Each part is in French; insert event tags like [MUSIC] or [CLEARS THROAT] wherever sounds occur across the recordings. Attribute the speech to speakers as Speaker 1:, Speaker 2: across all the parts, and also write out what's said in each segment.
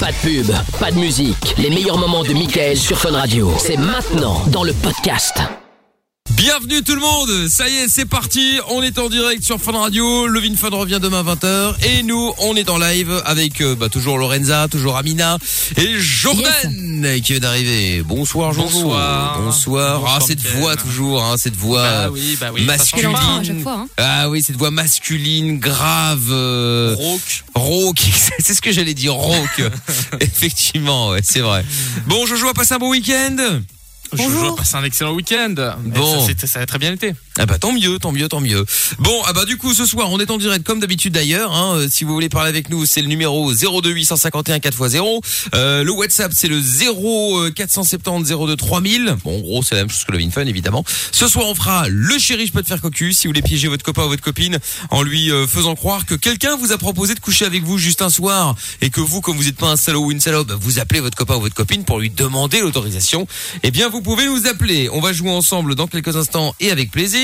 Speaker 1: Pas de pub, pas de musique. Les meilleurs moments de Michael sur Fun Radio. C'est maintenant dans le podcast.
Speaker 2: Bienvenue tout le monde, ça y est c'est parti, on est en direct sur Fun Radio, Levin Fun revient demain 20h et nous on est en live avec euh, bah, toujours Lorenza, toujours Amina et Jordan qui vient d'arriver. Bonsoir Jordan.
Speaker 3: Bonsoir.
Speaker 2: Bonsoir. Ah
Speaker 3: Bonsoir,
Speaker 2: cette
Speaker 3: Mickaël.
Speaker 2: voix toujours, hein, cette voix
Speaker 3: Bah
Speaker 2: euh,
Speaker 3: oui, bah oui, ça change
Speaker 2: masculine.
Speaker 3: pas, hein, à
Speaker 4: chaque fois, hein.
Speaker 2: Ah oui cette voix masculine, grave. euh,
Speaker 3: Rock.
Speaker 2: Rock, [LAUGHS] c'est ce que j'allais dire,
Speaker 3: [LAUGHS]
Speaker 2: rock. Effectivement, ouais, c'est vrai. Bon, Jojo a passé un bon week-end
Speaker 3: Bonjour. Passe un excellent week-end.
Speaker 2: Bon.
Speaker 3: Bon. Ça, c'est- ça a très bien été.
Speaker 2: Ah bah tant mieux, tant mieux, tant mieux. Bon, ah bah du coup ce soir on est en direct comme d'habitude d'ailleurs. Hein, Euh, si vous voulez parler avec nous c'est le numéro 02851 4x0. Euh, le WhatsApp c'est le euh, 0470 02 3000. Bon en gros c'est la même chose que le Vinfun évidemment. Ce soir on fera le chéri je peux te faire cocu si vous voulez piéger votre copain ou votre copine en lui euh, faisant croire que quelqu'un vous a proposé de coucher avec vous juste un soir et que vous comme vous n'êtes pas un salaud ou une salope vous appelez votre copain ou votre copine pour lui demander l'autorisation. Eh bien vous pouvez nous appeler. On va jouer ensemble dans quelques instants et avec plaisir.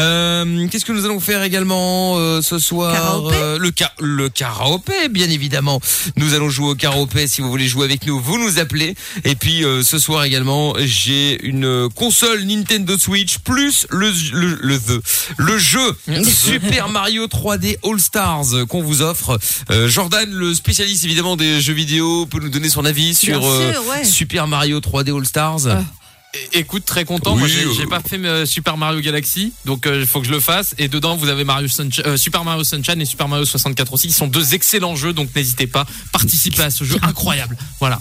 Speaker 2: Euh, Qu'est-ce que nous allons faire également euh, ce soir
Speaker 4: Karaopé
Speaker 2: Euh, Le ca- le karaopé, bien évidemment. Nous allons jouer au karaopé. Si vous voulez jouer avec nous, vous nous appelez. Et puis euh, ce soir également, j'ai une euh, console Nintendo Switch plus le le le, the- le jeu Super Mario 3D All Stars euh, qu'on vous offre. Euh, Jordan, le spécialiste évidemment des jeux vidéo, peut nous donner son avis sur
Speaker 4: sûr,
Speaker 2: euh,
Speaker 4: ouais. Ah.
Speaker 2: Super Mario 3D All Stars.
Speaker 3: É- Écoute, très content. Moi,
Speaker 2: Oui,
Speaker 3: j'ai
Speaker 2: euh.
Speaker 3: j'ai pas fait euh, Super Mario Galaxy, donc euh, il faut que je le fasse. Et dedans, vous avez Mario Sunshine, euh, Super Mario Sunshine et Super Mario 64 aussi, qui sont deux excellents jeux. Donc n'hésitez pas, participez à ce jeu incroyable. Voilà.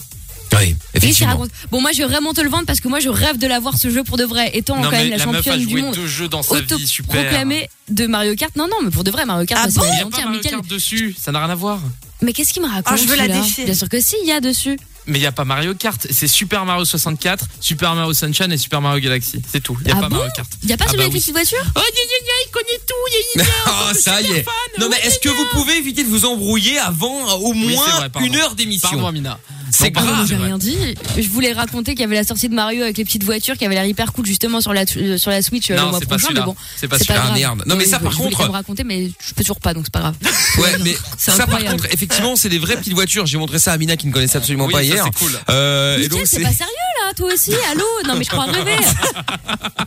Speaker 2: Oui,
Speaker 4: Et ça raconte. Bon, moi, je vais vraiment te le vendre parce que moi, je rêve de l'avoir ce jeu pour de vrai. Étant quand même la,
Speaker 3: la meuf a
Speaker 4: championne du
Speaker 3: joué
Speaker 4: monde
Speaker 3: deux jeux dans sa vie, super.
Speaker 4: autoproclamée de Mario Kart. Non, non, mais pour de vrai, Mario Kart,
Speaker 5: Ah
Speaker 4: bah,
Speaker 5: bon
Speaker 4: c'est la
Speaker 3: Il
Speaker 4: vie
Speaker 3: y a pas
Speaker 4: entière.
Speaker 3: Mario
Speaker 4: Mickaël-
Speaker 3: Kart dessus, ça n'a rien à voir.
Speaker 4: Mais qu'est-ce qu'il me raconte
Speaker 5: Ah, je veux la
Speaker 4: celui-là
Speaker 5: défier.
Speaker 4: Bien sûr que si, il y a dessus.
Speaker 3: Mais il y a pas Mario Kart, c'est Super Mario 64, Super Mario Sunshine et Super Mario Galaxy. C'est tout. Il y a
Speaker 4: Ah
Speaker 3: pas
Speaker 4: bon
Speaker 3: Mario Kart.
Speaker 4: Il n'y a pas
Speaker 3: Ah
Speaker 4: celui
Speaker 3: bah
Speaker 4: avec les
Speaker 3: oui.
Speaker 4: petites voitures
Speaker 3: Oh, gna, gna, gna, il connaît tout, gna, gna, gna.
Speaker 2: [LAUGHS] Ah, ça y est. Non, mais est-ce que vous pouvez éviter de vous embrouiller avant euh, au
Speaker 3: Oui,
Speaker 2: moins
Speaker 3: c'est vrai, pardon.
Speaker 2: une heure
Speaker 3: Pardon,
Speaker 2: d'émission
Speaker 3: Amina.
Speaker 2: C'est
Speaker 3: Non, pardon,
Speaker 2: grave.
Speaker 4: Ah,
Speaker 3: c'est
Speaker 4: j'ai
Speaker 3: vrai.
Speaker 4: rien dit. Je voulais raconter qu'il y avait la sortie de Mario avec les petites voitures qui avait l'air hyper cool justement sur la, euh, sur la Switch euh, le
Speaker 3: Non,
Speaker 4: mois
Speaker 3: c'est pas
Speaker 4: prochain. Mais
Speaker 3: celui-là.
Speaker 4: bon,
Speaker 3: C'est pas
Speaker 4: c'est
Speaker 3: celui-là.
Speaker 4: pas
Speaker 2: Ah,
Speaker 4: grave.
Speaker 2: merde. Non, mais
Speaker 4: Oui,
Speaker 2: ça,
Speaker 4: je-
Speaker 2: par
Speaker 4: je voulais
Speaker 2: contre-
Speaker 4: quand même raconter, mais je peux toujours pas, donc c'est pas
Speaker 3: [LAUGHS]
Speaker 4: grave.
Speaker 3: Euh,
Speaker 2: Ouais, mais
Speaker 4: C'est
Speaker 2: ça par
Speaker 4: incroyable.
Speaker 2: contre, effectivement, c'est des vraies petites voitures. J'ai montré ça à Amina qui ne connaissait absolument
Speaker 3: Oui,
Speaker 2: pas
Speaker 3: ça,
Speaker 2: hier.
Speaker 3: c'est cool.
Speaker 2: Euh, et
Speaker 4: Mickaël,
Speaker 2: donc
Speaker 4: c'est
Speaker 2: c'est-
Speaker 4: pas sérieux là, toi aussi, allô Non mais je crois rêver.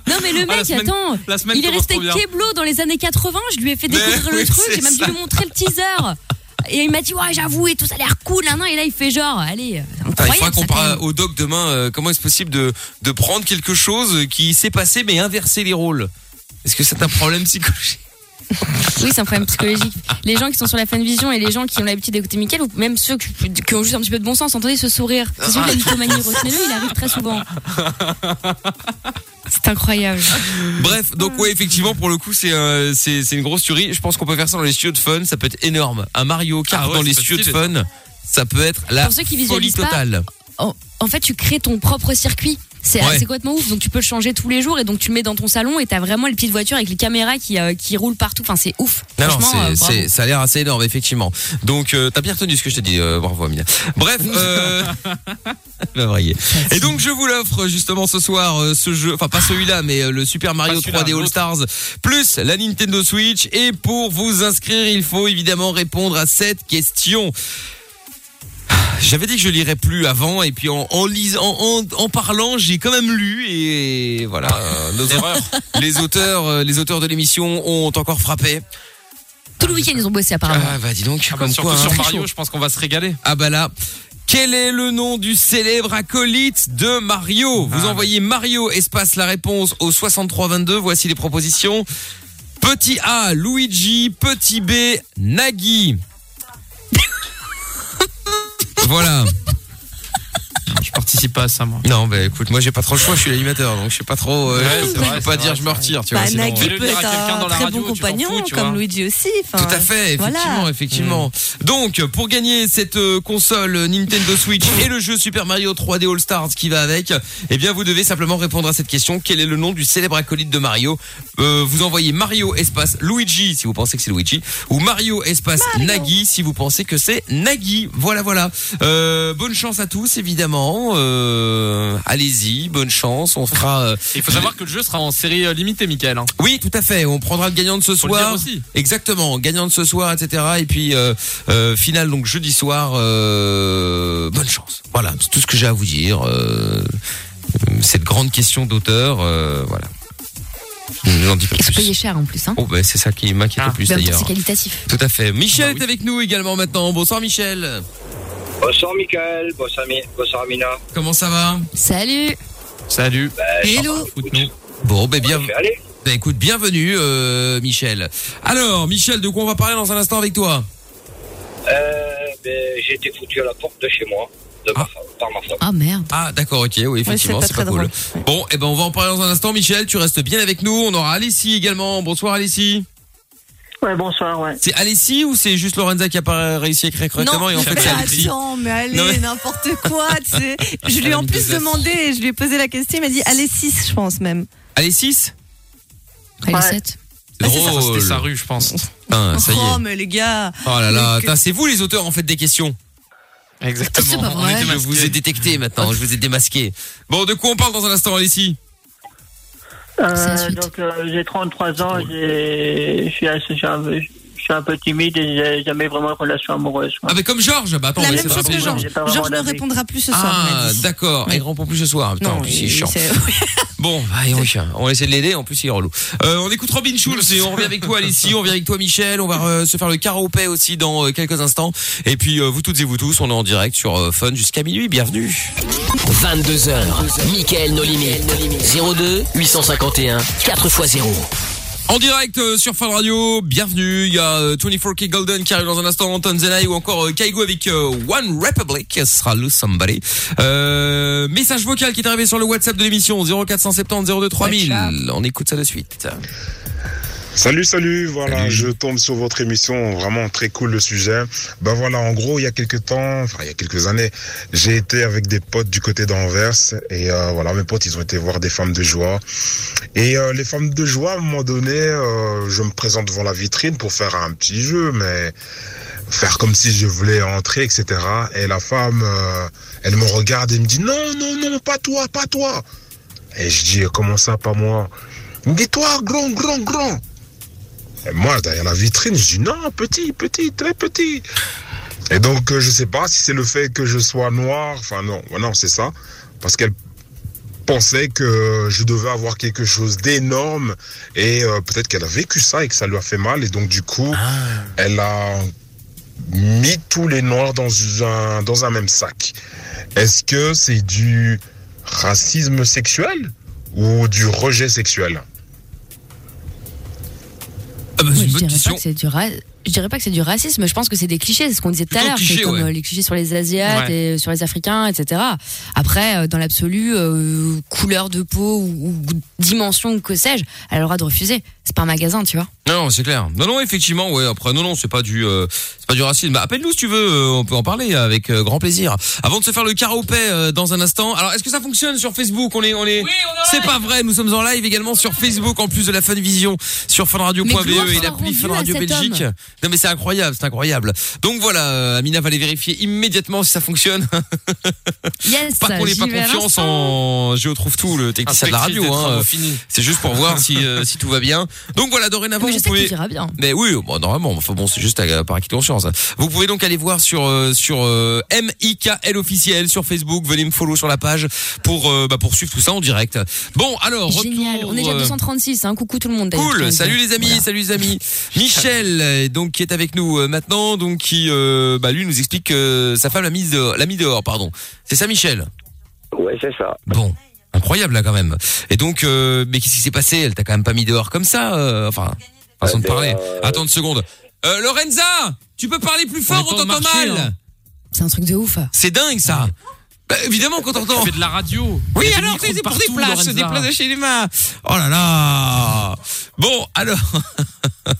Speaker 4: Non
Speaker 3: [LAUGHS]
Speaker 4: mais le
Speaker 3: Ah, la
Speaker 4: mec,
Speaker 3: semaine-
Speaker 4: attends,
Speaker 3: la semaine
Speaker 4: il est
Speaker 3: commence
Speaker 4: resté
Speaker 3: trop bien.
Speaker 4: Keblo dans les années 80, je lui ai fait découvrir
Speaker 2: oui,
Speaker 4: le truc,
Speaker 2: c'est
Speaker 4: j'ai même dû
Speaker 2: ça.
Speaker 4: lui montrer le
Speaker 2: [LAUGHS]
Speaker 4: teaser. Et il m'a dit, ouais, j'avoue, et tout ça a l'air cool, nan, nan. et là il fait genre, allez, euh,
Speaker 2: Putain, Ah, il
Speaker 4: incroyable.
Speaker 2: faudra qu'on
Speaker 4: ça, quand même.
Speaker 2: parle au doc demain. euh, comment est-ce possible de, de prendre quelque chose qui s'est passé mais inverser les rôles Est-ce que c'est un problème psychologique
Speaker 4: Oui, c'est un problème psychologique. Les gens qui sont sur la fan vision et les gens qui ont l'habitude d'écouter Mickaël, ou même ceux qui, qui ont juste un petit peu de bon sens, entendez ce sourire. C'est sûr que la mythomanie, retenez-le, il arrive très
Speaker 2: [LAUGHS]
Speaker 4: souvent. C'est incroyable.
Speaker 2: Bref, donc ouais, effectivement, pour le coup, c'est euh, c'est c'est une grosse tuerie. Je pense qu'on peut faire ça dans les studios de fun. Ça peut être énorme. Un Mario Kart
Speaker 3: Ah ouais,
Speaker 2: dans
Speaker 3: ça
Speaker 2: les
Speaker 3: peut être
Speaker 2: studios de
Speaker 3: stylé,
Speaker 2: fun, ça peut être la
Speaker 4: Pour ceux qui
Speaker 2: folie
Speaker 4: visualisent pas,
Speaker 2: totale.
Speaker 4: en, en fait, tu crées ton propre circuit. C'est
Speaker 2: Ouais.
Speaker 4: c'est complètement ouf. Donc, tu peux le changer tous les jours et donc tu le mets dans ton salon et t'as vraiment les petites voitures avec les caméras qui, euh, qui roulent partout. Enfin, c'est ouf.
Speaker 2: Non, non,
Speaker 4: Franchement,
Speaker 2: c'est-
Speaker 4: euh, bravo.
Speaker 2: c'est- ça a l'air assez énorme, effectivement. Donc, euh, t'as bien retenu ce que je t'ai dit. euh, bravo, Amina. Bref, euh... [LAUGHS] elle va vriller. Et donc, je vous l'offre justement ce soir, euh, ce jeu, enfin pas celui-là, mais euh, le Super Mario
Speaker 3: Pas celui-là,
Speaker 2: 3D All
Speaker 3: l'autre.
Speaker 2: Stars, plus la Nintendo Switch. Et pour vous inscrire, il faut évidemment répondre à cette question. J'avais dit que je lirais plus avant, et puis en, en, lisant, en, en- en parlant, j'ai quand même lu, et voilà. euh, nos- les auteurs, euh, les auteurs de l'émission ont encore frappé.
Speaker 4: Tout le week-end, ils ont bossé apparemment.
Speaker 2: Ah bah dis donc,
Speaker 3: Ah bah,
Speaker 2: comme
Speaker 3: surtout
Speaker 2: quoi,
Speaker 3: sur
Speaker 2: hein.
Speaker 3: Mario, je pense qu'on va se régaler.
Speaker 2: Ah bah là. Quel est le nom du célèbre acolyte de Mario Vous
Speaker 3: Ah,
Speaker 2: envoyez Mario espace la réponse au 6322. Voici les propositions. Petit A, Luigi. Petit B, Nagui. [LAUGHS] voilà.
Speaker 3: Je participe pas à ça, moi.
Speaker 2: Non, bah écoute, moi j'ai pas trop le choix, je suis l'animateur, donc je sais pas trop. euh,
Speaker 3: Ouais,
Speaker 2: je
Speaker 3: c'est
Speaker 2: peux
Speaker 3: vrai,
Speaker 2: pas
Speaker 3: c'est
Speaker 2: dire
Speaker 3: vrai,
Speaker 2: je
Speaker 3: c'est
Speaker 2: me
Speaker 3: vrai.
Speaker 2: retire, tu
Speaker 5: Bah,
Speaker 2: vois. sinon,
Speaker 3: on va
Speaker 5: Nagui
Speaker 3: le
Speaker 5: peut
Speaker 3: dire à
Speaker 5: être
Speaker 3: quelqu'un
Speaker 5: un
Speaker 3: dans la
Speaker 5: très
Speaker 3: radio,
Speaker 5: bon
Speaker 3: tu t'en fous,
Speaker 5: compagnon,
Speaker 3: tu vois.
Speaker 5: comme Luigi aussi. enfin,
Speaker 2: Tout à fait,
Speaker 5: voilà.
Speaker 2: effectivement, effectivement. Donc, pour gagner cette euh, console Nintendo Switch et le jeu Super Mario 3D All Stars qui va avec, eh bien, vous devez simplement répondre à cette question. Quel est le nom du célèbre acolyte de Mario Euh, Vous envoyez Mario espace Luigi si vous pensez que c'est Luigi, ou Mario espace Nagui si vous pensez que c'est Nagui. Voilà, voilà. Euh, bonne chance à tous, évidemment. franchement, euh, allez-y, bonne chance. On fera. euh,
Speaker 3: Il faut savoir que le jeu sera en série euh, limitée, Michael. Hein.
Speaker 2: Oui, tout à fait. On prendra le gagnant de ce
Speaker 3: Faut le dire
Speaker 2: soir.
Speaker 3: aussi.
Speaker 2: Exactement, gagnant de ce soir, etc. Et puis euh, euh, finale donc jeudi soir. euh, bonne chance. Voilà, c'est tout ce que j'ai à vous dire. euh, cette grande question d'auteur, euh, voilà. Je n'en dis pas
Speaker 4: Et c'est
Speaker 2: plus.
Speaker 4: payé cher en plus. Hein.
Speaker 2: Oh ben c'est ça qui m'inquiète
Speaker 3: Ah.
Speaker 2: le plus
Speaker 4: Mais en même temps,
Speaker 2: d'ailleurs.
Speaker 4: c'est qualitatif.
Speaker 2: Tout à fait. Michel
Speaker 3: Bah oui.
Speaker 2: est avec nous également maintenant. Bonsoir Michel.
Speaker 5: Bonsoir Michael, bonsoir, Mi- bonsoir Amina.
Speaker 2: Comment ça va
Speaker 4: Salut
Speaker 3: Salut.
Speaker 2: Hello. Bon ben bien.
Speaker 5: Je vais aller.
Speaker 2: ben, écoute, bienvenue euh, Michel. Alors Michel, de quoi on va parler dans un instant avec toi
Speaker 5: Euh, ben, j'ai été foutu à la porte de chez moi de ma
Speaker 2: Ah.
Speaker 5: femme- par ma femme.
Speaker 4: Ah merde
Speaker 2: Ah d'accord, ok, oui effectivement,
Speaker 6: Ouais,
Speaker 2: c'est pas, cool. Bon, eh ben on va en parler dans un instant Michel, tu restes bien avec nous, on aura Alessi également. Bonsoir Alessi.
Speaker 6: Ouais, bonsoir, ouais.
Speaker 2: C'est Alessi ou c'est juste Lorenza qui a pas réussi à écrire correctement et en fait
Speaker 6: mais
Speaker 2: c'est Alessi
Speaker 6: attends, mais allez,
Speaker 2: Non,
Speaker 6: [LAUGHS]
Speaker 2: mais-
Speaker 6: n'importe quoi, tu
Speaker 2: [LAUGHS]
Speaker 6: sais. Je lui ai
Speaker 2: Elle
Speaker 6: en
Speaker 2: me
Speaker 6: plus
Speaker 2: désastre.
Speaker 6: demandé, et je lui ai posé la question, il m'a dit allez 6, je pense même.
Speaker 2: Alessi
Speaker 4: Allez,
Speaker 6: Ouais.
Speaker 4: 7.
Speaker 2: Ah, C'est
Speaker 3: Oh,
Speaker 2: drôle.
Speaker 3: C'était sa rue, je pense.
Speaker 2: Putain, Ah, ça y
Speaker 6: oh,
Speaker 2: est.
Speaker 6: mais les gars.
Speaker 2: Oh là là,
Speaker 6: Mais que-
Speaker 2: putain, c'est vous les auteurs en fait des questions.
Speaker 3: Exactement.
Speaker 4: C'est pas
Speaker 3: On
Speaker 4: vrai.
Speaker 3: était
Speaker 2: Je
Speaker 3: masqués.
Speaker 2: vous ai détecté maintenant, je vous ai démasqué. Bon, de quoi on parle dans un instant, Alessi
Speaker 4: C'est la
Speaker 7: Euh,
Speaker 4: suite.
Speaker 7: donc euh, j'ai 33 ans, j'ai- je suis assez- je suis un peu- je suis un peu timide et j'ai jamais vraiment de relation amoureuse.
Speaker 2: [LAUGHS]
Speaker 7: quoi.
Speaker 2: Ah, mais comme Georges Bah attends,
Speaker 6: la
Speaker 2: mais
Speaker 6: même
Speaker 2: c'est
Speaker 6: chose
Speaker 2: pas
Speaker 6: que
Speaker 2: possible.
Speaker 6: Georges.
Speaker 7: J'ai pas vraiment
Speaker 6: Georges ne
Speaker 7: d'avis.
Speaker 6: répondra plus ce soir. il
Speaker 2: Ah,
Speaker 6: m'a dit.
Speaker 2: d'accord. Ah, Il rend plus ce soir. Putain, en
Speaker 6: Non,
Speaker 2: plus, il est
Speaker 6: il-
Speaker 2: chiant.
Speaker 6: c'est-
Speaker 2: [LAUGHS] Bon, allez, on, on va essayer de l'aider. En plus, il est relou. Euh, on écoute Robin Schulz et on revient avec toi, Alessi. On revient avec toi, Michel. On va euh, se faire le karaopé aussi dans euh, quelques instants. Et puis, euh, vous toutes et vous tous, on est en direct sur euh, Fun jusqu'à minuit. Bienvenue.
Speaker 1: 22h, Michael No Limit. 02 851 4x0.
Speaker 2: En direct euh, sur Fun Radio, bienvenue. Il y a euh, 24K Golden qui arrive dans un instant, Tonzenai ou encore euh, Kaigo avec euh, One Republic. Ce sera le somebody. Euh, message vocal qui est arrivé sur le WhatsApp de l'émission 0470 02 3000. On écoute ça de suite.
Speaker 8: Salut, salut, voilà,
Speaker 2: Salut.
Speaker 8: je tombe sur votre émission, vraiment très cool le sujet. Ben voilà, en gros, il y a quelques temps, enfin il y a quelques années, j'ai été avec des potes du côté d'Anvers et euh, voilà, mes potes, ils ont été voir des femmes de joie. Et euh, les femmes de joie, à un moment donné, euh, je me présente devant la vitrine pour faire un petit jeu, mais faire comme si je voulais entrer, etc. Et la femme, euh, elle me regarde et me dit, non, non, non, pas toi, pas toi. Et je dis, comment ça, pas moi Il me dit, toi, grand, grand, grand. Et moi, derrière la vitrine, je dis non, petit, petit, très petit. Et donc, euh, je sais pas si c'est le fait que je sois noir, enfin non, bah non, c'est ça, parce qu'elle pensait que je devais avoir quelque chose d'énorme et euh, peut-être qu'elle a vécu ça et que ça lui a fait mal et donc du coup, elle a mis tous les noirs dans un, dans un même sac. Est-ce que c'est du racisme sexuel ou du rejet sexuel
Speaker 2: Ah bah,
Speaker 4: Moi,
Speaker 2: c'est une
Speaker 4: je,
Speaker 2: bonne
Speaker 4: dirais pas
Speaker 2: question.
Speaker 4: que c'est du ra- je dirais pas que c'est du racisme, je pense que c'est des clichés, c'est ce qu'on disait tout à
Speaker 2: Plutôt
Speaker 4: l'heure,
Speaker 2: cliché,
Speaker 4: c'est comme
Speaker 2: ouais.
Speaker 4: euh, les clichés sur les Asiates et sur les Africains, etc. Après, euh, dans l'absolu, euh, couleur de peau ou, ou dimension ou que sais-je, elle a le droit de refuser. C'est pas un magasin, tu vois.
Speaker 2: Non, c'est clair. Non, non, effectivement, ouais. Après, non, non, c'est pas du, euh, c'est pas du racisme. Bah, Appelle-nous si tu veux, euh, on peut en parler avec euh, grand plaisir. Avant de se faire le karaopé euh, dans un instant. Alors, est-ce que ça fonctionne sur Facebook On est, on est. c'est pas vrai. Nous sommes en live également sur Facebook en plus de la Fun Vision sur
Speaker 4: Mais
Speaker 2: funradio.be
Speaker 4: gloire
Speaker 2: E et
Speaker 4: soit
Speaker 2: l'appli
Speaker 4: rendue
Speaker 2: Fun
Speaker 4: à
Speaker 2: Radio
Speaker 4: cet
Speaker 2: Belgique.
Speaker 4: homme.
Speaker 2: Non, mais c'est incroyable, c'est incroyable. Donc voilà, euh, Amina va aller vérifier immédiatement si ça fonctionne.
Speaker 4: [LAUGHS] Yes,
Speaker 2: Pas qu'on ait
Speaker 4: j'y
Speaker 2: pas
Speaker 4: vais à
Speaker 2: confiance
Speaker 4: l'instant.
Speaker 2: en Géo trouve tout, le technicien de la
Speaker 3: Inspectrice des
Speaker 2: radio.
Speaker 3: travaux
Speaker 2: Hein.
Speaker 3: finis.
Speaker 2: C'est juste pour voir si, euh, si tout va bien. Donc voilà, dorénavant,
Speaker 4: Mais je
Speaker 2: Ah vous
Speaker 4: sais que
Speaker 2: pouvez.
Speaker 4: tu diras bien.
Speaker 2: Mais oui, bon, normalement, enfin bon, c'est juste à, par acquis de conscience. Vous pouvez donc aller voir sur euh, sur euh, MIKL officiel sur Facebook. Venez me follow sur la page pour euh, bah, poursuivre tout ça en direct. Bon, alors
Speaker 4: Génial,
Speaker 2: Oh, retour,
Speaker 4: on est déjà
Speaker 2: euh,
Speaker 4: 236, hein. coucou tout le monde. d'ailleurs.
Speaker 2: Cool.
Speaker 4: Donc,
Speaker 2: Salut les amis,
Speaker 4: voilà.
Speaker 2: salut
Speaker 4: [LAUGHS]
Speaker 2: les amis. Michel, euh, donc qui est avec nous euh, maintenant, donc qui euh, bah lui nous explique que sa femme l'a mise dehors- l'a mis dehors, pardon. C'est ça, Michel.
Speaker 5: Ouais, c'est ça.
Speaker 2: Bon. Incroyable là quand même. Et donc, euh, mais qu'est-ce qui s'est passé Elle t'a quand même pas mis dehors comme ça euh, Enfin, façon de
Speaker 5: Euh,
Speaker 2: parler.
Speaker 5: euh,
Speaker 2: Attends une seconde. Euh, Lorenza, tu peux parler plus fort,
Speaker 3: est
Speaker 2: on
Speaker 3: pas au
Speaker 2: t'entend
Speaker 3: marché,
Speaker 2: mal.
Speaker 3: hein.
Speaker 4: C'est un truc de ouf.
Speaker 2: C'est dingue ça. Bah, évidemment qu'on
Speaker 3: Tu
Speaker 2: t'entend.
Speaker 3: fais de la radio.
Speaker 2: Oui,
Speaker 3: Il y a des
Speaker 2: alors
Speaker 3: micros
Speaker 2: c'est c'est pour des
Speaker 3: partout,
Speaker 2: places,
Speaker 3: Lorenza.
Speaker 2: des places de chez les mains. Oh là là. Bon, alors.
Speaker 3: [LAUGHS]
Speaker 2: Vous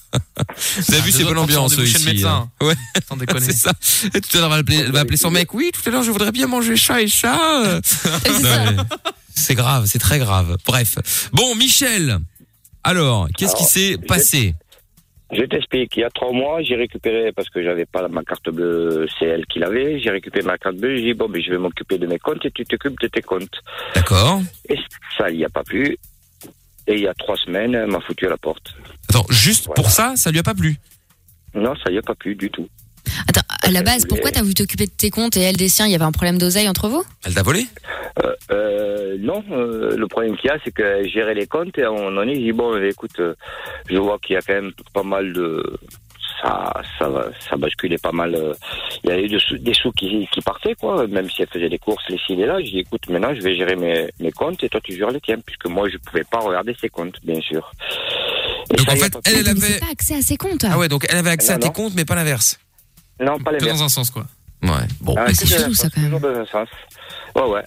Speaker 2: avez
Speaker 3: Ah,
Speaker 2: vu, c'est
Speaker 3: deux
Speaker 2: bonne
Speaker 3: autres
Speaker 2: ambiance
Speaker 3: rendez-vous
Speaker 2: ici.
Speaker 3: chez le médecin.
Speaker 2: hein. Ouais.
Speaker 3: Sans
Speaker 2: [LAUGHS]
Speaker 3: déconner.
Speaker 2: C'est ça. Et tout à l'heure, elle va appeler- elle va appeler son mec. Oui, tout à l'heure, je voudrais bien manger chat et chat. euh.
Speaker 4: [LAUGHS] C'est
Speaker 2: Non,
Speaker 4: ça.
Speaker 2: mais C'est grave, c'est très grave. Bref. Bon, Michel. Alors, qu'est-ce qui
Speaker 5: Alors,
Speaker 2: s'est
Speaker 5: j'ai-
Speaker 2: passé
Speaker 5: Je t'explique. Il y a trois mois, j'ai récupéré, parce que j'avais pas ma carte bleue CL qu'il avait, j'ai récupéré ma carte bleue, j'ai dit, bon, ben, je vais m'occuper de mes comptes et tu t'occupes de tes comptes.
Speaker 2: D'accord.
Speaker 5: Et ça, il n'y a pas plus. Et il y a trois semaines, elle m'a foutu à la porte.
Speaker 2: Attends, juste
Speaker 5: Voilà.
Speaker 2: pour ça, ça lui a pas plu.
Speaker 5: Non, ça n'y a pas plus du tout.
Speaker 4: Attends, à la base, pourquoi t'as voulu t'occuper de tes comptes et elle des siens Il y avait un problème d'oseille entre vous
Speaker 2: Elle t'a volé
Speaker 5: Euh, euh, non, euh, le problème qu'il y a, c'est que gérer les comptes, et à un moment donné, j'ai dit, bon, mais écoute, euh, je vois qu'il y a quand même pas mal de... Ça, ça, va- ça basculait pas mal. euh, Il y a eu des sous, des sous qui, qui partaient, quoi. Même si elle faisait des courses, les filles, là, j'ai dit, écoute, maintenant, je vais gérer mes, mes comptes et toi, tu gères les tiens, puisque moi, je pouvais pas regarder ses comptes, bien sûr. Et
Speaker 2: Donc
Speaker 5: ça,
Speaker 2: en
Speaker 5: il y a
Speaker 2: fait,
Speaker 5: pas-
Speaker 2: elle, elle
Speaker 4: Mais c'est
Speaker 2: avait.
Speaker 4: pas accès à ses comptes.
Speaker 2: Ah ouais, donc elle avait accès à
Speaker 5: Non,
Speaker 2: tes
Speaker 5: non.
Speaker 2: comptes, mais pas l'inverse.
Speaker 5: Non, pas les
Speaker 3: Que
Speaker 5: mêmes.
Speaker 3: dans un sens, quoi.
Speaker 2: Ouais. Bon.
Speaker 5: Ah,
Speaker 2: bah,
Speaker 4: c'est
Speaker 5: toujours
Speaker 4: chelou,
Speaker 5: dans un
Speaker 4: ça,
Speaker 5: sens,
Speaker 4: quand même.
Speaker 5: toujours dans un sens. Ouais, ouais.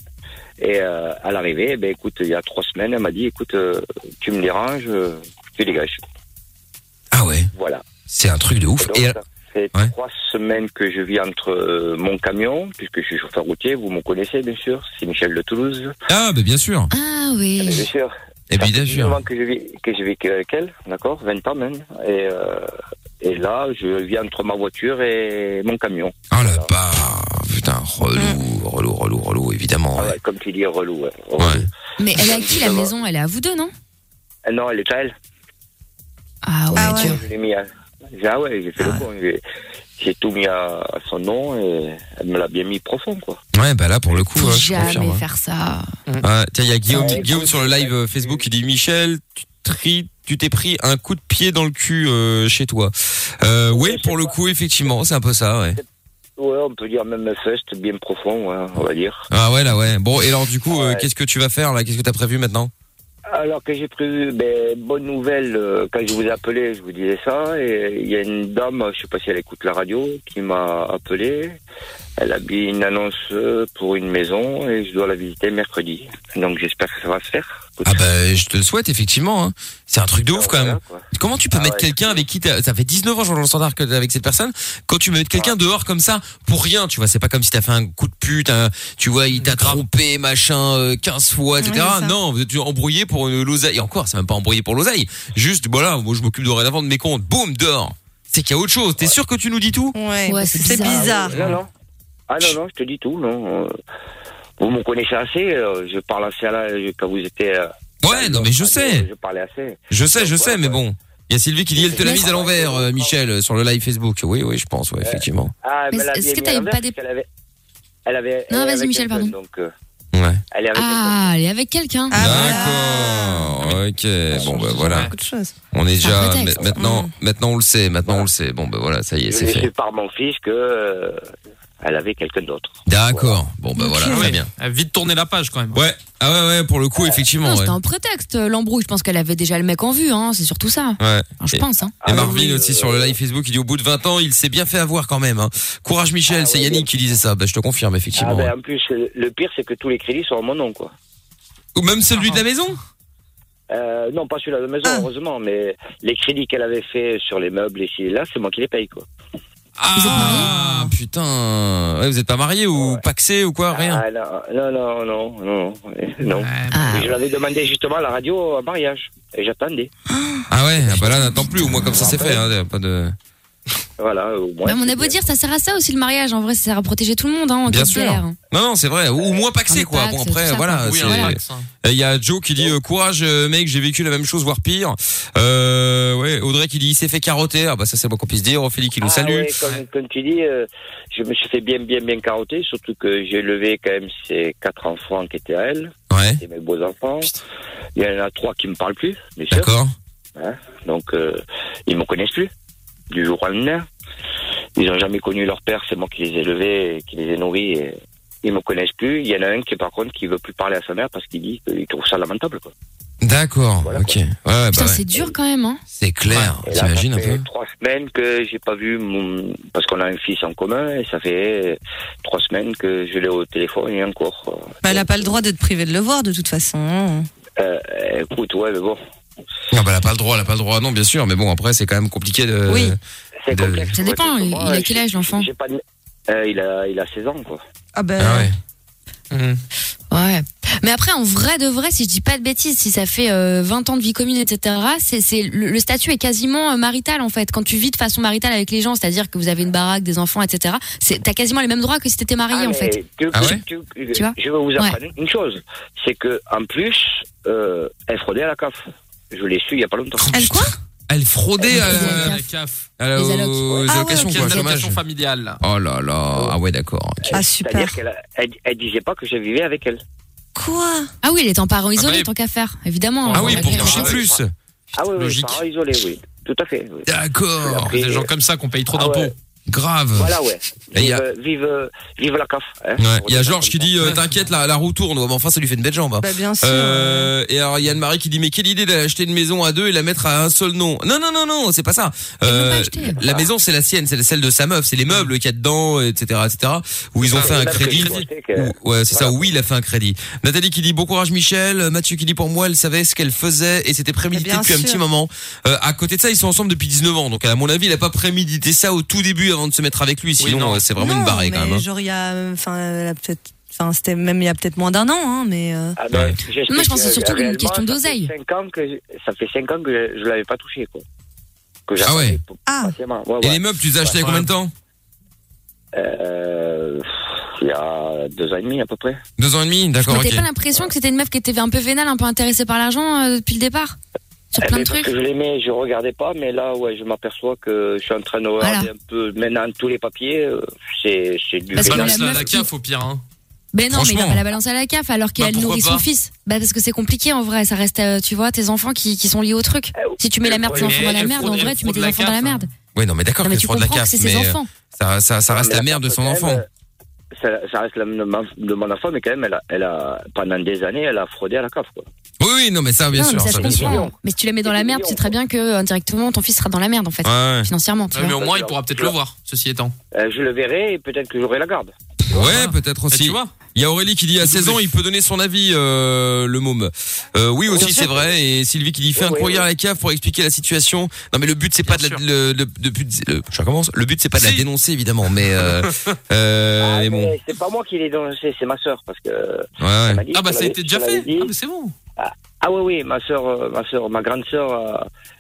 Speaker 5: Et euh, à l'arrivée, eh ben, écoute, il y a trois semaines, elle m'a dit, écoute, euh, tu me déranges, euh, tu dégages.
Speaker 2: ah ouais,
Speaker 5: Voilà.
Speaker 2: c'est un truc de ouf.
Speaker 5: Donc,
Speaker 2: Et elle-
Speaker 5: ça fait
Speaker 2: Ouais.
Speaker 5: trois semaines que je vis entre euh, mon camion, puisque je suis chauffeur routier, vous me connaissez, bien sûr, c'est Michel de Toulouse.
Speaker 2: Ah bah bien sûr.
Speaker 4: Ah
Speaker 5: Eh ben,
Speaker 4: oui.
Speaker 5: Bien sûr.
Speaker 2: Et puis bien
Speaker 5: Dix-neuf
Speaker 2: sûr.
Speaker 5: ans que je vis, que je vis avec elle, d'accord 20 ans même. Et, euh, et là, je vis entre ma voiture et mon camion.
Speaker 2: Oh la barre. Putain, relou, relou, relou, relou, évidemment.
Speaker 5: Ah
Speaker 2: ouais.
Speaker 5: ouais, comme tu dis, relou. ouais. Relou.
Speaker 2: Ouais.
Speaker 4: Mais elle est à qui la maison Elle est à vous deux, non
Speaker 5: Eh Non, elle est à elle.
Speaker 4: Ah ouais,
Speaker 6: Ah ouais.
Speaker 4: dur.
Speaker 5: Je l'ai mis à... j'ai- Ah ouais, j'ai fait le con. J'ai, j'ai tout mis à, à son nom et elle me l'a bien mis profond, quoi.
Speaker 2: Ouais, bah là pour le coup,
Speaker 4: Faut
Speaker 2: ouais, je
Speaker 4: jamais
Speaker 2: confirme. ouais.
Speaker 4: faire ça.
Speaker 2: Ah, tiens, il y a Guillaume,
Speaker 5: Ouais,
Speaker 2: Guillaume
Speaker 5: écoute,
Speaker 2: sur le live euh,
Speaker 5: ouais.
Speaker 2: Facebook, il dit Michel, tu tri- tu t'es pris un coup de pied dans le cul euh, chez toi. Euh, oui,
Speaker 5: Ouais, je
Speaker 2: pour
Speaker 5: sais
Speaker 2: le
Speaker 5: pas.
Speaker 2: coup, effectivement, c'est un peu ça, ouais.
Speaker 5: Ouais, on peut dire même fest, bien profond, ouais, on va dire.
Speaker 2: Ah ouais, là, ouais. Bon, et alors du coup, euh,
Speaker 5: Ouais.
Speaker 2: qu'est-ce que tu vas faire là Qu'est-ce que t'as prévu maintenant
Speaker 5: Alors que j'ai prévu, ben, bonne nouvelle, euh, quand je vous ai appelé, je vous disais ça, et il y a une dame, je sais pas si elle écoute la radio, qui m'a appelé. Elle a mis une annonce euh, pour une maison et je dois la visiter mercredi. Donc j'espère que ça va se faire.
Speaker 2: Ah bah, je te le souhaite, effectivement. hein. C'est un truc de ouf quand même. Comment tu peux
Speaker 5: Ah
Speaker 2: mettre
Speaker 5: ouais.
Speaker 2: quelqu'un avec qui t'as- ça fait 19 ans je vois dans le standard que t'es avec cette personne quand tu mets quelqu'un dehors comme ça pour rien tu vois c'est pas comme si t'as fait un coup de pute hein, tu vois il t'a trompé machin euh, 15 fois etc
Speaker 6: Ouais, c'est ça.
Speaker 2: non vous êtes embrouillé pour une l'oseille et encore c'est même pas embrouillé pour l'oseille juste voilà moi je m'occupe dorénavant de mes comptes boum dehors c'est qu'il y a autre chose t'es sûr que tu nous dis tout
Speaker 6: Ouais, bah,
Speaker 4: Ouais, c'est
Speaker 6: c'est
Speaker 4: bizarre.
Speaker 6: bizarre.
Speaker 5: Non, non. Ah non, non, je te dis tout, non. Euh, Vous me connaissez assez, euh, je parle assez à la, je- quand vous étiez... euh, à
Speaker 2: ouais non mais je
Speaker 5: la radio,
Speaker 2: sais
Speaker 5: Je parlais assez.
Speaker 2: je sais je sais
Speaker 5: Ouais,
Speaker 2: mais
Speaker 5: ouais.
Speaker 2: bon il y a Sylvie qui dit elle te l'a
Speaker 5: Mais
Speaker 2: mise à
Speaker 5: c'est-
Speaker 2: l'envers euh, Michel sur le live Facebook oui oui je pense ouais effectivement
Speaker 5: Ah,
Speaker 4: Mais
Speaker 5: elle a
Speaker 4: est-ce
Speaker 5: bien
Speaker 4: que
Speaker 5: mis
Speaker 4: t'as
Speaker 5: à
Speaker 4: eu
Speaker 5: l'envers,
Speaker 4: pas des-
Speaker 5: parce qu'elle avait- Elle avait...
Speaker 4: Non,
Speaker 5: elle
Speaker 4: vas-y,
Speaker 5: avait
Speaker 4: Michel,
Speaker 5: quelqu'un,
Speaker 4: pardon.
Speaker 5: Donc, euh,
Speaker 2: ouais
Speaker 5: elle est avec
Speaker 4: Ah, elle est avec quelqu'un.
Speaker 6: Ah,
Speaker 2: D'accord, Ah, ok, bon bah voilà,
Speaker 6: Beaucoup de choses.
Speaker 2: on est
Speaker 4: Par
Speaker 2: déjà,
Speaker 4: prétexte.
Speaker 2: ma- maintenant, maintenant on le sait, maintenant on le sait, bon bah voilà, ça y est,
Speaker 5: quelqu'un.
Speaker 2: c'est
Speaker 5: Je
Speaker 2: fait.
Speaker 5: suis par mon fils que... euh, Elle avait quelqu'un d'autre.
Speaker 2: D'accord, bon bah voilà,
Speaker 3: Ah
Speaker 2: très
Speaker 3: ouais.
Speaker 2: bien.
Speaker 3: Elle a Vite tourner la page, quand même.
Speaker 2: Ouais, ah ouais, ouais, pour le coup, effectivement,
Speaker 4: Non,
Speaker 2: ouais.
Speaker 4: c'était un prétexte, euh, l'embrouille. Je pense qu'elle avait déjà le mec en vue, hein. c'est surtout ça.
Speaker 2: Ouais.
Speaker 4: Enfin, je pense. Hein.
Speaker 2: Et
Speaker 5: Ah
Speaker 2: Marvin
Speaker 5: oui,
Speaker 2: aussi
Speaker 5: euh,
Speaker 2: sur le live Facebook, il dit au bout de 20 ans, il s'est bien fait avoir quand même. hein. Courage Michel,
Speaker 5: Ah
Speaker 2: c'est
Speaker 5: ouais,
Speaker 2: Yannick
Speaker 5: bien.
Speaker 2: qui disait ça, bah je te confirme,
Speaker 5: Ah,
Speaker 2: effectivement.
Speaker 5: ben,
Speaker 2: ouais.
Speaker 5: en plus, le le pire, c'est que tous les crédits sont à mon nom, quoi.
Speaker 2: Ou même celui de la maison
Speaker 5: Euh, non, pas celui-là de la maison,
Speaker 6: Ah.
Speaker 5: heureusement, mais les crédits qu'elle avait fait sur les meubles ici et là, c'est moi qui les paye, quoi.
Speaker 4: êtes
Speaker 2: Ah putain, ouais, vous êtes pas mariés ou paxés ou quoi, rien bah
Speaker 5: Ah, non, non, non, non, non, non.
Speaker 4: Ah.
Speaker 5: Et Je l'avais demandé justement à la radio à mariage. Et j'attendais.
Speaker 2: Ah ouais, ah bah là n'attends plus, au moins comme ça c'est fait, hein, pas de...
Speaker 5: Voilà, au moins.
Speaker 4: Bah, on a beau
Speaker 5: c'est
Speaker 4: dire, ça sert à ça aussi le mariage. En vrai, ça sert à protéger tout le monde. Hein, en
Speaker 2: Bien
Speaker 4: cas de
Speaker 2: sûr. Ah
Speaker 4: guerre.
Speaker 2: Non, non, c'est vrai. Ou au moins
Speaker 4: Enfin,
Speaker 2: paxé,
Speaker 4: le
Speaker 2: quoi.
Speaker 4: pax,
Speaker 2: Bon,
Speaker 4: tout
Speaker 2: après,
Speaker 4: ça,
Speaker 2: voilà.
Speaker 4: quoi.
Speaker 3: Oui,
Speaker 2: c'est-
Speaker 3: un max, hein.
Speaker 2: Il y a Joe qui dit euh, courage euh, mec j'ai vécu la même chose voire pire euh, ouais Audrey qui dit il s'est fait carotter ah bah ça c'est bon qu'on puisse dire Ophélie qui nous
Speaker 5: Ah
Speaker 2: salue
Speaker 5: ouais, comme, comme tu dis, euh, je me suis fait bien, bien, bien carotter, surtout que j'ai levé quand même ces quatre enfants qui étaient à elle,
Speaker 2: ouais
Speaker 5: et mes beaux-enfants. Il y en a trois qui me parlent plus, bien sûr.
Speaker 2: d'accord
Speaker 5: Donc, euh, ils me connaissent plus, du jour au lendemain. Ils n'ont jamais connu leur père, c'est moi qui les ai élevés, et qui les ai nourris. Et ils me connaissent plus. Il y en a un qui, par contre, qui veut plus parler à sa mère parce qu'il dit qu'il trouve ça lamentable. Quoi.
Speaker 2: d'accord
Speaker 5: Voilà,
Speaker 2: ok Ah. ouais, ouais, bah
Speaker 4: Putain,
Speaker 2: ouais.
Speaker 4: c'est dur quand même. Hein.
Speaker 2: c'est clair
Speaker 5: Et là, ça
Speaker 2: t'imagines un
Speaker 5: fait
Speaker 2: peu
Speaker 5: trois semaines que j'ai pas vu mon... parce qu'on a un fils en commun et ça fait euh, trois semaines que je l'ai au téléphone et encore.
Speaker 6: Bah, elle n'a pas le droit de te priver de le voir, de toute façon.
Speaker 5: Euh, euh, écoute, ouais, mais bon,
Speaker 2: ah bah elle a pas le droit elle a pas le droit non bien sûr mais bon après c'est quand même compliqué de
Speaker 6: Oui.
Speaker 5: c'est
Speaker 2: De-
Speaker 5: complexe.
Speaker 4: Ça
Speaker 5: quoi,
Speaker 4: dépend,
Speaker 5: c'est
Speaker 3: Ah
Speaker 4: il-
Speaker 5: comment,
Speaker 4: il a
Speaker 5: euh,
Speaker 4: quel
Speaker 5: j'ai-
Speaker 4: âge, l'enfant
Speaker 5: j'ai pas
Speaker 4: bah,
Speaker 5: de- Euh, il a, il a 16 ans, quoi.
Speaker 6: Ah ben,
Speaker 4: euh,
Speaker 2: ah ouais
Speaker 3: Mhm.
Speaker 4: Ouais. Mais après, en vrai de vrai, si je dis pas de bêtises, si ça fait euh, 20 ans de vie commune, etc., c'est, c'est, le, le statut est quasiment euh, marital, en fait. Quand tu vis de façon maritale avec les gens, c'est-à-dire que vous avez une baraque, des enfants, etc., c'est, t'as quasiment les mêmes droits que si t'étais marié,
Speaker 5: Ah,
Speaker 4: en
Speaker 5: mais
Speaker 4: fait.
Speaker 5: tu-
Speaker 2: Ah ouais
Speaker 5: tu-
Speaker 4: Tu vois
Speaker 5: je vais vous apprendre une chose. C'est que, en plus, euh, elle fraudait à la CAF. Je l'ai su il y a pas longtemps.
Speaker 6: Elle quoi
Speaker 2: Elle fraudait à,
Speaker 4: Euh,
Speaker 3: La CAF.
Speaker 2: à la-
Speaker 4: Les
Speaker 6: Ah
Speaker 4: allocs.
Speaker 2: aux
Speaker 6: ouais,
Speaker 2: Euh, allocations,
Speaker 6: ok,
Speaker 2: quoi,
Speaker 6: ok.
Speaker 2: chômage.
Speaker 3: Allocation familiale. là.
Speaker 2: Oh là là, ah ouais, d'accord. ok.
Speaker 6: Ah super.
Speaker 5: C'est-à-dire qu'elle a- elle, elle disait pas que je vivais avec elle.
Speaker 6: Quoi
Speaker 4: Ah oui, les temps parents isolés,
Speaker 3: oui.
Speaker 4: tant qu'à faire, évidemment.
Speaker 2: Ah
Speaker 4: On
Speaker 2: oui,
Speaker 4: va
Speaker 2: pour
Speaker 4: faire-
Speaker 2: toucher
Speaker 5: ouais.
Speaker 2: plus.
Speaker 5: Ah oui, oui,
Speaker 3: Logique.
Speaker 5: parents isolés, oui. Tout à fait. oui.
Speaker 2: D'accord.
Speaker 5: Et-
Speaker 3: Des gens comme ça qu'on paye trop
Speaker 5: Ah
Speaker 3: d'impôts.
Speaker 5: ouais.
Speaker 2: Grave.
Speaker 5: Voilà, ouais.
Speaker 2: Et il y a-
Speaker 5: Vive, vive, vive la CAF. hein.
Speaker 2: Ouais, Il y a Georges qui dit euh, T'inquiète, la, la roue tourne. Ouais, mais enfin, ça lui fait une belle jambe. hein.
Speaker 6: Bah bien sûr.
Speaker 2: Euh, et alors, il y a Anne-Marie qui dit Mais quelle idée d'acheter une maison à deux et la mettre à un seul nom Non, non, non, non, c'est pas ça. Euh,
Speaker 4: l'ont pas achetée.
Speaker 2: la maison, c'est la sienne, c'est celle de sa meuf, c'est les meubles qu'il y a dedans, etc., etc. Où ils ont
Speaker 5: Ah,
Speaker 2: fait
Speaker 5: et
Speaker 2: un
Speaker 5: là,
Speaker 2: crédit.
Speaker 5: parce que je pensais que-
Speaker 2: Ou- Ouais, c'est
Speaker 5: Voilà.
Speaker 2: ça. Oui, il a fait un crédit. Nathalie qui dit bon courage Michel. Mathieu qui dit pour moi, elle savait ce qu'elle faisait et c'était prémédité
Speaker 6: Eh Bien
Speaker 2: depuis un
Speaker 6: sûr.
Speaker 2: petit moment. Euh, à côté de ça, ils sont ensemble depuis 19 ans. Donc à mon avis, il a pas prémédité ça au tout début avant de se mettre avec lui. Sinon,
Speaker 3: non.
Speaker 2: euh, c'est vraiment une
Speaker 6: Non,
Speaker 2: barrée
Speaker 6: mais
Speaker 2: quand même. hein.
Speaker 6: Genre il y a, enfin, elle a peut-être, enfin c'était même il y a peut-être moins d'un an, hein, mais. euh,
Speaker 5: Ah ben,
Speaker 2: Ouais.
Speaker 5: j'explique,
Speaker 4: Moi, je pense que c'est
Speaker 5: euh,
Speaker 4: surtout une
Speaker 5: réellement,
Speaker 4: question
Speaker 5: ça fait
Speaker 4: d'oseille.
Speaker 5: cinq ans que je- Ça fait 5 ans que je, je l'avais pas touché, quoi. Que
Speaker 2: Ah ouais.
Speaker 5: j'attendais pour-
Speaker 6: Ah.
Speaker 5: patiemment. Ouais,
Speaker 2: Et
Speaker 5: ouais.
Speaker 2: les meubles, tu les as achetés il y a combien de temps
Speaker 5: Euh, pff, il y a deux ans et demi à peu près.
Speaker 2: Deux ans et demi,
Speaker 4: Mais
Speaker 2: d'accord.
Speaker 4: t'as
Speaker 2: ok.
Speaker 4: pas l'impression que c'était une meuf qui était un peu vénale, un peu intéressée par l'argent euh, depuis le départ Sur
Speaker 5: Eh
Speaker 4: plein de
Speaker 5: ben, parce
Speaker 4: trucs
Speaker 5: que je l'aimais, je regardais pas, mais là, ouais, je m'aperçois que je suis en train de regarder
Speaker 4: Voilà.
Speaker 5: un peu maintenant tous les papiers. euh, C'est, c'est du
Speaker 4: Parce que
Speaker 5: vénal.
Speaker 3: Balance
Speaker 4: la
Speaker 3: la,
Speaker 4: meuf
Speaker 3: la
Speaker 4: qui-
Speaker 3: CAF au pire. Hein.
Speaker 4: Ben non, mais il va
Speaker 2: Franchement.
Speaker 4: pas la balancer à la CAF alors qu'elle
Speaker 3: Bah, pourquoi
Speaker 4: nourrit son
Speaker 3: pas
Speaker 4: fils. Bah parce que c'est compliqué en vrai, ça reste, euh, tu vois, tes enfants qui, qui sont liés au truc.
Speaker 5: Eh oui.
Speaker 4: Si tu mets la merde tes
Speaker 3: Oui,
Speaker 4: enfants
Speaker 3: mais
Speaker 4: dans la
Speaker 3: elle
Speaker 4: merde, en
Speaker 3: fraude-
Speaker 4: vrai
Speaker 3: elle
Speaker 4: tu mets tes
Speaker 3: fraude la
Speaker 4: enfants dans la
Speaker 3: CAF,
Speaker 4: merde.
Speaker 2: Ouais, non, mais d'accord
Speaker 4: Non
Speaker 2: qu'elle
Speaker 4: mais tu
Speaker 2: fraude la
Speaker 4: comprends que
Speaker 2: CAF,
Speaker 4: c'est ses
Speaker 2: mais euh,
Speaker 4: enfants.
Speaker 2: ça, ça, ça reste
Speaker 5: Mais
Speaker 2: la mère de
Speaker 5: CAF,
Speaker 2: son
Speaker 5: quand
Speaker 2: enfant.
Speaker 5: même, euh, Ça, ça reste la mère de ma- de mon enfant, mais quand même, elle a, elle a, pendant des années, elle a fraudé à la CAF. Quoi.
Speaker 2: Oui, oui, non, mais ça, Ah, bien
Speaker 4: non, mais
Speaker 2: sûr.
Speaker 4: ça,
Speaker 2: ça,
Speaker 4: je
Speaker 2: bien sûr.
Speaker 4: comprends. Mais si tu la mets dans la merde, tu sais très bien que euh, indirectement ton fils sera dans la merde en fait,
Speaker 2: Ouais,
Speaker 4: financièrement, tu
Speaker 3: Ouais, mais
Speaker 4: vois.
Speaker 3: au moins, il pourra peut-être le voir, ceci étant.
Speaker 5: Euh, je le verrai et peut-être que j'aurai la garde.
Speaker 2: ouais, ouais peut-être
Speaker 3: Et
Speaker 2: aussi.
Speaker 3: Bah, tu vois
Speaker 2: Il y a Aurélie qui dit à 16 ans, il peut donner son avis, euh, le môme. Euh, oui aussi, c'est vrai. Et Sylvie qui dit fait un
Speaker 5: Oui, oui,
Speaker 2: courrier à la cave pour expliquer la situation. Non mais le but c'est pas de,
Speaker 3: Bien
Speaker 2: la, le, le- le but, le- je recommence. Le but c'est pas de la
Speaker 3: Si.
Speaker 2: dénoncer évidemment, mais euh,
Speaker 5: [LAUGHS]
Speaker 2: euh,
Speaker 5: Ah,
Speaker 2: mais bon.
Speaker 5: mais C'est pas moi qui l'ai dénoncé, c'est ma sœur parce que.
Speaker 2: Ouais, ouais.
Speaker 5: elle m'a dit,
Speaker 3: Ah bah
Speaker 5: je
Speaker 3: ça
Speaker 5: l'avais-
Speaker 3: a été
Speaker 5: je
Speaker 3: déjà
Speaker 5: l'avais
Speaker 3: fait.
Speaker 5: dit.
Speaker 3: Ah bah c'est bon.
Speaker 5: Ah oui, oui, ma soeur, ma soeur, ma grande soeur, euh,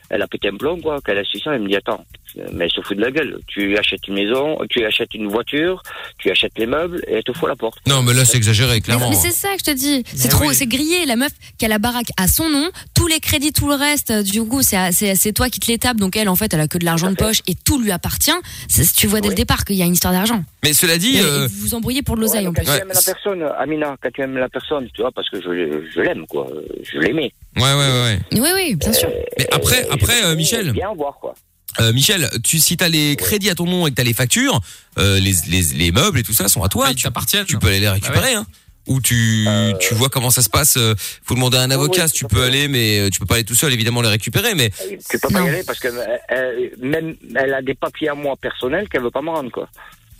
Speaker 5: elle a pété un plomb, quoi, qu'elle a 600, elle me dit, attends, euh, mais elle se fout de la gueule. Tu achètes une maison, tu achètes une voiture, tu achètes les meubles, et elle te fout la porte.
Speaker 2: Non mais là c'est exagéré
Speaker 4: Mais,
Speaker 2: clairement.
Speaker 4: mais c'est ça que je te dis, c'est
Speaker 3: Mais
Speaker 4: trop,
Speaker 3: oui.
Speaker 4: c'est grillé. La meuf qui a la baraque à son nom, tous les crédits, tout le reste, euh, du coup, c'est à- c'est c'est toi qui te l'étape. Donc elle, en fait, elle a que de l'argent de
Speaker 5: Tout à
Speaker 4: poche et tout lui appartient. C'est- Tu vois dès le
Speaker 5: Oui.
Speaker 4: départ qu'il y a une histoire d'argent.
Speaker 2: Mais cela dit,
Speaker 4: Et
Speaker 2: euh,
Speaker 4: vous vous embrouillez pour de l'oseille
Speaker 5: Ouais,
Speaker 4: en
Speaker 5: mais
Speaker 4: plus.
Speaker 5: quand
Speaker 2: plus.
Speaker 5: tu aimes la personne, Amina, quand tu aimes la personne, tu vois, parce que je, l'ai- je l'aime, quoi, euh, je l'aimais.
Speaker 2: ouais ouais ouais. ouais.
Speaker 4: Oui, oui,
Speaker 5: Euh,
Speaker 4: bien sûr.
Speaker 2: Mais après après euh, Michel,
Speaker 5: Bien voir, quoi.
Speaker 2: euh, Michel, tu si t'as les crédits à ton nom et que t'as les factures, euh, les, les les meubles et tout ça sont à toi.
Speaker 3: Ouais, ils
Speaker 2: tu,
Speaker 3: t'appartiennent. Bah
Speaker 2: tu peux aller les récupérer. hein. Ou tu, tu vois comment ça se passe. euh, Faut demander à un avocat
Speaker 5: oui,
Speaker 2: si tu
Speaker 5: Euh, tout à
Speaker 2: peux
Speaker 5: fait.
Speaker 2: aller, mais euh, tu peux pas aller tout seul, évidemment, les récupérer. Mais
Speaker 5: Tu peux pas
Speaker 4: Non.
Speaker 5: y aller parce que euh, euh, même elle a des papiers à moi personnels qu'elle veut pas me rendre, quoi.
Speaker 2: Ouais,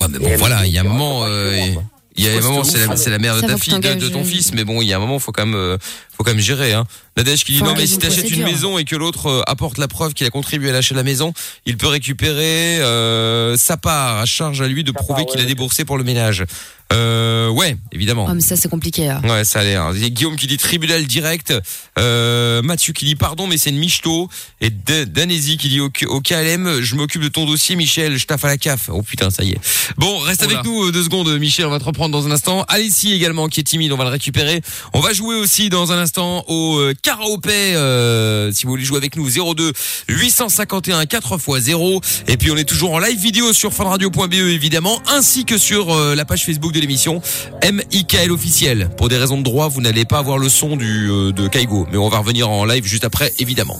Speaker 2: Ah, mais bon,
Speaker 5: Et
Speaker 2: voilà,
Speaker 5: elle
Speaker 2: il y a un
Speaker 5: dit,
Speaker 2: moment,
Speaker 5: oh,
Speaker 2: euh,
Speaker 5: c'est
Speaker 2: et-
Speaker 5: bon,
Speaker 2: il y a un moment, c'est la, c'est la mère de
Speaker 4: Ça
Speaker 2: ta
Speaker 4: faut que
Speaker 2: fille, de, de ton
Speaker 4: t'engages, euh,
Speaker 2: fils, mais bon, il y a un moment, faut quand même, euh, faut quand même gérer. Hein. Nadège qui dit
Speaker 4: Faut
Speaker 2: non, mais
Speaker 4: engager
Speaker 2: si
Speaker 4: une
Speaker 2: t'achètes une
Speaker 4: procédure.
Speaker 2: maison et que l'autre euh, apporte la preuve qu'il a contribué à lâcher la maison, il peut récupérer euh, sa part à charge à lui de
Speaker 5: Sa part,
Speaker 2: prouver
Speaker 5: ouais,
Speaker 2: qu'il a
Speaker 5: ouais.
Speaker 2: déboursé pour le ménage. Euh, ouais, évidemment.
Speaker 4: Oh, mais ça, c'est compliqué. là.
Speaker 2: Ouais, ça a l'air. Il y a Guillaume qui dit tribunal direct. Euh, Mathieu qui dit pardon, mais c'est une michto. Et Da- Danesi qui dit au, au KLM, je m'occupe de ton dossier, Michel. Je taffe à la CAF. Oh putain, ça y est. Bon, reste
Speaker 3: Oula.
Speaker 2: avec nous euh, deux secondes, Michel. On va te reprendre dans un instant. Alessi également qui est timide, on va le récupérer. On va jouer aussi dans un instant au euh, karaopé. euh, si vous voulez jouer avec nous, 02 851 4 x 0. Et puis on est toujours en live vidéo sur funradio.be E, évidemment, ainsi que sur euh, la page Facebook de l'émission. MIKL officiel. Pour des raisons de droit, vous n'allez pas avoir le son du, euh, de Kaigo, mais on va revenir en live juste après, évidemment.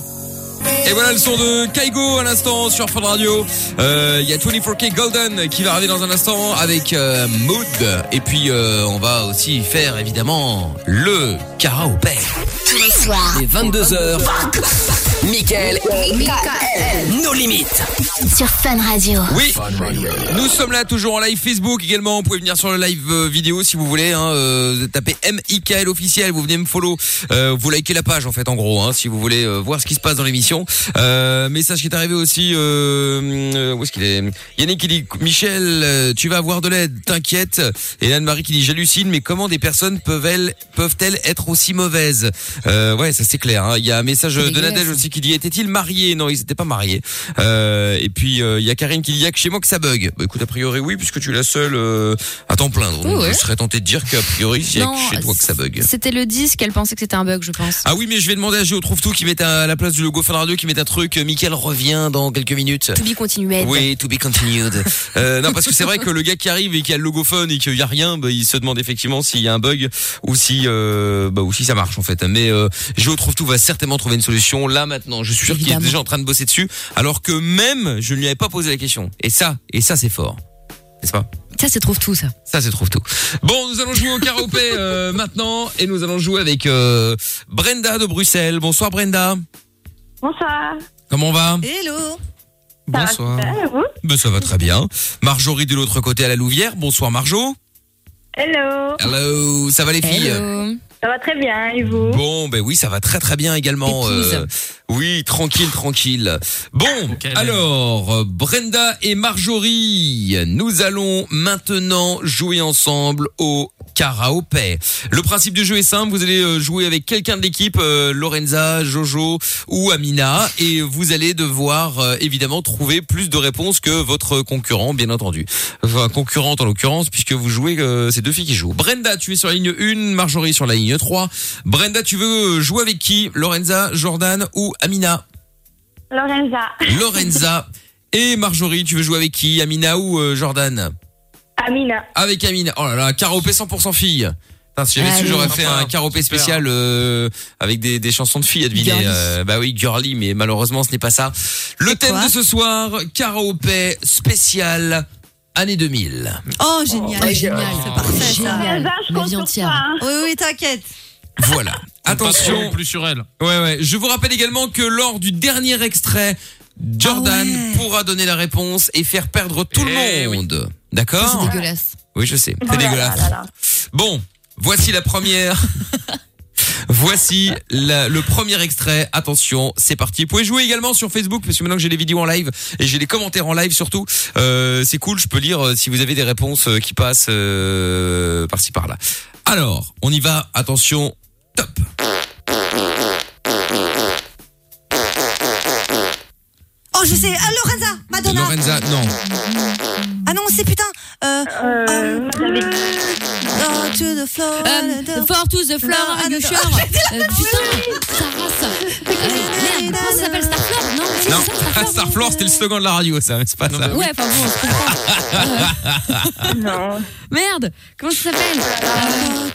Speaker 2: Et voilà le son de Kaigo à l'instant sur Fun Radio. Euh, Il y a 24K Golden qui va arriver dans un instant avec euh, Mood. Et puis euh, on va aussi faire évidemment le karaopé.
Speaker 1: Les 22h, Michael, nos limites.
Speaker 9: Sur Fun Radio.
Speaker 2: Oui, nous sommes là toujours en live Facebook également. Vous pouvez venir sur le live euh, vidéo si vous voulez. Hein, euh, tapez MIKL officiel, vous venez me follow, euh, vous likez la page en fait en gros, hein, si vous voulez euh, voir ce qui se passe dans l'émission. Euh, message qui est arrivé aussi, euh, euh, où est-ce qu'il est Yannick qui dit Michel, euh, tu vas avoir de l'aide, t'inquiète. Et Anne-Marie qui dit j'hallucine, mais comment des personnes peuvent-elles peuvent-elles être aussi mauvaises Euh, Ouais, ça c'est clair. hein. Il y a un message
Speaker 4: C'est
Speaker 2: de
Speaker 4: dégueulasse.
Speaker 2: Nadège aussi qui dit était-il marié Non, ils n'étaient pas mariés. Euh, et puis euh, il y a Karine qui dit y a que chez moi que ça bug. Bah, écoute, a priori oui, puisque tu es la seule euh, à t'en plaindre. Donc,
Speaker 4: Oui, ouais.
Speaker 2: Je serais tenté de dire qu'a priori il y a
Speaker 4: Non,
Speaker 2: que chez toi que ça bug.
Speaker 4: C'était le disque, elle pensait que c'était un bug, je pense.
Speaker 2: Ah oui, mais je vais demander à Géo Trouve Tout qui mette à la place du logo Fun Radio qui mette un truc. euh, Mickaël revient dans quelques minutes.
Speaker 4: To be continued.
Speaker 2: Oui, to be continued. [LAUGHS] Euh, non, parce que c'est vrai que le gars qui arrive et qui a le logophone et qu'il y a rien, bah, il se demande effectivement s'il y a un bug ou si, euh, bah, ou si ça marche en fait. Mais euh, Géo trouve tout va certainement trouver une solution là maintenant. Je suis sûr qu'il est
Speaker 4: Évidemment.
Speaker 2: déjà en train de bosser dessus, alors que même je ne lui avais pas posé la question. Et ça, et ça c'est fort, n'est-ce pas
Speaker 4: Ça, c'est trouve tout, ça.
Speaker 2: ça, c'est trouve tout. Bon, nous allons jouer au karaopé euh, maintenant et nous allons jouer avec euh, Brenda de Bruxelles. Bonsoir Brenda.
Speaker 10: Bonsoir.
Speaker 2: Comment on va
Speaker 6: Hello
Speaker 10: Ça va super, et vous
Speaker 2: Ben, ça va très bien. Marjorie de l'autre côté à la Louvière. Bonsoir Marjo.
Speaker 10: Hello.
Speaker 2: Hello, ça va les filles
Speaker 4: Hello.
Speaker 10: Ça va très bien, et vous
Speaker 2: Bon, ben oui, ça va très très bien également. euh,
Speaker 4: Pépouze.
Speaker 2: oui, tranquille, tranquille. Bon,
Speaker 3: elle
Speaker 2: alors, euh, Brenda et Marjorie, nous allons maintenant jouer ensemble au karaopé. Le principe du jeu est simple, vous allez euh, jouer avec quelqu'un de l'équipe, euh, Lorenza, Jojo ou Amina, et vous allez devoir euh, évidemment trouver plus de réponses que votre concurrent, bien entendu. Enfin, concurrente en l'occurrence, puisque vous jouez, euh, c'est deux filles qui jouent. Brenda, tu es sur la ligne 1, Marjorie sur la ligne 3. Brenda, tu veux euh, jouer avec qui Lorenza, Jordan ou Amina
Speaker 10: Lorenza.
Speaker 2: Lorenza et Marjorie, tu veux jouer avec qui Amina ou euh, Jordan
Speaker 10: Amina.
Speaker 2: Avec Amina. Oh là là, karaopé 100% filles. Putain, si j'avais su,
Speaker 4: Allez.
Speaker 2: j'aurais fait un karaopé
Speaker 3: Super.
Speaker 2: spécial euh, avec des, des chansons de filles à deviner.
Speaker 4: Girly.
Speaker 2: Euh, bah oui, girly, mais malheureusement, ce n'est pas ça. Le thème
Speaker 6: quoi
Speaker 2: de ce soir, karaopé spécial année 2000.
Speaker 6: Oh, génial
Speaker 4: Oh, génial.
Speaker 6: C'est parfait, ça
Speaker 4: Génial.
Speaker 10: Lorenza, je
Speaker 4: La
Speaker 10: compte
Speaker 4: vie
Speaker 10: sur
Speaker 4: entière.
Speaker 10: toi, hein.
Speaker 6: Oui, oui, t'inquiète
Speaker 2: Voilà.
Speaker 3: Attention,
Speaker 2: Attention.
Speaker 3: plus sur elle.
Speaker 2: Ouais, ouais. Je vous rappelle également que lors du dernier extrait, Jordan
Speaker 6: Ah ouais.
Speaker 2: pourra donner la réponse et faire perdre tout
Speaker 3: Eh
Speaker 2: le
Speaker 3: oui.
Speaker 2: monde.
Speaker 4: Ça, C'est
Speaker 2: D'accord
Speaker 4: dégueulasse.
Speaker 2: Oui, je sais.
Speaker 10: Oh là
Speaker 2: C'est dégueulasse.
Speaker 10: là là là.
Speaker 2: Bon, voici la première.
Speaker 10: [LAUGHS]
Speaker 2: Voici la- le premier extrait. Attention, c'est parti. Vous pouvez jouer également sur Facebook, parce que maintenant que j'ai les vidéos en live et j'ai les commentaires en live surtout, euh, c'est cool. Je peux lire euh, si vous avez des réponses euh, qui passent euh, par-ci par-là. Alors, on y va. Attention, top.
Speaker 6: Oh, je sais Ah, Lorenza Madonna
Speaker 2: Lorenza, non.
Speaker 6: Ah non, c'est putain euh,
Speaker 10: Euh, vous avez-
Speaker 6: Down to the floor
Speaker 4: Euh, for to the floor,
Speaker 6: Non,
Speaker 4: are you
Speaker 6: attends. [LAUGHS]
Speaker 4: sure Euh, Putain, ça rase. Euh, Merde, comment ça s'appelle Starfloor Non, si,
Speaker 2: Non,
Speaker 4: c'est ça, Starfloor.
Speaker 2: Starfloor, Ah, c'était le slogan de la radio, ça. mais C'est pas ça.
Speaker 4: Ouais, enfin bon, on se comprend.
Speaker 2: [LAUGHS]
Speaker 10: Non.
Speaker 4: Merde, comment ça s'appelle Euh,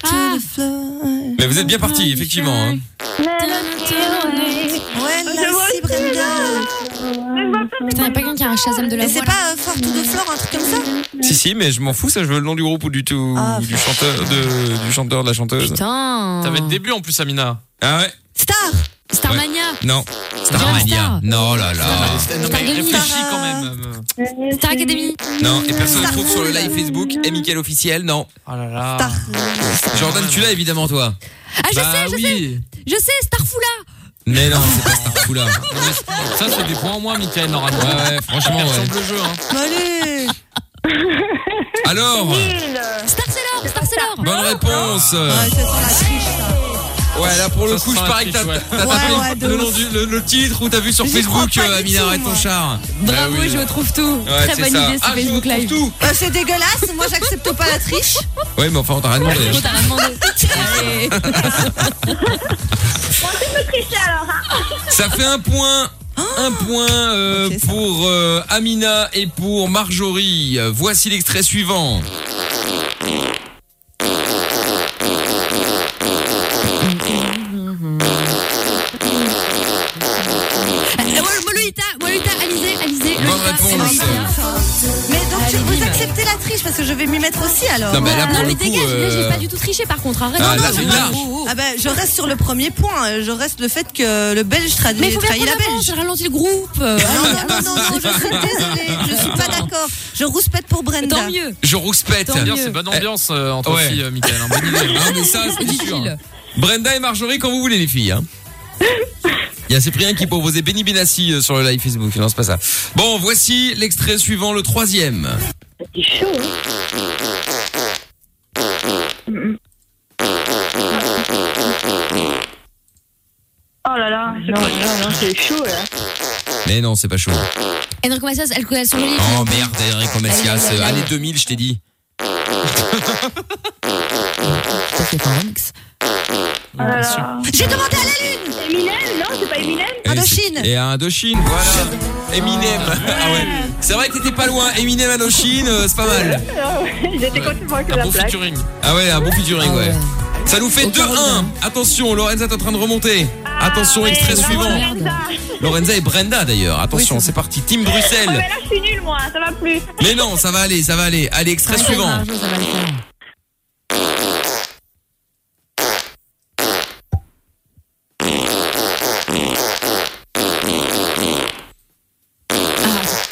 Speaker 4: ah,
Speaker 6: To the floor
Speaker 2: Mais vous êtes bien parti, effectivement. hein.
Speaker 6: Ouais, là aussi, Brenda
Speaker 4: Putain, y'a pas quelqu'un qui a un Shazam de la
Speaker 6: Mais
Speaker 4: voix
Speaker 6: c'est
Speaker 4: là
Speaker 6: pas euh, Fort to the floor, un truc comme ça
Speaker 2: Si, si, mais je m'en fous. Ça, je veux le nom du groupe ou du tout,
Speaker 6: Ah,
Speaker 2: ou du chanteur, de, du chanteur, de la chanteuse.
Speaker 4: Putain
Speaker 3: Ça va être début en plus, Amina.
Speaker 2: Ah ouais.
Speaker 6: Star
Speaker 4: Starmania
Speaker 2: Non.
Speaker 4: Starmania.
Speaker 2: Non, oh là là.
Speaker 3: Non,
Speaker 4: Star
Speaker 3: mais
Speaker 4: Academy.
Speaker 3: réfléchis quand même.
Speaker 4: Star Academy
Speaker 2: Non, et personne ne
Speaker 6: Star
Speaker 2: trouve sur le
Speaker 6: Fool.
Speaker 2: live Facebook. Et Mickaël officiel, non.
Speaker 3: Oh là là.
Speaker 6: Star
Speaker 2: Jordan, tu l'as évidemment, toi.
Speaker 4: Ah,
Speaker 2: Bah.
Speaker 4: je sais, je sais,
Speaker 3: oui.
Speaker 4: je sais, Ah, Starfoula
Speaker 2: Mais [LAUGHS] non, c'est pas Starfoula.
Speaker 4: [LAUGHS]
Speaker 3: Ça, c'est des points en moins, Michael, normalement.
Speaker 2: Ouais, ouais, franchement,
Speaker 3: Personne
Speaker 2: Ah, ouais.
Speaker 3: le jeu, hein.
Speaker 6: [LAUGHS] Allez
Speaker 2: Alors,
Speaker 10: Gilles.
Speaker 4: Starcellor, Starcellor
Speaker 2: bonne réponse.
Speaker 6: Ouais, Ah, ça sent la triche, ça
Speaker 2: Ouais, là, pour le
Speaker 3: Ça
Speaker 2: coup,
Speaker 3: sent
Speaker 2: je
Speaker 3: la
Speaker 2: parie que
Speaker 3: triche,
Speaker 2: t'as
Speaker 3: ouais.
Speaker 2: t'as
Speaker 6: Ouais, ouais,
Speaker 2: tapé
Speaker 6: de
Speaker 2: le
Speaker 6: ouf.
Speaker 2: nom du- le le titre ou t'as vu sur
Speaker 6: J'y crois
Speaker 2: Facebook,
Speaker 6: pas
Speaker 2: euh,
Speaker 6: du
Speaker 2: Amina,
Speaker 6: tout,
Speaker 2: arrête ton
Speaker 6: moi.
Speaker 2: char.
Speaker 4: Bravo,
Speaker 2: Bah oui.
Speaker 4: je trouve tout
Speaker 2: Ouais,
Speaker 4: Très
Speaker 2: c'est
Speaker 4: bonne
Speaker 2: ça.
Speaker 4: idée ce
Speaker 2: Ah, je
Speaker 4: Facebook
Speaker 2: retrouve
Speaker 4: Live
Speaker 2: tout.
Speaker 6: Euh, C'est dégueulasse, moi j'accepte pas la triche
Speaker 2: Ouais, Ah mais enfin, on t'a rien demandé.
Speaker 4: Quand t'as rien
Speaker 6: [LAUGHS]
Speaker 4: demandé. Allez. [LAUGHS]
Speaker 10: Tricher alors, hein.
Speaker 2: Ça fait un point. Un point euh,
Speaker 6: Ok, ça
Speaker 2: pour euh, Amina et pour Marjorie. Euh, Voici l'extrait suivant.
Speaker 4: Euh, Moluita, Moluita, Alizé, Alizé,
Speaker 2: Bonne
Speaker 4: Lolita,
Speaker 2: réponse.
Speaker 4: Emilia.
Speaker 6: Mais donc tu
Speaker 4: Allez,
Speaker 6: vous
Speaker 4: bim.
Speaker 6: acceptez accepter la triche parce que je vais m'y mettre aussi alors.
Speaker 2: Non, mais là, pour
Speaker 4: non,
Speaker 2: le
Speaker 4: mais
Speaker 2: coup,
Speaker 4: dégage, là,
Speaker 2: euh,
Speaker 4: j'ai pas du tout triché par contre, hein. arrête.
Speaker 2: Ah,
Speaker 4: Non,
Speaker 2: là,
Speaker 4: non,
Speaker 2: c'est
Speaker 4: non,
Speaker 2: large.
Speaker 4: non, non, non.
Speaker 6: Ah ben, je reste sur le premier point. Euh, Je reste le fait que le Belge trahi,
Speaker 4: Mais il faut bien
Speaker 6: trahit
Speaker 4: prendre
Speaker 6: la Belge.
Speaker 4: l'avance,
Speaker 6: Ah,
Speaker 4: je ralentis le groupe. euh,
Speaker 6: Non, non, non,
Speaker 2: [LAUGHS]
Speaker 6: non, non, je suis désolée, je suis pas d'accord. Je rouspète pour Brenda.
Speaker 4: Tant mieux.
Speaker 2: Je rouspète.
Speaker 4: Tant
Speaker 3: Bien,
Speaker 4: mieux.
Speaker 3: c'est bonne ambiance euh, entre
Speaker 2: Ouais.
Speaker 3: filles, euh, Michael. hein, bonne idée.
Speaker 2: Ah, mais ça, c'est sûr.
Speaker 4: Utile.
Speaker 2: Brenda et Marjorie, quand vous voulez, les filles. hein. Il y a Cyprien qui proposait Benny Benassi euh, sur le live Facebook. Non, c'est pas ça. Bon, voici l'extrait suivant, le troisième.
Speaker 10: C'est chaud. hein. Oh là là, non, non, non, c'est chaud là.
Speaker 2: Mais non, c'est pas chaud.
Speaker 4: Enrico Macias, elle connaît son livre.
Speaker 2: Oh merde, Eric Comestias. euh, Année 2000, je t'ai dit.
Speaker 4: Ça, c'est pas un remix.
Speaker 10: Oh là là.
Speaker 6: J'ai demandé à la lune.
Speaker 10: Eminem, non, c'est pas Eminem
Speaker 6: Indochine.
Speaker 2: Et un Indochine, voilà. Eminem. Ah ouais. C'est vrai que t'étais pas loin. Eminem, Indochine, euh, c'est pas mal.
Speaker 10: J'étais complètement que
Speaker 3: Un
Speaker 10: la
Speaker 3: bon
Speaker 10: plaque.
Speaker 3: featuring.
Speaker 2: Ah ouais, un bon featuring, ouais. Ça nous fait
Speaker 4: Au
Speaker 2: 2-1.
Speaker 4: Caroline.
Speaker 2: Attention, Lorenza est en train de remonter. Attention,
Speaker 10: Ah ouais,
Speaker 2: extrait
Speaker 10: bravo,
Speaker 2: suivant.
Speaker 10: Lorenza.
Speaker 2: Lorenza et Brenda d'ailleurs. Attention,
Speaker 4: Oui, c'est
Speaker 2: c'est parti. Team
Speaker 10: Ouais,
Speaker 2: Bruxelles.
Speaker 10: mais Oh là, je suis nulle, moi, ça va plus.
Speaker 2: Mais non, ça va aller, ça va aller. Allez, extrait suivant.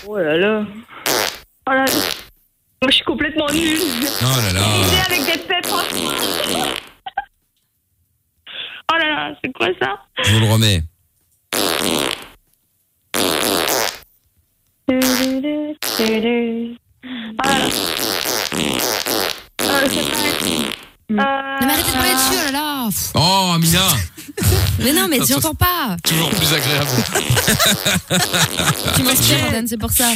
Speaker 10: Oh là là. Oh là là. Moi, je suis complètement nulle.
Speaker 2: Oh là là.
Speaker 10: J'ai avec des hein. pépins. Oh là là, c'est quoi ça
Speaker 2: Je vous le remets.
Speaker 10: Ah là là. Ah, c'est pas-
Speaker 6: Euh,
Speaker 4: Non, mais arrêtez de parler dessus, oh là là. Pff.
Speaker 2: Oh, Amina.
Speaker 4: Mais non, mais j'entends pas.
Speaker 3: [LAUGHS] Toujours
Speaker 2: [LAUGHS]
Speaker 3: plus agréable.
Speaker 4: Tu m'inspires, Jordan, c'est pour ça.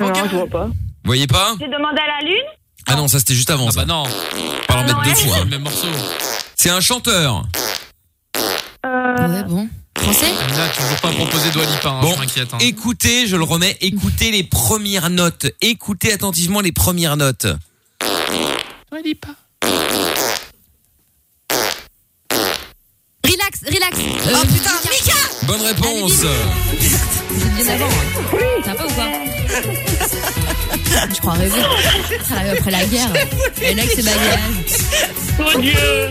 Speaker 10: Euh, non, je vois pas.
Speaker 2: Vous voyez pas
Speaker 10: J'ai demandé à la lune.
Speaker 2: Ah non, ça c'était juste avant.
Speaker 3: Ah bah
Speaker 2: ça.
Speaker 3: non,
Speaker 2: Pas en
Speaker 4: Ah
Speaker 2: mettre deux fois.
Speaker 3: c'est
Speaker 2: hein.
Speaker 3: le même morceau.
Speaker 2: C'est un chanteur.
Speaker 10: Euh,
Speaker 4: Ouais, bon. Français
Speaker 3: Là, toujours pas proposé Dua Lipa, hein,
Speaker 2: Bon.
Speaker 3: je m'inquiète. hein.
Speaker 2: Écoutez, je le remets, écoutez les premières notes. Écoutez attentivement les premières notes.
Speaker 4: Relax, relax. Euh,
Speaker 6: Oh putain, Mika.
Speaker 2: Bonne réponse.
Speaker 4: C'est bien avant. hein. T'as pas [LAUGHS] ou pas Je crois rêver. Ça arrive euh, après la guerre. euh, Et là, que c'est bagage.
Speaker 10: Mon Dieu.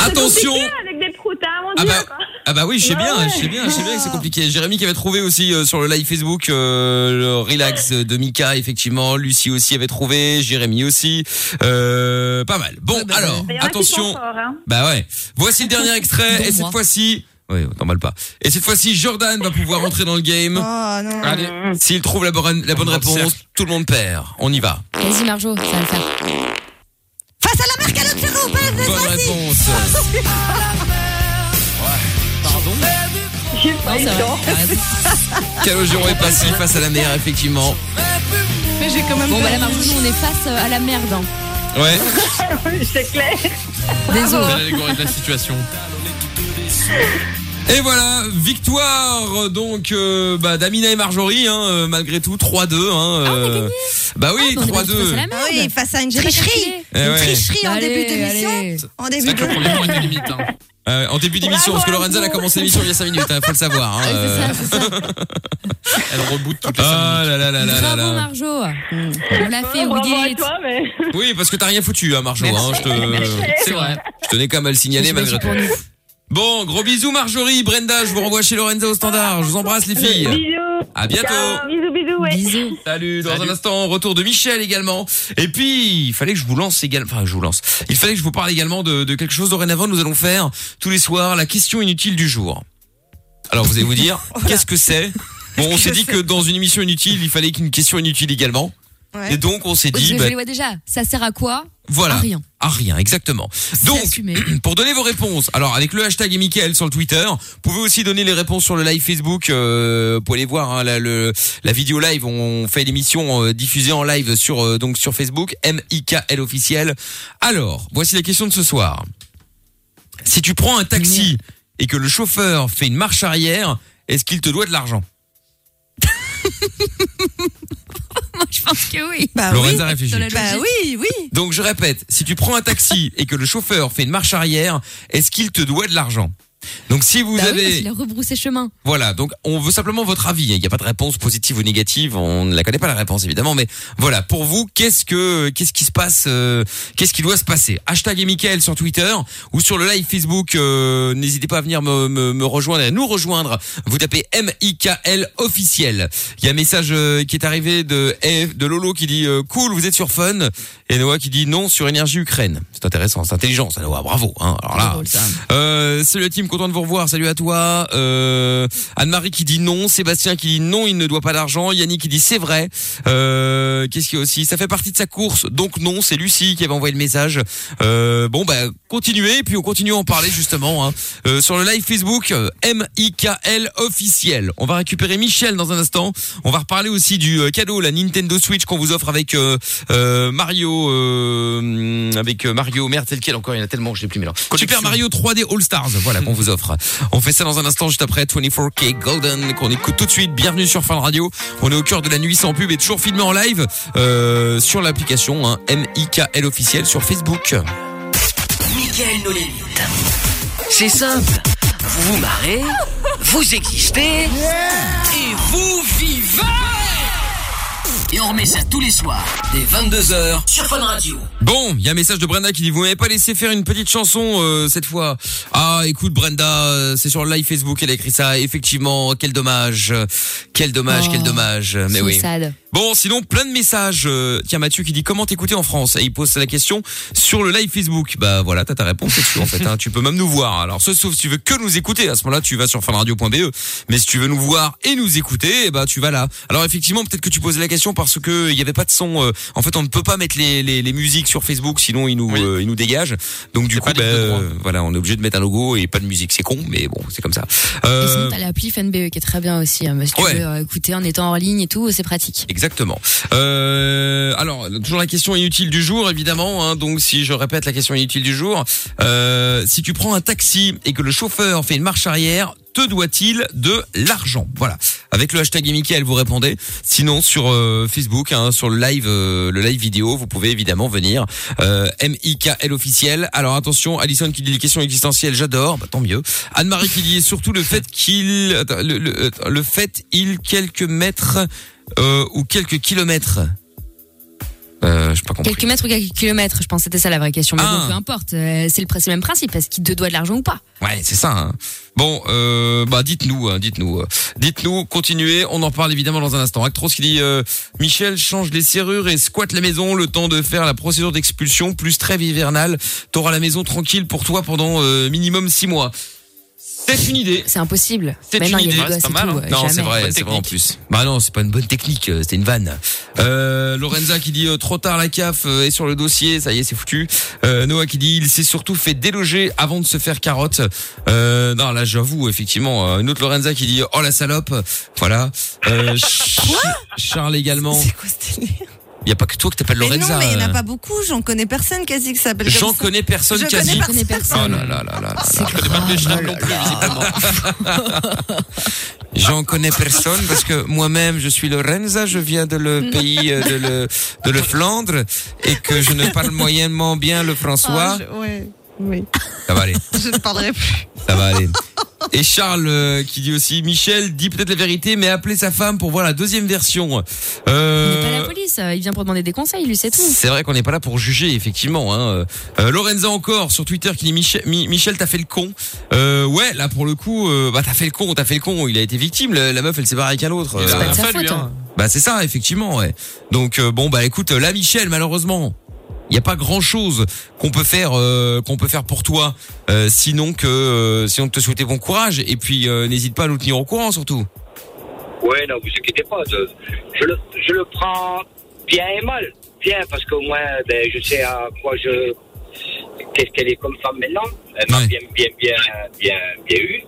Speaker 2: Attention.
Speaker 10: Avec des proutins, mon
Speaker 2: Ah
Speaker 10: Dieu.
Speaker 2: bah,
Speaker 10: quoi.
Speaker 2: ah bah oui, je sais bien, je sais bien, je sais bien que c'est compliqué. Jérémy qui avait trouvé aussi euh, sur le live Facebook euh, le relax de Mika, effectivement. Lucie aussi avait trouvé, Jérémy aussi. Euh, pas mal.
Speaker 4: Ah
Speaker 2: Bon,
Speaker 4: bah
Speaker 10: bah,
Speaker 2: alors,
Speaker 10: Il y en a qui sont
Speaker 2: attention.
Speaker 10: forts, hein.
Speaker 2: Bah ouais. Voici le dernier extrait
Speaker 4: Dont
Speaker 2: et cette
Speaker 4: moi.
Speaker 2: fois-ci. Ouais, t'en mal pas. Et cette fois-ci, Jordan va pouvoir entrer dans le game.
Speaker 6: Oh non.
Speaker 3: Allez,
Speaker 2: S'il trouve la bonne, la bonne
Speaker 3: Dans le
Speaker 2: réponse,
Speaker 3: cercle.
Speaker 2: tout le monde perd. On y va.
Speaker 4: Vas-y, Marjo, ça va le faire.
Speaker 6: Face à la mer Calotero, pas de
Speaker 2: Bonne réponse.
Speaker 3: pardon.
Speaker 10: J'ai pas eu
Speaker 4: Non, Ah,
Speaker 10: le
Speaker 4: ça va.
Speaker 10: temps.
Speaker 4: T'as raison.
Speaker 10: [LAUGHS]
Speaker 2: Calogero est passif face à la mer, effectivement.
Speaker 6: Mais j'ai quand même.
Speaker 4: Bon, bah, la Marjo, nous, on est face euh, à la merde. hein.
Speaker 2: Ouais. [LAUGHS]
Speaker 10: C'est clair.
Speaker 4: Désolé.
Speaker 3: C'est l'allégorie de la situation.
Speaker 2: Et voilà, victoire donc euh, bah, d'Amina et Marjorie, hein, euh, malgré tout, 3-2. Hein, euh, bah oui,
Speaker 4: On est pas face à
Speaker 2: 3-2.
Speaker 4: la
Speaker 6: Ah
Speaker 4: merde.
Speaker 6: oui, face à une tricherie.
Speaker 2: Eh
Speaker 6: Une
Speaker 2: ouais.
Speaker 6: tricherie en
Speaker 4: Allez,
Speaker 6: début d'émission.
Speaker 4: allez.
Speaker 6: En
Speaker 3: C'est
Speaker 6: début
Speaker 3: vrai que
Speaker 6: de.
Speaker 3: le premier point est limite. Hein.
Speaker 2: Euh, en début
Speaker 10: Bravo
Speaker 2: d'émission, parce que
Speaker 10: à
Speaker 2: Lorenza elle a
Speaker 10: vous.
Speaker 2: commencé l'émission il y a 5 minutes, hein, faut le savoir. Hein,
Speaker 4: Ah, c'est
Speaker 2: euh.
Speaker 4: ça, c'est ça.
Speaker 2: [LAUGHS]
Speaker 3: Elle reboot toutes
Speaker 2: Oh
Speaker 3: les cinq minutes.
Speaker 2: là là là là là
Speaker 4: Bravo,
Speaker 2: là.
Speaker 4: Marjo. On l'a fait,
Speaker 10: Bravo
Speaker 4: we
Speaker 10: à
Speaker 4: did it.
Speaker 10: toi, mais.
Speaker 2: Oui, parce que t'as rien foutu, hein, Marjo. Hein, je, te...
Speaker 3: C'est vrai.
Speaker 2: je tenais quand même à le signaler
Speaker 4: Je me suis
Speaker 2: malgré tout.
Speaker 4: battue
Speaker 2: Bon, gros bisous Marjorie, Brenda, je vous renvoie chez Lorenza au standard. Je vous embrasse les filles.
Speaker 10: Bisous.
Speaker 2: À bientôt.
Speaker 10: Ciao. Bisous, bisous, ouais.
Speaker 4: Bisous.
Speaker 2: Salut, dans
Speaker 3: Salut.
Speaker 2: un instant, retour de Michel également. Et puis, il fallait que je vous lance également, enfin, je vous lance. Il fallait que je vous parle également de, de quelque chose. Dorénavant, nous allons faire tous les soirs la question inutile du jour. Alors, vous allez vous [LAUGHS] dire, qu'est-ce que c'est Bon, on s'est dit que dans une émission inutile, il fallait qu'une question inutile également.
Speaker 6: Ouais.
Speaker 2: Et donc, on s'est
Speaker 4: Parce
Speaker 2: dit,
Speaker 4: que
Speaker 2: bah,
Speaker 4: je les vois déjà. Ça sert à quoi
Speaker 2: voilà.
Speaker 4: À rien. [LAUGHS]
Speaker 2: À rien, exactement.
Speaker 4: C'est
Speaker 2: Donc,
Speaker 4: assumé.
Speaker 2: [CLEARS THROAT] pour donner vos réponses, alors avec le hashtag et Mickaël sur le Twitter, vous pouvez aussi donner les réponses sur le live Facebook. Euh, vous pouvez aller voir hein, la, le- la vidéo live. On fait l'émission euh, diffusée en live sur euh, donc sur Facebook M I K L officiel. Alors, voici la question de ce soir. Si tu prends un taxi et que le chauffeur fait une marche arrière, est-ce qu'il te doit de l'argent
Speaker 4: Moi, je pense que oui.
Speaker 6: Bah oui.
Speaker 2: Lorenza réfléchit.
Speaker 4: Dans la
Speaker 6: Bah
Speaker 4: logique.
Speaker 6: oui, oui.
Speaker 2: Donc je répète, si tu prends un taxi et que le chauffeur fait une marche arrière, est-ce qu'il te doit de l'argent Donc si vous
Speaker 4: Bah oui, parce
Speaker 2: avez
Speaker 4: qu'il a rebroussé chemin.
Speaker 2: voilà, donc on veut simplement votre avis. hein. Il n'y a pas de réponse positive ou négative. On ne la connaît pas la réponse évidemment, mais voilà. Pour vous, qu'est-ce que qu'est-ce qui se passe euh, Qu'est-ce qui doit se passer Hashtag et Michael sur Twitter ou sur le live Facebook. euh, N'hésitez pas à venir me, me, me rejoindre et à nous rejoindre. Vous tapez M I K L officiel. Il y a un message euh, qui est arrivé de F- de Lolo qui dit euh, cool, vous êtes sur Fun et Noah qui dit non sur énergie Ukraine. C'est intéressant, c'est intelligent, ça Noah. Bravo. Hein. Alors là, euh, salut la team, content de vous revoir. Salut à toi. Euh, Anne-Marie qui dit non. Sébastien qui dit non, il ne doit pas d'argent. Yannick qui dit c'est vrai. Euh, Qu'est-ce qu'il y a aussi Ça fait partie de sa course, donc non. C'est Lucie qui avait envoyé le message. Euh, bon, bah continuez, et puis on continue à en parler justement hein. Euh, sur le live Facebook euh, M-I-K-L officiel. On va récupérer Michel dans un instant. On va reparler aussi du euh, cadeau, la Nintendo Switch qu'on vous offre avec euh, euh, Mario, euh, avec euh, Mario, merde, tel quel encore, il y en a tellement, je l'ai plus, mais alors. Super Mario 3D All Stars, voilà qu'on vous offre. On fait ça dans un instant, juste après 24K Golden, qu'on écoute tout de suite. Bienvenue sur Fin Radio. On est au cœur de la nuit sans pub et toujours filmé en live euh, sur l'application hein, M-I-K-L officiel sur Facebook.
Speaker 1: Michael nos limites. C'est simple. Vous vous marrez, vous existez et vous vivez. Et on remet ça tous les soirs dès 22h sur Fun Radio.
Speaker 2: Bon, il y a un message de Brenda qui dit vous m'avez pas laissé faire une petite chanson euh, cette fois. Ah, écoute Brenda, euh, c'est sur le live Facebook elle a écrit ça. Effectivement, quel dommage, euh, quel dommage,
Speaker 4: Oh,
Speaker 2: quel dommage. Mais
Speaker 4: So
Speaker 2: oui.
Speaker 4: sad.
Speaker 2: Bon, sinon plein de messages. Euh, tiens Mathieu qui dit comment t'écouter en France et il pose la question sur le live Facebook. Bah voilà, t'as ta réponse dessus en fait. hein. Tu peux même nous voir. Alors sauf sauf si tu veux que nous écouter. À ce moment-là, tu vas sur fanradio.be. E. Mais si tu veux nous voir et nous écouter, eh bah tu vas là. Alors effectivement, peut-être que tu posais la question parce que il y avait pas de son. euh, en fait, on ne peut pas mettre les, les, les musiques sur Facebook, sinon ils nous
Speaker 3: Oui.
Speaker 2: euh, ils nous dégagent. Donc du
Speaker 3: a
Speaker 2: coup,
Speaker 3: pas de
Speaker 2: bah,
Speaker 3: ligne de droit.
Speaker 2: euh, voilà, on est obligé de mettre un logo et pas de musique. C'est con, mais bon, c'est comme ça.
Speaker 4: Et
Speaker 2: Euh,
Speaker 4: sinon, t'as l'appli FNBE E qui est très bien aussi. hein, si tu
Speaker 2: Ouais.
Speaker 4: veux euh, écouter en étant en ligne et tout, c'est pratique.
Speaker 2: Exactement. Euh, alors, toujours la question inutile du jour, évidemment. hein. donc, si je répète la question inutile du jour, euh, si tu prends un taxi et que le chauffeur fait une marche arrière, te doit-il de l'argent Voilà. Avec le hashtag Michael, vous répondez. Sinon, sur euh, Facebook, hein, sur le live, euh, le live vidéo, vous pouvez évidemment venir. Euh, M-I-K-L officiel. Alors, attention, Alison qui dit les questions existentielles, j'adore. Bah, tant mieux. Anne-Marie qui dit surtout le fait qu'il... attends, Le, le, attends, le fait il quelques mètres euh, ou quelques kilomètres euh, Je pas compris.
Speaker 4: Quelques mètres ou quelques kilomètres, je pense que c'était ça la vraie question. Mais
Speaker 2: Ah.
Speaker 4: bon, peu importe, euh, c'est le, pr- c'est le même principe, parce qu'il te doit de l'argent ou pas.
Speaker 2: Ouais, c'est ça. hein. Bon, euh, bah dites-nous, hein, dites-nous, euh, dites-nous, continuez. On en parle évidemment dans un instant. Actros qui dit euh, Michel change les serrures et squatte la maison le temps de faire la procédure d'expulsion plus trêve hivernale. T'auras la maison tranquille pour toi pendant euh, minimum six mois. C'est une idée.
Speaker 4: C'est impossible.
Speaker 2: C'est
Speaker 4: Mais
Speaker 2: une
Speaker 4: non, il y a
Speaker 2: idée,
Speaker 4: des
Speaker 2: ouais,
Speaker 4: doigts,
Speaker 3: c'est pas
Speaker 4: c'est
Speaker 3: mal,
Speaker 4: tout,
Speaker 3: hein.
Speaker 4: euh,
Speaker 2: Non, c'est
Speaker 4: jamais.
Speaker 2: vrai,
Speaker 3: Bonne
Speaker 2: c'est vrai en
Speaker 3: technique.
Speaker 2: plus. Bah non, c'est pas une bonne technique, euh, c'était une vanne. Euh, Lorenza qui dit euh, trop tard la CAF euh, est sur le dossier, ça y est, c'est foutu. Euh, Noah qui dit il s'est surtout fait déloger avant de se faire carotte. Euh, non, là j'avoue effectivement. euh, une autre Lorenza qui dit oh la salope, voilà. Euh, Ch- Charles également.
Speaker 6: C'est quoi ce délire
Speaker 2: Il y a pas que toi que t'appelles
Speaker 6: Mais
Speaker 2: Lorenza.
Speaker 6: non, mais il n'y en a
Speaker 2: euh.
Speaker 6: pas beaucoup. J'en connais personne quasi qui s'appelle comme
Speaker 2: J'en
Speaker 6: ça.
Speaker 2: connais personne
Speaker 6: Je
Speaker 2: quasi.
Speaker 6: connais
Speaker 4: Je connais
Speaker 2: Oh là
Speaker 4: personne.
Speaker 2: là là là Ah, là.
Speaker 4: C'est
Speaker 3: Je connais pas
Speaker 4: grave.
Speaker 3: le Vietnam non plus, visiblement.
Speaker 2: [LAUGHS] J'en connais personne parce que moi-même je suis Lorenza, je viens de le pays euh, de le de le Flandre et que je ne parle moyennement bien le
Speaker 6: Ah,
Speaker 2: François.
Speaker 6: je- ouais,
Speaker 4: [LAUGHS]
Speaker 6: oui.
Speaker 2: Ça va aller,
Speaker 6: Je ne parlerai plus.
Speaker 2: ça va aller. Et Charles euh, qui dit aussi Michel dit peut-être la vérité mais appelez sa femme pour voir la deuxième version.
Speaker 4: Il
Speaker 2: Euh,
Speaker 4: n'est pas la police, euh, il vient pour demander des conseils, lui, c'est tout.
Speaker 2: C'est vrai qu'on n'est pas là pour juger, effectivement. Hein. Euh, Lorenza encore sur Twitter qui dit Michel, Mi- Michel, t'as fait le con. Euh, ouais, là pour le coup, euh, bah t'as fait le con, t'as fait le con. Il a été victime. La, la meuf, elle s'est barrée avec un autre.
Speaker 3: Il a
Speaker 2: Euh,
Speaker 4: pas de sa
Speaker 3: rien fait, lui,
Speaker 4: faute,
Speaker 3: hein.
Speaker 2: bah c'est ça, effectivement. Ouais. Donc euh, bon, bah écoute, là Michel, malheureusement. Il n'y a pas grand chose qu'on peut faire euh, qu'on peut faire pour toi euh, sinon que euh, sinon que te souhaiter bon courage et puis euh, n'hésite pas à nous tenir au courant surtout.
Speaker 5: Ouais, non, vous inquiétez pas. Je, je le, je le prends bien et mal. Bien, parce qu'au moins, ben, je sais à quoi je. Qu'est-ce qu'elle est comme femme maintenant. Elle m'a
Speaker 2: Ouais.
Speaker 5: bien, bien, bien, bien, bien eu.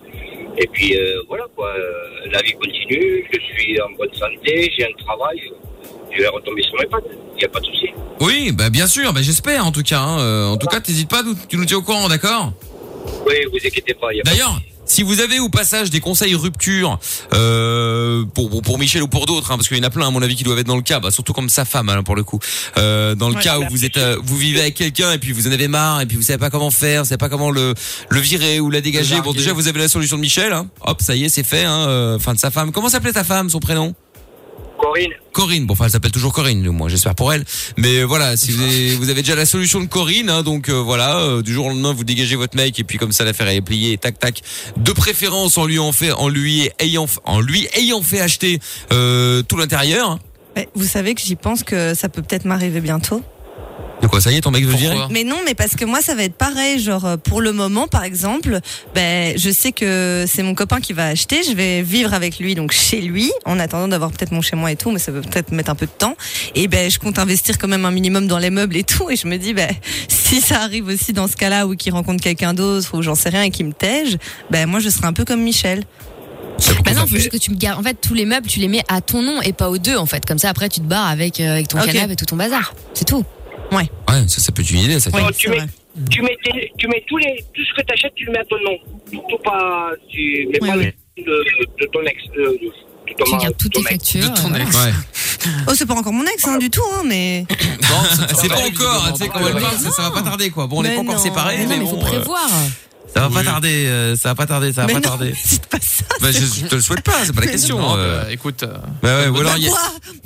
Speaker 5: Et puis, euh, voilà, quoi. euh, La vie continue. Je suis en bonne santé. J'ai un travail. Je vais retomber sur mes pattes. Il n'y a pas de souci.
Speaker 2: Oui, bah bien sûr, bah j'espère en tout cas. hein. Euh, En tout cas, t'hésites pas, tu nous tiens au courant, d'accord
Speaker 5: Oui, vous inquiétez pas. il y a pas de
Speaker 2: D'ailleurs, Si vous avez au passage des conseils rupture euh, pour, pour pour Michel ou pour d'autres, hein, parce qu'il y en a plein à mon avis qui doivent être dans le cas, bah, surtout comme sa femme hein, pour le coup, euh, dans le cas où vous êtes euh, vous vivez avec quelqu'un et puis vous en avez marre et puis vous savez pas comment faire, vous savez pas comment le le virer ou la dégager. Bon déjà vous avez la solution de Michel, hein. hop ça y est c'est fait, hein, euh, fin de sa femme. Comment s'appelait ta femme, son prénom?
Speaker 5: Corinne.
Speaker 2: Corinne, bon enfin elle s'appelle toujours Corinne, moi j'espère pour elle. Mais euh, voilà, si vous avez, vous avez déjà la solution de Corinne, hein, donc euh, voilà, euh, du jour au lendemain vous dégagez votre mec et puis comme ça l'affaire elle est pliée, tac tac. De préférence en lui en fait, en lui ayant, en lui ayant fait acheter euh, tout l'intérieur.
Speaker 6: Ouais, vous savez que j'y pense que ça peut peut-être m'arriver bientôt.
Speaker 2: De quoi ça y est, ton mec veut virer
Speaker 6: Mais non, mais parce que moi, ça va être pareil. Genre, euh, pour le moment, par exemple, ben, je sais que c'est mon copain qui va acheter. Je vais vivre avec lui, donc chez lui, en attendant d'avoir peut-être mon chez moi et tout, mais ça peut peut-être mettre un peu de temps. Et ben, je compte investir quand même un minimum dans les meubles et tout. Et je me dis, ben, [LAUGHS] si ça arrive aussi dans ce cas-là, ou qu'il rencontre quelqu'un d'autre, ou j'en sais rien, et qu'il me tège, ben, moi, je serai un peu comme Michel.
Speaker 4: Bah non, faut juste que tu me gardes. En fait, tous les meubles, tu les mets à ton nom et pas aux deux. En fait, comme ça, après, tu te barres avec, euh, avec ton
Speaker 6: Ok.
Speaker 4: canapé et tout ton bazar. C'est tout.
Speaker 2: Oh.
Speaker 6: Ouais.
Speaker 2: Ouais, ça, ça peut être une idée, ça.
Speaker 6: Oui,
Speaker 2: tiens.
Speaker 6: c'est
Speaker 10: tu, mets,
Speaker 6: vrai.
Speaker 10: tu mets, tes- tu mets tous les, tout ce que tu achètes, tu le mets à ton nom. Surtout pas, tu mets
Speaker 6: Oui,
Speaker 10: pas
Speaker 6: oui.
Speaker 10: le nom de, de ton ex. De, de- de ton
Speaker 4: Tu
Speaker 10: mari-
Speaker 4: gardes toutes
Speaker 10: ton
Speaker 4: tes
Speaker 10: mec.
Speaker 4: factures. euh, voilà.
Speaker 2: Ouais.
Speaker 6: Oh, c'est pas encore mon ex, hein, du tout, hein, mais.
Speaker 2: Bon, ça- [LAUGHS] c'est pas
Speaker 3: va,
Speaker 2: encore, hein, tu sais
Speaker 3: évidemment.
Speaker 2: comment elle
Speaker 3: Ouais,
Speaker 2: parle, ça, ça va pas tarder quoi. Bon, on est
Speaker 6: Mais
Speaker 2: pas encore
Speaker 6: non.
Speaker 2: séparés,
Speaker 4: Mais
Speaker 2: mais,
Speaker 4: non, mais
Speaker 2: bon,
Speaker 4: faut
Speaker 2: euh,
Speaker 4: prévoir.
Speaker 2: ça va pas
Speaker 3: Oui.
Speaker 2: tarder, euh, ça va pas tarder, ça va
Speaker 6: mais
Speaker 2: pas
Speaker 6: non,
Speaker 2: tarder.
Speaker 6: dites pas ça.
Speaker 2: Bah, je, je te le souhaite pas, [LAUGHS] c'est pas la question.
Speaker 3: Non,
Speaker 2: euh.
Speaker 3: bah, écoute, euh,
Speaker 2: Bah ouais, ou alors il y a-
Speaker 6: Quoi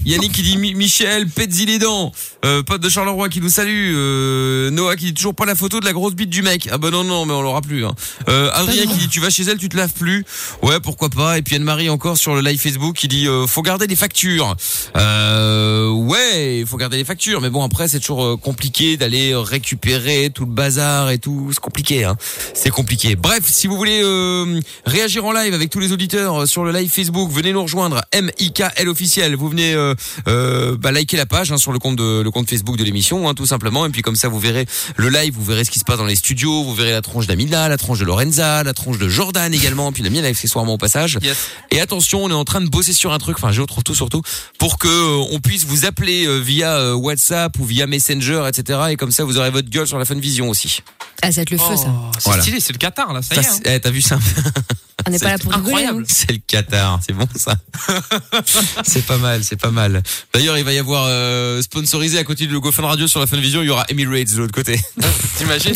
Speaker 2: Yannick qui dit Mi- Michel, pète-y les dents. Euh, pote de Charleroi qui nous salue. Euh, Noah qui dit toujours pas la photo de la grosse bite du mec. Ah bah non, non, mais on l'aura plus. Hein. Euh, Adrien qui dit tu vas chez elle, tu te laves plus. Ouais, pourquoi pas. Et puis Anne-Marie encore sur le live Facebook qui dit euh, faut garder les factures. Euh, ouais, faut garder les factures. Mais bon, après, c'est toujours euh, compliqué d'aller récupérer tout le bazar et tout. C'est compliqué. Hein. C'est compliqué. Bref, si vous voulez euh, réagir en live avec tous les auditeurs euh, sur le live Facebook, venez nous rejoindre MIKL officiel. Vous venez euh, euh, bah, liker la page hein, sur le compte de le compte Facebook de l'émission, hein, tout simplement. Et puis comme ça, vous verrez le live, vous verrez ce qui se passe dans les studios, vous verrez la tronche d'Amina, la tronche de Lorenza, la tronche de Jordan également, puis la mienne accessoirement au passage.
Speaker 3: Yes.
Speaker 2: Et attention, on est en train de bosser sur un truc. Enfin, je retrouve tout surtout pour que euh, on puisse vous appeler euh, via euh, WhatsApp ou via Messenger, etc. Et comme ça, vous aurez votre gueule sur la Fun Vision aussi.
Speaker 4: Ah, ça va être le feu, ça.
Speaker 3: c'est
Speaker 2: Voilà.
Speaker 3: stylé, c'est le Qatar là,
Speaker 2: Ça,
Speaker 3: ça, y est. hein.
Speaker 2: c'est- eh, T'as vu ça
Speaker 10: Oh.
Speaker 4: On n'est pas là pour rigoler. hein.
Speaker 2: c'est le Qatar, c'est bon ça. c'est pas mal, c'est pas mal. D'ailleurs, il va y avoir euh, sponsorisé à côté du logo Fun Radio sur la Fun Vision, il y aura Emirates de l'autre côté.
Speaker 3: T'imagines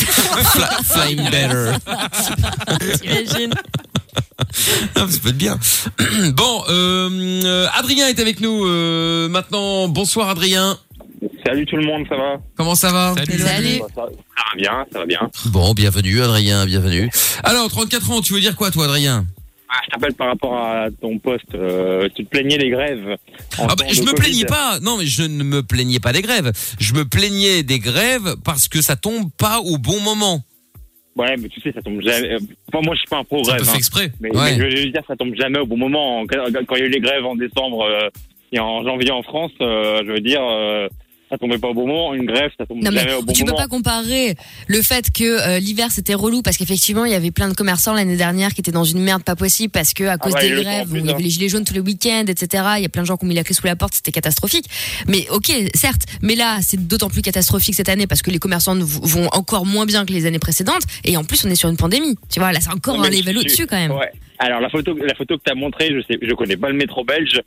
Speaker 2: [LAUGHS] Fly- Flying better.
Speaker 4: T'imagines
Speaker 2: Ah, Ça peut être bien. [CLEARS THROAT] bon, euh, euh, Adrien est avec nous euh, maintenant. Bonsoir Adrien.
Speaker 5: Salut tout le monde, ça va
Speaker 2: Comment ça va
Speaker 4: Salut.
Speaker 5: Bah, ça, ça va bien, ça va bien.
Speaker 2: Bon, bienvenue Adrien, bienvenue. Alors, 34 ans, tu veux dire quoi toi Adrien
Speaker 5: Ah, je t'appelle par rapport à ton poste. euh, tu te plaignais des grèves. en
Speaker 2: Ah bah,
Speaker 5: temps
Speaker 2: je
Speaker 5: de
Speaker 2: me
Speaker 5: Covid.
Speaker 2: plaignais pas. Non, mais je ne me plaignais pas des grèves. Je me plaignais des grèves parce que ça tombe pas au bon moment.
Speaker 5: Ouais, mais tu sais, ça tombe jamais. euh, Enfin, moi, je suis pas un pro
Speaker 3: Ça peut
Speaker 5: grève.
Speaker 3: faire
Speaker 5: hein.
Speaker 3: exprès.
Speaker 5: Mais,
Speaker 2: Ouais.
Speaker 5: mais je veux dire, ça tombe jamais au bon moment. Quand quand il y a eu les grèves en décembre euh, et en janvier en France, euh, je veux dire, euh, ça tombait pas au bon moment. Une grève, ça tombe
Speaker 4: Non mais
Speaker 5: jamais au bon
Speaker 4: tu peux
Speaker 5: moment.
Speaker 4: pas comparer le fait que euh, l'hiver c'était relou parce qu'effectivement il y avait plein de commerçants l'année dernière qui étaient dans une merde pas possible parce que à cause
Speaker 5: Ah ouais, il y a eu
Speaker 4: des
Speaker 5: le temps en
Speaker 4: grèves, où
Speaker 5: plus,
Speaker 4: il y
Speaker 5: hein.
Speaker 4: avait les gilets jaunes tous les week-ends, etc. Il y a plein de gens qui ont mis la clé sous la porte, c'était catastrophique. Mais ok, certes, mais là c'est d'autant plus catastrophique cette année parce que les commerçants ne v- vont encore moins bien que les années précédentes et en plus on est sur une pandémie. Tu vois là c'est encore
Speaker 5: Non, mais
Speaker 4: un level
Speaker 5: tu-
Speaker 4: au-dessus quand même.
Speaker 5: Ouais. Alors la photo, la photo que t'as montrée, je sais, je connais pas le métro belge,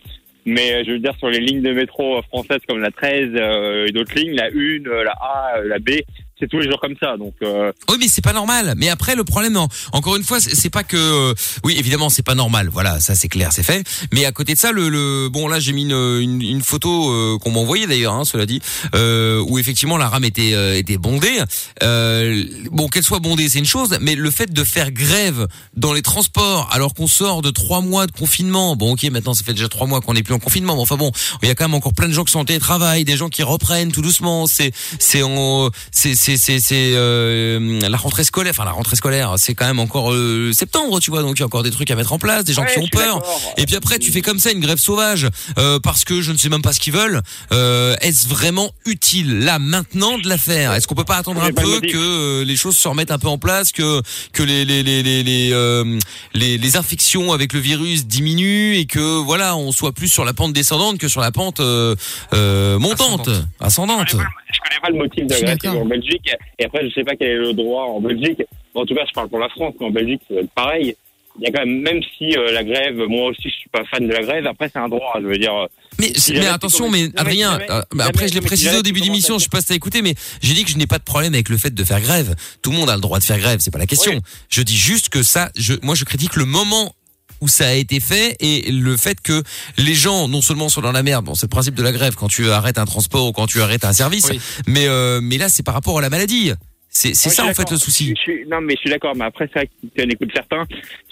Speaker 5: mais euh, je veux dire sur les lignes de métro euh, françaises comme la 13 euh, et d'autres lignes, la 1, euh, la A, euh, la B, c'est tous les jours comme ça. Donc euh,
Speaker 2: Oui, mais c'est pas normal. Mais après, le problème, non. encore une fois, c'est c'est pas que, euh, oui, évidemment, c'est pas normal. Voilà, ça c'est clair, c'est fait. Mais à côté de ça, le, le- bon, là, j'ai mis une, une, une photo euh, qu'on m'a envoyée d'ailleurs, hein, cela dit, euh, où effectivement la rame était, euh, était bondée. Euh, bon, qu'elle soit bondée, c'est une chose, mais le fait de faire grève dans les transports, alors qu'on sort de trois mois de confinement. Bon, ok, maintenant, ça fait déjà trois mois qu'on n'est plus en confinement. Mais enfin bon, il y a quand même encore plein de gens qui sont en télétravail, des gens qui reprennent tout doucement. C'est, c'est en, c'est, c'est, c'est, c'est, euh, la rentrée scolaire. Enfin, la rentrée scolaire, c'est quand même encore euh, septembre, tu vois. Donc il y a encore des trucs à mettre en place, des gens
Speaker 5: ouais,
Speaker 2: qui
Speaker 5: je
Speaker 2: ont
Speaker 5: suis
Speaker 2: peur.
Speaker 5: d'accord.
Speaker 2: Et puis après, tu fais comme ça une grève sauvage euh, parce que je ne sais même pas ce qu'ils veulent. Euh, Est-ce vraiment utile là maintenant de la faire Est-ce qu'on peut pas attendre
Speaker 5: Je
Speaker 2: un
Speaker 5: n'ai pas le
Speaker 2: peu
Speaker 5: motif.
Speaker 2: que euh, les choses se remettent un peu en place, que que les les les les les, euh, les- les infections avec le virus diminuent et que voilà, on soit plus sur la pente descendante que sur la pente euh, euh, montante, ascendante.
Speaker 5: Je connais pas le motif de
Speaker 4: Je
Speaker 5: la
Speaker 4: suis
Speaker 5: grève qu'il y a eu
Speaker 4: d'accord.
Speaker 5: en Belgique. Et après, je sais pas quel est le droit en Belgique. En tout cas, je parle pour la France, mais en Belgique, c'est pareil.
Speaker 9: il y a quand même, même si euh, la grève, moi aussi je suis pas fan de la grève, après c'est un droit, je veux dire. euh,
Speaker 2: Mais,
Speaker 9: si
Speaker 2: mais
Speaker 9: jamais tu
Speaker 2: attention,
Speaker 9: commences-
Speaker 2: mais
Speaker 9: non, mais si
Speaker 2: Adrien,
Speaker 9: jamais-
Speaker 2: euh, bah,
Speaker 9: jamais-
Speaker 2: après je l'ai
Speaker 9: mais si
Speaker 2: précisé
Speaker 9: jamais
Speaker 2: au
Speaker 9: tu
Speaker 2: début de
Speaker 9: commences à
Speaker 2: l'émission, je sais pas si t'as écouté, mais j'ai dit que je n'ai pas de problème avec le fait de faire grève. Tout le monde a le droit de faire grève, c'est pas la question. Je dis juste que ça, je, moi je critique le moment où ça a été fait et le fait que les gens non seulement sont dans la merde, bon c'est le principe de la grève quand tu arrêtes un transport ou quand tu arrêtes un service,
Speaker 9: Oui.
Speaker 2: mais euh, mais là c'est par rapport à la maladie. C'est c'est
Speaker 9: Ouais,
Speaker 2: ça
Speaker 9: je suis
Speaker 2: en fait
Speaker 9: d'accord.
Speaker 2: le souci.
Speaker 9: Je suis- non, mais je suis d'accord. Mais après, c'est vrai que tu en écoutes certains.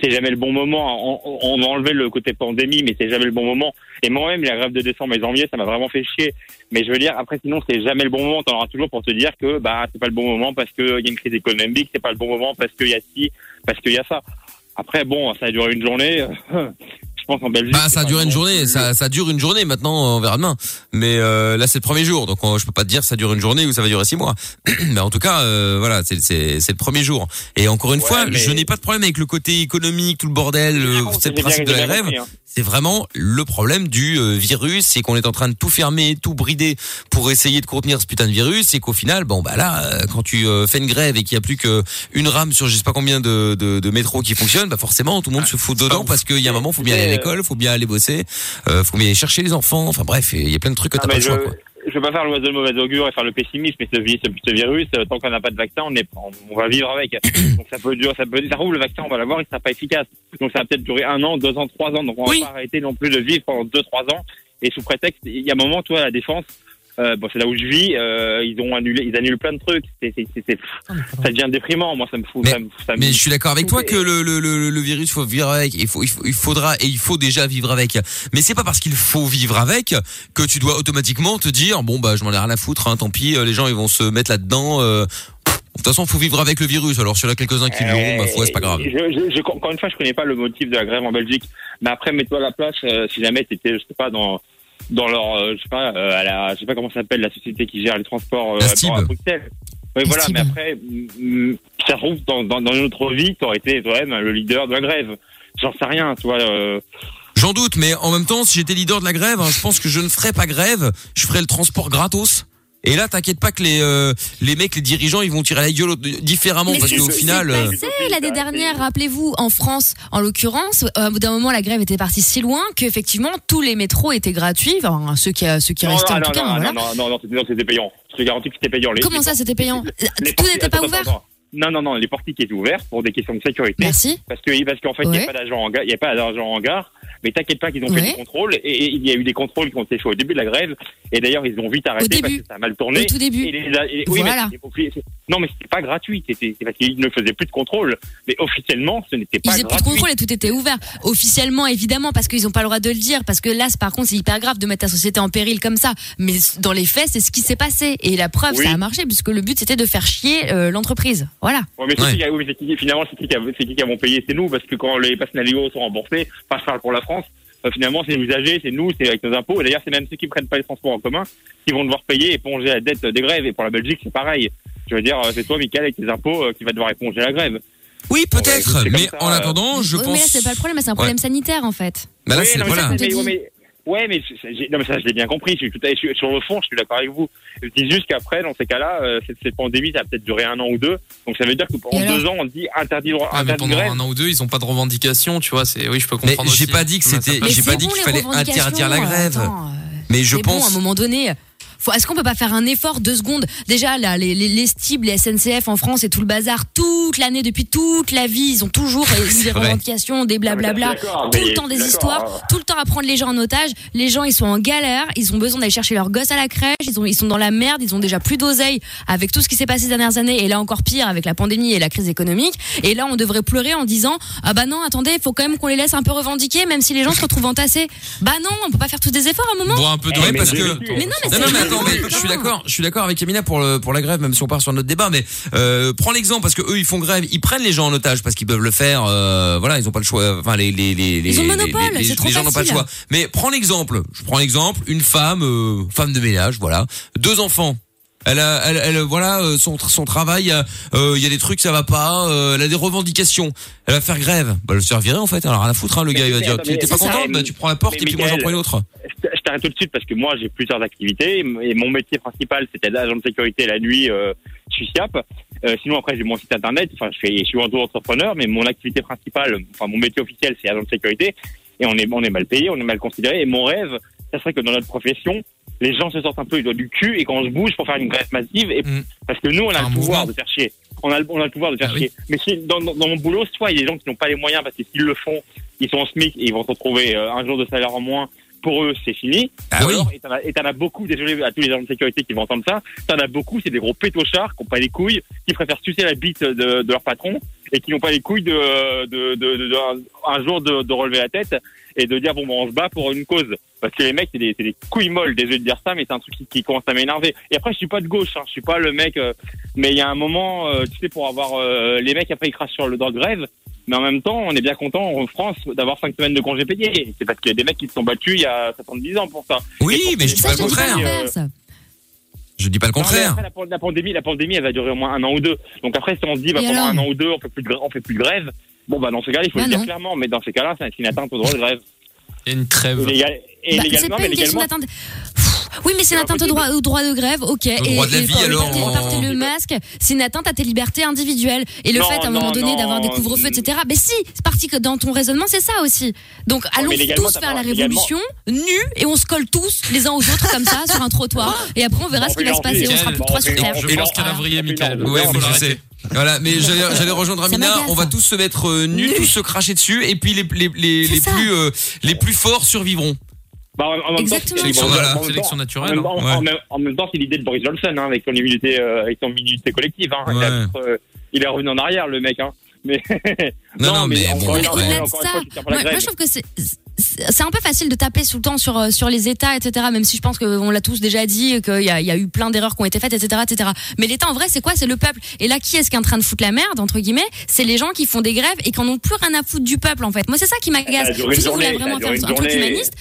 Speaker 9: C'est jamais le bon moment. On, on va enlever le côté pandémie, mais c'est jamais le bon moment. Et moi-même, la grève de décembre et janvier, ça m'a vraiment fait chier. Mais je veux dire, après, sinon, c'est jamais le bon moment. T'en auras toujours pour te dire que bah c'est pas le bon moment parce qu'il y a une crise économique. C'est pas le bon moment parce qu'il y a ci, parce qu'il y a ça. Après, bon, ça a duré une journée. [LAUGHS] je pense en Belgique.
Speaker 2: Bah ça a
Speaker 9: c'est pas
Speaker 2: duré
Speaker 9: le
Speaker 2: une
Speaker 9: bon-
Speaker 2: journée, ça, ça dure une journée maintenant, on verra demain. Mais euh, là c'est le premier jour, donc on- je peux pas te dire ça dure une journée ou ça va durer six mois. [CLEARS THROAT] mais en tout cas, euh, voilà, c'est c'est- c'est le premier jour. Et encore une
Speaker 9: Ouais,
Speaker 2: fois,
Speaker 9: mais-
Speaker 2: je n'ai pas de problème avec le côté économique, tout le bordel, euh,
Speaker 9: bon,
Speaker 2: c'est le
Speaker 9: j'ai bien-
Speaker 2: principe de
Speaker 9: j'ai
Speaker 2: la
Speaker 9: bien
Speaker 2: grève.
Speaker 9: compris, hein.
Speaker 2: C'est vraiment le problème du euh, virus, c'est qu'on est en train de tout fermer, tout brider pour essayer de contenir ce putain de virus, et qu'au final, bon bah là, euh, quand tu euh, fais une grève et qu'il y a plus qu'une rame sur je sais pas combien de, de, de métros qui fonctionne, bah forcément tout le
Speaker 9: Ah,
Speaker 2: monde se fout dedans parce qu'il y a un moment faut bien aller à
Speaker 9: Mais, euh,
Speaker 2: l'école, faut bien aller bosser, euh, faut bien aller chercher les enfants, enfin bref, il y a plein de trucs que t'as
Speaker 9: Non,
Speaker 2: pas
Speaker 9: Ah, mais
Speaker 2: le
Speaker 9: je,
Speaker 2: choix. Quoi.
Speaker 9: je veux pas faire l'oiseau de mauvais augure et faire le pessimiste, mais ce, vi- ce, ce virus, euh, tant qu'on n'a pas de vaccin, on, est, on, on va vivre
Speaker 2: [COUGHS]
Speaker 9: avec. Donc ça peut durer, ça peut ça roule, le vaccin, on va l'avoir, il sera pas efficace. Donc ça va peut-être durer un an, deux ans, trois ans. Donc on
Speaker 2: Oui.
Speaker 9: va pas arrêter non plus de vivre pendant deux, trois ans. Et sous prétexte, il y a un moment, toi, la défense, euh, bon, c'est là où je vis, euh, ils ont annulé, ils annulent plein de trucs. C'est, c'est, c'est, c'est- ça devient déprimant. Moi, ça me fout. ça me,
Speaker 2: Ah,
Speaker 9: ça me-
Speaker 2: Mais je suis d'accord avec
Speaker 9: tout
Speaker 2: toi
Speaker 9: est-
Speaker 2: que le, le, le, le virus faut vivre avec, il faut, il faut il faudra et il faut déjà vivre avec. Mais c'est pas parce qu'il faut vivre avec que tu dois automatiquement te dire bon bah je m'en ai rien à foutre, hein, tant pis, euh, les gens ils vont se mettre là-dedans. euh, de toute façon, faut vivre avec le virus. Alors, s'il y en a quelques-uns qui l'auront, bah, foi, c'est pas
Speaker 4: Ah,
Speaker 2: grave.
Speaker 9: Je, je- je- encore une fois, je connais pas le motif de la grève en Belgique. Mais après, mets-toi à la place, euh, si jamais t'étais, je sais pas, dans, dans leur, euh, je sais pas, euh, à la, je sais pas comment ça s'appelle, la société qui gère les transports euh,
Speaker 2: La
Speaker 9: à-
Speaker 2: STIB.
Speaker 9: à Bruxelles.
Speaker 4: La
Speaker 9: Oui, voilà,
Speaker 4: STIB.
Speaker 9: mais après, mm, mm, ça se trouve, dans, dans, dans une autre vie, t'aurais été toi-même le leader de la grève. J'en sais rien, tu vois. euh,
Speaker 2: J'en doute, mais en même temps, si j'étais leader de la grève, hein, je pense que je ne ferais pas grève. Je ferais le transport gratos. Et là, t'inquiète pas que les euh, les mecs, les dirigeants, ils vont tirer la gueule au- différemment
Speaker 4: Mais
Speaker 2: Ah parce
Speaker 4: c'est
Speaker 2: qu'au
Speaker 4: ce qui
Speaker 2: final.
Speaker 4: s'est
Speaker 2: euh,
Speaker 4: passé l'année dernière, rappelez-vous, en France, en l'occurrence, euh, au bout d'un moment, la grève était partie si loin qu'effectivement, tous les métros étaient gratuits, enfin, ceux qui, euh, ceux qui
Speaker 9: non,
Speaker 4: restaient
Speaker 9: non,
Speaker 4: en tout
Speaker 9: non,
Speaker 4: cas.
Speaker 9: non,
Speaker 4: voilà.
Speaker 9: non, non, non, non, c'était- non, c'était payant. Je te garantis que c'était payant. Les-
Speaker 4: Comment
Speaker 9: les-
Speaker 4: ça, c'était payant
Speaker 9: les
Speaker 4: Tout
Speaker 9: portiers-
Speaker 4: n'était pas
Speaker 9: attends,
Speaker 4: ouvert
Speaker 9: attends, attends. Non, non, non, les portiques étaient ouvertes pour des questions de sécurité.
Speaker 4: Merci.
Speaker 9: Parce que parce qu'en fait, il n'y
Speaker 4: Ouais.
Speaker 9: a pas d'agent en gare, il y a pas d'agent en gare. Mais t'inquiète pas qu'ils ont
Speaker 4: Ouais.
Speaker 9: fait des contrôles et- et il y a eu des contrôles qui ont été faits au début de la grève et d'ailleurs ils ont vite arrêté parce
Speaker 4: début.
Speaker 9: que ça a mal
Speaker 4: Au
Speaker 9: tourné.
Speaker 4: tout
Speaker 9: Et
Speaker 4: début.
Speaker 9: les a- et- oui, mais
Speaker 4: Voilà.
Speaker 9: c'était- non mais c'était pas gratuit, c'était c'est parce qu'ils ne faisaient plus de contrôle. Mais officiellement, ce n'était
Speaker 4: Ils
Speaker 9: pas
Speaker 4: faisaient plus de
Speaker 9: gratuit.
Speaker 4: contrôle et tout était ouvert. Officiellement, évidemment, parce qu'ils n'ont pas le droit de le dire. Parce que là, c'est- par contre, c'est hyper grave de mettre la société en péril comme ça. Mais dans les faits, c'est ce qui s'est passé. Et la preuve,
Speaker 9: Oui.
Speaker 4: ça a marché, puisque le but, c'était de faire chier euh, l'entreprise. Voilà.
Speaker 9: Ouais, mais c'est
Speaker 2: Ouais.
Speaker 9: qui qui a- oui, mais c'est qui- finalement c'est qui qui a- c'est qui qui avons payé, c'est nous parce que quand les passes Navigo sont remboursés, enfin je parle pour la France. euh, Finalement, c'est les usagers, c'est nous, c'est avec nos impôts. Et d'ailleurs, c'est même ceux qui prennent pas les transports en commun qui vont devoir payer, éponger la dette euh, des grèves. Et pour la Belgique, c'est pareil. Je veux dire, euh, c'est toi, Michael, avec tes impôts, euh, qui va devoir éponger la grève.
Speaker 2: Oui, peut-être.
Speaker 9: Ouais, c'est comme
Speaker 2: mais
Speaker 9: ça,
Speaker 2: en
Speaker 9: euh.
Speaker 2: attendant, Oh, je
Speaker 4: Oui,
Speaker 2: pense.
Speaker 4: Mais là, c'est pas le problème, c'est un problème sanitaire, en fait.
Speaker 2: Bah là,
Speaker 9: Oui,
Speaker 2: c'est
Speaker 9: non, mais
Speaker 2: voilà.
Speaker 9: ça,
Speaker 4: Te
Speaker 9: mais-
Speaker 4: dis.
Speaker 9: mais- ouais, mais c'est- c'est- j'ai- non, mais ça, je l'ai bien compris. Je suis tout à- je suis- sur le fond, je suis d'accord avec vous. Je dis juste qu'après, dans ces cas-là, euh, cette, cette pandémie, ça va peut-être durer un an ou deux. Donc, ça veut dire que pendant
Speaker 4: Et alors
Speaker 9: deux ans, on dit interdit de
Speaker 3: [LAUGHS] Ah, mais
Speaker 9: interdit de
Speaker 3: pendant
Speaker 9: grève.
Speaker 3: un an ou deux, ils ont pas de revendications, tu vois. C'est oui, je peux
Speaker 2: Mais
Speaker 3: comprendre.
Speaker 2: j'ai
Speaker 3: aussi.
Speaker 2: pas dit que
Speaker 3: Comment ça
Speaker 2: c'était,
Speaker 3: passe.
Speaker 4: Mais
Speaker 2: j'ai pas
Speaker 4: c'est
Speaker 2: dit
Speaker 4: bon,
Speaker 2: qu'il
Speaker 4: les
Speaker 2: fallait
Speaker 4: revendications,
Speaker 2: interdire la
Speaker 4: euh,
Speaker 2: grève.
Speaker 4: attends, euh,
Speaker 2: mais je
Speaker 4: mais bon, à
Speaker 2: pense.
Speaker 4: un moment donné. faut- Est-ce qu'on peut pas faire un effort deux secondes Déjà, là, les, les, les STIB, les SNCF en France et tout le bazar, toute l'année, depuis toute la vie, ils ont
Speaker 2: [LAUGHS]
Speaker 4: toujours euh, eu des
Speaker 2: vrai.
Speaker 4: revendications, des
Speaker 9: Non,
Speaker 4: blablabla,
Speaker 9: mais d'accord,
Speaker 4: tout
Speaker 9: mais
Speaker 4: le temps des
Speaker 9: d'accord, hein.
Speaker 4: histoires, tout le temps à prendre les gens en otage. Les gens, ils sont en galère, ils ont besoin d'aller chercher leurs gosses à la crèche, ils, ont, ils sont dans la merde, ils ont déjà plus d'oseille avec tout ce qui s'est passé ces dernières années, et là encore pire avec la pandémie et la crise économique. Et là, on devrait pleurer en disant Ah bah non, attendez, il faut quand même qu'on les laisse un peu revendiquer, même si les gens se retrouvent entassés. Bah non, on peut pas faire tous des efforts à un moment.
Speaker 3: Bois un peu
Speaker 9: Eh,
Speaker 3: d'eau
Speaker 2: Ouais,
Speaker 9: mais
Speaker 2: parce
Speaker 9: j'ai
Speaker 2: que-
Speaker 9: vécu.
Speaker 4: Mais non, mais
Speaker 2: Non,
Speaker 4: c'est
Speaker 2: non, mais
Speaker 4: vrai,
Speaker 2: attends, mais je suis d'accord, je suis d'accord avec Amina pour le pour la grève, même si on part sur notre débat. Mais euh, prends l'exemple parce que eux ils font grève, ils prennent les gens en otage parce qu'ils peuvent le faire. euh, voilà, ils ont pas le choix. Enfin, les les les les
Speaker 4: Ils ont le
Speaker 2: les-
Speaker 4: monopole,
Speaker 2: les- les-
Speaker 4: c'est trop
Speaker 2: les gens n'ont pas le
Speaker 4: facile.
Speaker 2: choix. Mais prends l'exemple. Je prends l'exemple. Une femme, euh, femme de ménage, voilà, deux enfants. Elle, a, elle, elle, voilà, euh, son, tra- son travail, euh, euh, il y a des trucs, ça va pas, euh, elle a des revendications, elle va faire grève. Bah, le faire virer, en fait, elle a rien à foutre, hein, le
Speaker 9: Mais
Speaker 2: gars, il va
Speaker 9: c'est-
Speaker 2: dire,
Speaker 9: attends,
Speaker 2: tu n'étais
Speaker 9: mais
Speaker 2: pas
Speaker 9: c'est ça,
Speaker 2: contente,
Speaker 9: mais-
Speaker 2: bah, tu prends la porte, et
Speaker 9: mais
Speaker 2: puis moi j'en
Speaker 9: Michael,
Speaker 2: prends une autre.
Speaker 9: je je t'arrête tout de suite parce que moi j'ai plusieurs activités et mon métier principal c'était d'agent de sécurité la nuit euh, je suis SIAP Euh, sinon, après, j'ai mon site internet. Enfin, je suis, je suis entrepreneur, mais mon activité principale, enfin, mon métier officiel, c'est agent de sécurité. Et on est, on est mal payé, on est mal considéré. Et mon rêve, ça serait que dans notre profession, les gens se sortent un peu les doigts du cul et qu'on se bouge pour faire une grève massive. Et, Parce que nous, on a le pouvoir de faire chier. On a, le- on a le pouvoir de faire chier. Mais si, dans, dans- dans mon boulot, soit il y a des gens qui n'ont pas les moyens parce que s'ils le font, ils sont en SMIC et ils vont se retrouver euh, un jour de salaire en moins. Pour eux, c'est fini. Ou alors, et t'en as- et t'en as beaucoup, désolé à tous les agents de sécurité qui vont entendre ça, t'en as beaucoup, c'est des gros pétochards qui n'ont pas les couilles, qui préfèrent sucer la bite de, de leur patron et qui n'ont pas les couilles de, de, de- de- de- un, un jour de, de relever la tête et de dire bon, bon on se bat pour une cause. Parce que les mecs, c'est des, c'est des couilles molles, désolé de dire ça, mais c'est un truc qui, qui commence à m'énerver. Et après, je suis pas de gauche, hein, je suis pas le mec, euh, mais il y a un moment, euh, tu sais, pour avoir euh, les mecs, après ils crachent sur le droit de grève. Mais en même temps, on est bien content en France d'avoir 5 semaines de congés payés. C'est parce qu'il y a des mecs qui se sont battus il y a 70 ans pour ça.
Speaker 2: Oui, mais je dis
Speaker 9: Bah,
Speaker 2: pas le contraire. Je dis pas le
Speaker 9: Non, mais
Speaker 2: contraire.
Speaker 9: après, la, pan- la pandémie, la pandémie, elle va durer au moins un an ou deux. Donc après, si on se dit, bah,
Speaker 2: Et
Speaker 9: pendant
Speaker 2: alors
Speaker 9: un an ou deux, on fait plus de, grè- on fait plus de grève. Bon, bah, dans ce cas-là, il faut
Speaker 4: Bah
Speaker 9: le dire
Speaker 4: non.
Speaker 9: clairement. Mais dans ces cas-là, c'est une atteinte au droit de grève.
Speaker 3: Il y a une trêve.
Speaker 9: Et, légal- et
Speaker 4: Bah, c'est
Speaker 9: légalement,
Speaker 4: pas
Speaker 9: mais
Speaker 4: une question
Speaker 9: légalement.
Speaker 4: d'atteinte. Pff, Oui, mais c'est une atteinte au droit, au droit de grève, ok.
Speaker 2: Au droit de la vie,
Speaker 4: porter-
Speaker 2: alors,
Speaker 4: porter-
Speaker 2: en-
Speaker 4: porter le masque, c'est une atteinte à tes libertés individuelles. Et le
Speaker 9: Non,
Speaker 4: fait, à un
Speaker 9: non,
Speaker 4: moment donné,
Speaker 9: non.
Speaker 4: d'avoir des couvre-feux, etc. Mais si, c'est parti que dans ton raisonnement, c'est ça aussi. Donc, allons
Speaker 9: mais légalement,
Speaker 4: tous
Speaker 9: t'as
Speaker 4: faire
Speaker 9: pas-
Speaker 4: la révolution, nus, et on se colle tous les uns aux autres, comme ça, sur un
Speaker 9: [LAUGHS]
Speaker 4: trottoir. Et après, on verra ce qui va se passer. On sera plus que trois sur Terre.
Speaker 3: Je pense calendrier, Michael.
Speaker 2: Ouais,
Speaker 3: Faut
Speaker 2: mais je
Speaker 3: l'arrêter.
Speaker 2: sais. Voilà, mais j'allais j'allais rejoindre Amina. On va tous se mettre euh, nus, tous se cracher dessus, et puis les les les, les plus euh, les plus forts survivront.
Speaker 9: Bah, en- en même temps,
Speaker 2: Exactement.
Speaker 9: c'est-
Speaker 2: Sélection,
Speaker 9: en-
Speaker 2: voilà.
Speaker 9: en même
Speaker 2: Sélection
Speaker 9: temps-
Speaker 2: naturelle,
Speaker 9: En même, temps-
Speaker 2: hein.
Speaker 9: en
Speaker 2: Ouais.
Speaker 9: même- en même temps, c'est l'idée de Boris Johnson, hein, avec son immunité, euh, avec son immunité collective. hein. Il, a- euh, il est revenu en arrière, le mec. Hein. Mais [LAUGHS]
Speaker 2: non, mais bon,
Speaker 9: encore une
Speaker 2: mais
Speaker 9: fois,
Speaker 2: au-delà de
Speaker 9: encore une
Speaker 4: ça,
Speaker 9: fois, tu tires pas la
Speaker 4: Moi, moi,
Speaker 9: grève.
Speaker 4: je trouve que c'est c'est c'est un peu facile de taper sous le temps sur euh, sur les États, etc. Même si je pense qu'on l'a tous déjà dit, et qu'il y a, il y a eu plein d'erreurs qui ont été faites, etc., etc. Mais l'État, en vrai, c'est quoi C'est le peuple. Et là, qui est-ce qui est en train de foutre la merde entre guillemets C'est les gens qui font des grèves et qui en ont plus rien à foutre du peuple, en fait. Moi, c'est ça qui m'agace.
Speaker 9: Ça a duré une
Speaker 4: Si vous voulez
Speaker 9: journée,
Speaker 4: vraiment
Speaker 9: ça
Speaker 4: faire
Speaker 9: a duré
Speaker 4: un
Speaker 9: une
Speaker 4: truc
Speaker 9: journée.
Speaker 4: humaniste,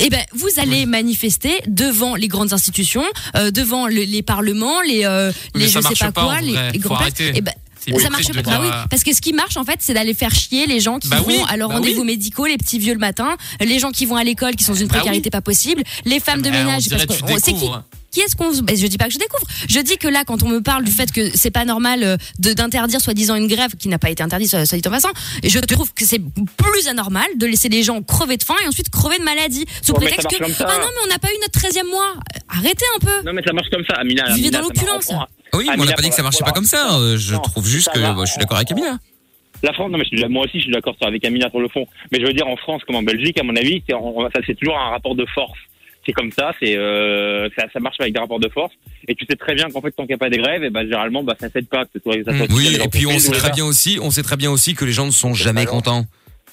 Speaker 4: eh ben, vous allez manifester devant les grandes institutions, euh, devant le- les parlements, les euh,
Speaker 3: Oui,
Speaker 4: les
Speaker 3: mais ça
Speaker 4: je sais
Speaker 3: marche
Speaker 4: pas
Speaker 3: pas,
Speaker 4: quoi,
Speaker 3: en
Speaker 4: les,
Speaker 3: vrai.
Speaker 4: les
Speaker 3: Faut
Speaker 4: grands
Speaker 3: arrêter.
Speaker 4: Eh ben,
Speaker 3: C'est hypocrite
Speaker 4: ça marche
Speaker 3: de
Speaker 4: pas. Bah oui,
Speaker 3: dire, euh,
Speaker 4: parce que ce qui marche en fait, c'est d'aller faire chier les gens qui
Speaker 3: Bah
Speaker 4: vont
Speaker 3: oui,
Speaker 4: à leur
Speaker 3: bah
Speaker 4: rendez-vous médicaux les petits vieux le matin, les gens qui vont à l'école qui sont dans une
Speaker 3: Bah
Speaker 4: précarité pas possible, les femmes de
Speaker 3: Mais on
Speaker 4: ménage
Speaker 3: dirait
Speaker 4: parce
Speaker 3: tu
Speaker 4: qu'on sait qui
Speaker 3: découvres.
Speaker 4: qui est-ce qu'on ben, je dis pas que je découvre je dis que là quand on me parle du fait que c'est pas normal euh, de d'interdire soi-disant une grève qui n'a pas été interdite soit soit dit en passant je trouve que c'est plus anormal de laisser les gens crever de faim et ensuite crever de maladie sous
Speaker 9: Ouais, mais ça
Speaker 4: prétexte que
Speaker 9: marche comme ça.
Speaker 4: ah non mais on n'a pas eu notre 13e mois arrêtez un peu
Speaker 9: Non, mais ça marche comme ça, Amina.
Speaker 4: Vivez
Speaker 9: Amina,
Speaker 4: dans
Speaker 9: ça
Speaker 4: l'opulence.
Speaker 9: marche-
Speaker 2: Oui, mais on
Speaker 9: hein. Amina,
Speaker 2: n'a pas dit que ça
Speaker 9: pour-
Speaker 2: marchait pas
Speaker 9: pour-
Speaker 2: comme ça. euh, Je trouve juste que bah, je suis d'accord avec Amina.
Speaker 9: La France, non mais je suis- moi aussi je suis d'accord sur- avec Amina sur le fond, mais je veux dire en France comme en Belgique, à mon avis, c'est on- ça c'est toujours un rapport de force. C'est comme ça, c'est euh, ça, ça marche avec des rapports de force. Et tu sais très bien qu'en fait tant qu'il n'y a pas des grèves, et ben généralement bah ça s'aide pas. que ce soit- ça soit-
Speaker 2: Mm. Oui,
Speaker 9: les
Speaker 2: et puis on
Speaker 9: entreprises
Speaker 2: sait
Speaker 9: ou les
Speaker 2: très
Speaker 9: gens.
Speaker 2: bien aussi, on sait très bien aussi que les gens ne sont jamais contents.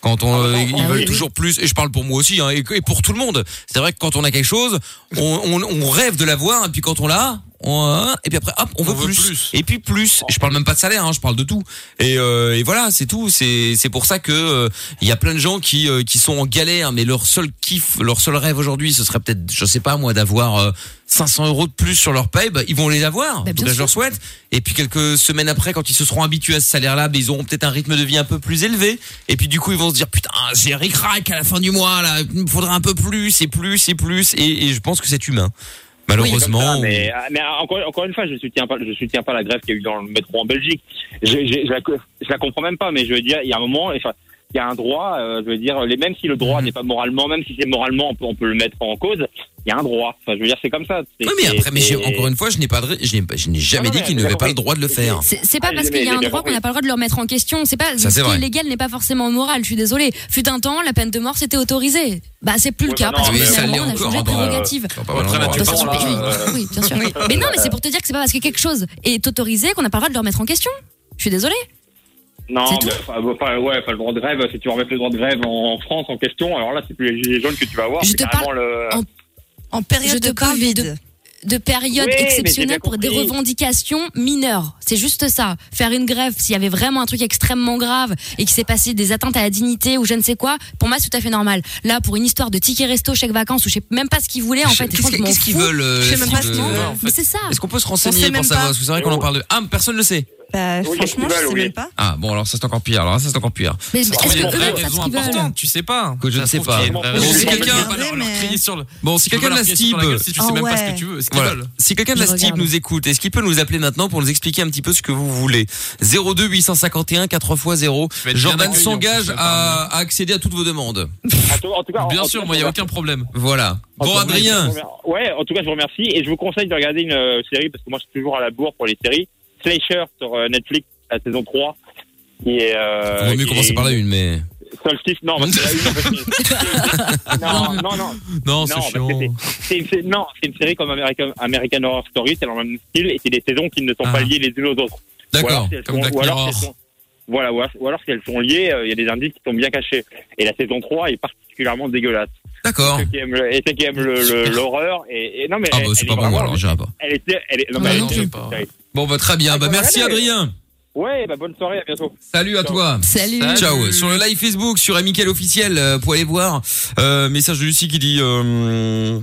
Speaker 2: Quand on, euh, ils veulent toujours plus, et je parle pour moi aussi, hein, et, que- et pour tout le monde. C'est vrai que quand on a quelque chose, on, on- on rêve de l'avoir, et puis quand on l'a, on, hein, et puis après, hop, on, veut, plus. Et puis plus. Je parle même pas de salaire, hein, je parle de tout. Et, euh, et voilà, c'est tout. C'est c'est pour ça que euh, il y a plein de gens qui euh, qui sont en galère, mais leur seul kiff, leur seul rêve aujourd'hui, ce serait peut-être, je sais pas moi, d'avoir euh, 500 euros de plus sur leur paye. Bah, ils vont les avoir.
Speaker 11: Bah, bien
Speaker 2: Donc là, je
Speaker 11: sûr.
Speaker 2: leur souhaite. Et puis quelques semaines après, quand ils se seront habitués à ce salaire-là, bah, ils auront peut-être un rythme de vie un peu plus élevé. Et puis du coup, ils vont se dire putain, j'ai ricrac à la fin du mois là. Il me faudra un peu plus et plus et plus. Et, et je pense que c'est humain, malheureusement.
Speaker 9: Oui, c'est comme ça, mais, mais encore, encore une fois, je soutiens pas, je soutiens pas la grève qu'il y a eu dans le métro en Belgique. Je, je, je la, co- je la comprends même pas, mais je veux dire, il y a un moment, enfin, il y a un droit. euh, je veux dire, les, même si le droit n'est pas moralement, même si c'est moralement, on peut, on peut le mettre en cause. Il y a un droit. Enfin, je veux dire, c'est comme ça.
Speaker 2: Oui, mais après, mais j'ai- encore une fois, je n'ai pas, de ré- je n'ai pas- je n'ai jamais
Speaker 9: non,
Speaker 2: dit
Speaker 9: mais
Speaker 2: qu'ils
Speaker 9: j'ai
Speaker 2: n'avaient pas
Speaker 9: compris.
Speaker 2: le droit de le faire.
Speaker 4: C'est c'est pas
Speaker 9: Ah,
Speaker 4: parce
Speaker 9: mais-
Speaker 4: qu'il y a
Speaker 9: mais
Speaker 4: un
Speaker 9: bien
Speaker 4: droit qu'on
Speaker 9: compris.
Speaker 4: n'a pas le droit de le remettre en question. C'est pas
Speaker 2: Ça, c'est
Speaker 4: ce qui
Speaker 2: vrai.
Speaker 4: est légal n'est pas forcément moral. Je suis désolée. Fut un temps, la peine de mort c'était autorisé. Bah c'est plus le
Speaker 2: Ouais,
Speaker 4: cas
Speaker 2: bah
Speaker 4: parce
Speaker 2: non,
Speaker 4: que
Speaker 2: mais ça
Speaker 4: finalement
Speaker 2: l'est
Speaker 4: on a
Speaker 2: encore,
Speaker 4: changé de
Speaker 2: hein, bah,
Speaker 4: prérogative.
Speaker 2: euh, bah, Après, là, tu
Speaker 4: Dans
Speaker 2: parles,
Speaker 4: certains pays,
Speaker 2: euh,
Speaker 4: oui, bien sûr. Mais non, mais c'est pour te dire que c'est pas parce que quelque chose est autorisé qu'on n'a pas le droit de le remettre en question. Je suis désolée.
Speaker 9: Non, mais, enfin, enfin, ouais, enfin, le droit de grève, si tu remets le droit de grève en, en France en question, alors là, c'est plus les gilets jaunes que tu vas avoir.
Speaker 4: Je
Speaker 9: c'est
Speaker 4: te
Speaker 9: carrément
Speaker 4: parle
Speaker 9: le...
Speaker 4: en
Speaker 6: En période de Covid.
Speaker 4: De, de période
Speaker 6: Oui, mais j'ai bien
Speaker 4: exceptionnelle pour des
Speaker 6: compris.
Speaker 4: revendications mineures. C'est juste ça. Faire une grève, s'il y avait vraiment un truc extrêmement grave et qu'il s'est passé des atteintes à la dignité ou je ne sais quoi, pour moi, c'est tout à fait normal. Là, pour une histoire de ticket resto, chèque vacances, ou je sais même pas ce qu'ils voulaient, en
Speaker 2: Je-
Speaker 4: fait.
Speaker 2: qu'est-ce que- qu'est-ce qu'ils veulent, euh,
Speaker 4: Je sais même
Speaker 2: est-ce
Speaker 4: pas
Speaker 2: qu'ils
Speaker 4: ce qu'ils
Speaker 2: veulent,
Speaker 4: veulent.
Speaker 2: en fait
Speaker 4: Mais c'est ça.
Speaker 2: Est-ce qu'on peut se renseigner pour savoir Parce que c'est vrai qu'on en parle de. Ah, personne ne le sait.
Speaker 6: Bah,
Speaker 9: Oui,
Speaker 6: franchement,
Speaker 9: ils
Speaker 6: je
Speaker 9: veulent,
Speaker 6: sais
Speaker 9: oui.
Speaker 10: Hein
Speaker 6: même pas.
Speaker 2: Ah bon alors ça c'est encore pire. Alors là, ça c'est encore pire. Ah,
Speaker 4: Mais
Speaker 3: Parce
Speaker 4: est-ce
Speaker 3: qu'il y a
Speaker 4: que
Speaker 3: des vraies
Speaker 4: eux, ils savent
Speaker 3: raisons
Speaker 4: ce qu'ils veulent
Speaker 3: importantes, tu sais pas.
Speaker 2: Que je
Speaker 3: Ça
Speaker 2: ne
Speaker 3: se
Speaker 2: sais
Speaker 3: trouve
Speaker 2: pas.
Speaker 3: qu'il y a une vraie
Speaker 2: Bon,
Speaker 3: raison.
Speaker 2: si
Speaker 3: Tu peux
Speaker 2: quelqu'un-
Speaker 3: pas leur- leur crier sur le-
Speaker 2: Bon si
Speaker 3: tu peux
Speaker 2: quelqu'un
Speaker 3: pas
Speaker 2: de la
Speaker 3: leur crier sur la
Speaker 2: STIB,
Speaker 3: gueule Si tu
Speaker 6: Ah
Speaker 3: sais même pas ce
Speaker 6: ouais.
Speaker 3: que tu veux, ce qu'ils
Speaker 2: Voilà.
Speaker 3: veulent.
Speaker 2: Si quelqu'un de
Speaker 4: Je
Speaker 2: la STIB
Speaker 4: regarde.
Speaker 2: nous écoute, est-ce qu'il peut nous appeler maintenant pour nous expliquer un petit peu ce que vous voulez 02 851 4 x 0.
Speaker 3: vais être bien
Speaker 2: Jordan
Speaker 3: accueilli,
Speaker 2: s'engage
Speaker 3: en plus,
Speaker 2: à, à accéder à toutes vos demandes.
Speaker 9: En tout- en tout cas, en- en
Speaker 3: [LAUGHS] Bien
Speaker 9: tout
Speaker 3: sûr,
Speaker 9: cas,
Speaker 3: moi, il n'y a
Speaker 9: en tout
Speaker 3: aucun problème.
Speaker 2: Voilà.
Speaker 9: cas,
Speaker 2: Bon
Speaker 9: je vous remercie.
Speaker 2: Adrien,
Speaker 9: Ah, bah, Ouais, en tout cas, je vous remercie et je vous conseille de regarder une euh, série parce que moi, je suis toujours à la bourre pour les séries. Slasher sur euh, Netflix, la saison 3. Qui est, euh,
Speaker 2: il vaut mieux
Speaker 9: qui
Speaker 2: commencer
Speaker 9: est-
Speaker 2: par la une mais
Speaker 9: Solstice, non, parce que la une, en fait, c'est- non, non, non,
Speaker 3: Non,
Speaker 9: Non,
Speaker 3: c'est
Speaker 9: parce
Speaker 3: chiant.
Speaker 9: que c'est une, sé- non, c'est une série comme American, American Horror Story, c'est dans le même style, et c'est des saisons qui ne sont
Speaker 3: Ah.
Speaker 9: pas liées les unes aux autres. Ou alors,
Speaker 2: D'accord.
Speaker 9: si elles
Speaker 3: comme
Speaker 9: sont-
Speaker 3: Black
Speaker 9: ou alors si
Speaker 3: Mirror.
Speaker 9: elles sont- Voilà, ou alors- ou alors si elles sont liées, euh, il y a des indices qui sont bien cachés. Et la saison 3 est particulièrement dégueulasse.
Speaker 2: D'accord.
Speaker 9: Ceux qui aiment le- et ceux qui aiment le- le- l'horreur, et, et- non mais
Speaker 2: Ah
Speaker 9: elle,
Speaker 2: bah c'est
Speaker 9: elle
Speaker 2: pas
Speaker 9: est
Speaker 2: bon
Speaker 9: vraiment-
Speaker 2: alors j'irai pas.
Speaker 9: elle était, elle est, non,
Speaker 3: Bah
Speaker 9: mais elle
Speaker 3: non,
Speaker 9: était-
Speaker 3: je sais pas.
Speaker 2: Bon bah très bien. Bah merci Adrien.
Speaker 9: Ouais, bah bonne soirée, à bientôt.
Speaker 2: Salut à
Speaker 9: Ciao.
Speaker 2: toi.
Speaker 4: Salut.
Speaker 2: Ciao. Sur le live Facebook, sur Amical officiel, euh, pour aller voir. Euh, message de Lucie qui dit. euh,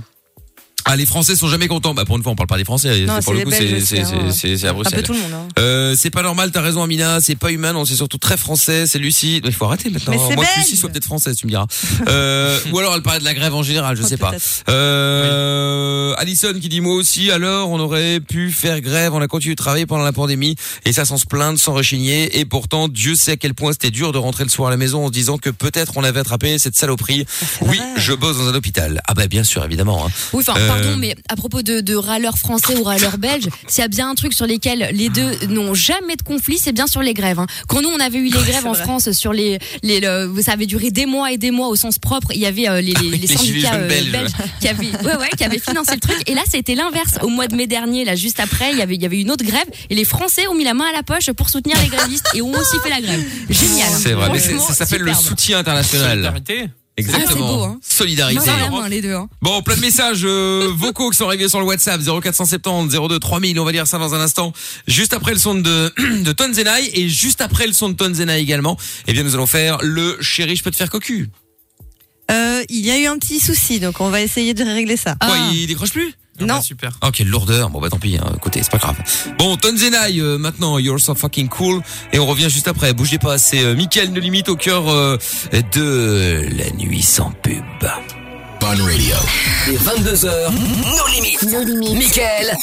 Speaker 2: ah, les Français sont jamais contents. Bah, pour une fois, on parle pas des Français.
Speaker 6: Non,
Speaker 2: pour
Speaker 6: c'est
Speaker 2: le coup,
Speaker 6: les Belges
Speaker 2: c'est,
Speaker 6: aussi,
Speaker 2: c'est,
Speaker 6: hein,
Speaker 2: c'est,
Speaker 6: ouais.
Speaker 2: c'est- c'est à
Speaker 6: Un peu
Speaker 2: Bruxelles.
Speaker 6: tout le monde. hein.
Speaker 2: Euh, c'est pas normal, t'as raison Amina, c'est pas humain, on c'est surtout très français, c'est Lucie. Il faut arrêter maintenant. hein.
Speaker 6: Mais c'est
Speaker 2: Moi que
Speaker 6: belge.
Speaker 2: Lucie soit peut-être française, tu me diras.
Speaker 6: [LAUGHS]
Speaker 2: Euh, ou alors elle parlait de la grève en général, je
Speaker 6: Oh,
Speaker 2: sais pas.
Speaker 6: peut-être.
Speaker 2: Euh, Alison qui dit moi aussi alors on aurait pu faire grève, on a continué de travailler pendant la pandémie et ça sans se plaindre, sans rechigner et pourtant Dieu sait à quel point c'était dur de rentrer le soir à la maison en se disant que peut-être on avait attrapé cette saloperie. Oui,
Speaker 6: Ah, vrai.
Speaker 2: je bosse dans un hôpital. Ah bah bien sûr évidemment. hein.
Speaker 4: Oui, enfin,
Speaker 2: Euh,
Speaker 4: pardon, mais à propos de, de râleurs français ou râleurs belges, s'il y a bien un truc sur lesquels les deux n'ont jamais de conflit, c'est bien sur les grèves. hein. Quand nous, on avait eu les grèves en
Speaker 6: vrai.
Speaker 4: France sur les, les le- ça avait duré des mois et des mois au sens propre. Il y avait euh, les, les- les
Speaker 2: Ah les gilets
Speaker 4: syndicats
Speaker 2: jaunes
Speaker 4: euh,
Speaker 2: belges.
Speaker 4: belges, qui avaient, ouais, ouais, qui avaient financé le truc. Et là, c'était l'inverse. Au mois de mai dernier, là, juste après, il y avait, il y avait une autre grève et les Français ont mis la main à la poche pour soutenir les grévistes et ont aussi fait la grève. Génial.
Speaker 2: C'est vrai, mais c'est-
Speaker 4: Franchement,
Speaker 2: ça s'appelle le
Speaker 4: superbe.
Speaker 2: soutien international.
Speaker 3: Solidarité.
Speaker 4: Ah,
Speaker 2: Exactement.
Speaker 4: c'est beau, hein.
Speaker 2: Solidarité.
Speaker 4: Non, vraiment, les deux. hein.
Speaker 2: Bon, plein de messages euh, vocaux qui sont arrivés sur le WhatsApp 0470 02 3000. On va lire ça dans un instant. Juste après le son de [CLEARS THROAT] de Tonzenai et juste après le son de Tonzenai également. Eh bien, nous allons faire le chéri, je peux te faire cocu.
Speaker 6: Euh, il y a eu un petit souci, donc on va essayer de régler ça.
Speaker 2: Quoi,
Speaker 4: Ah.
Speaker 2: il décroche plus
Speaker 3: Ah,
Speaker 6: Non.
Speaker 3: bah, Super.
Speaker 2: Oh, quelle lourdeur. Bon, bah tant pis. hein. Écoutez, c'est pas grave. Bon, Tonzenai euh, maintenant. You're so fucking cool. Et on revient juste après. Bougez pas. C'est euh, Mickaël de limite au cœur euh, de la nuit sans pub.
Speaker 10: Les 22h, nos limites. Nos limites. Michael.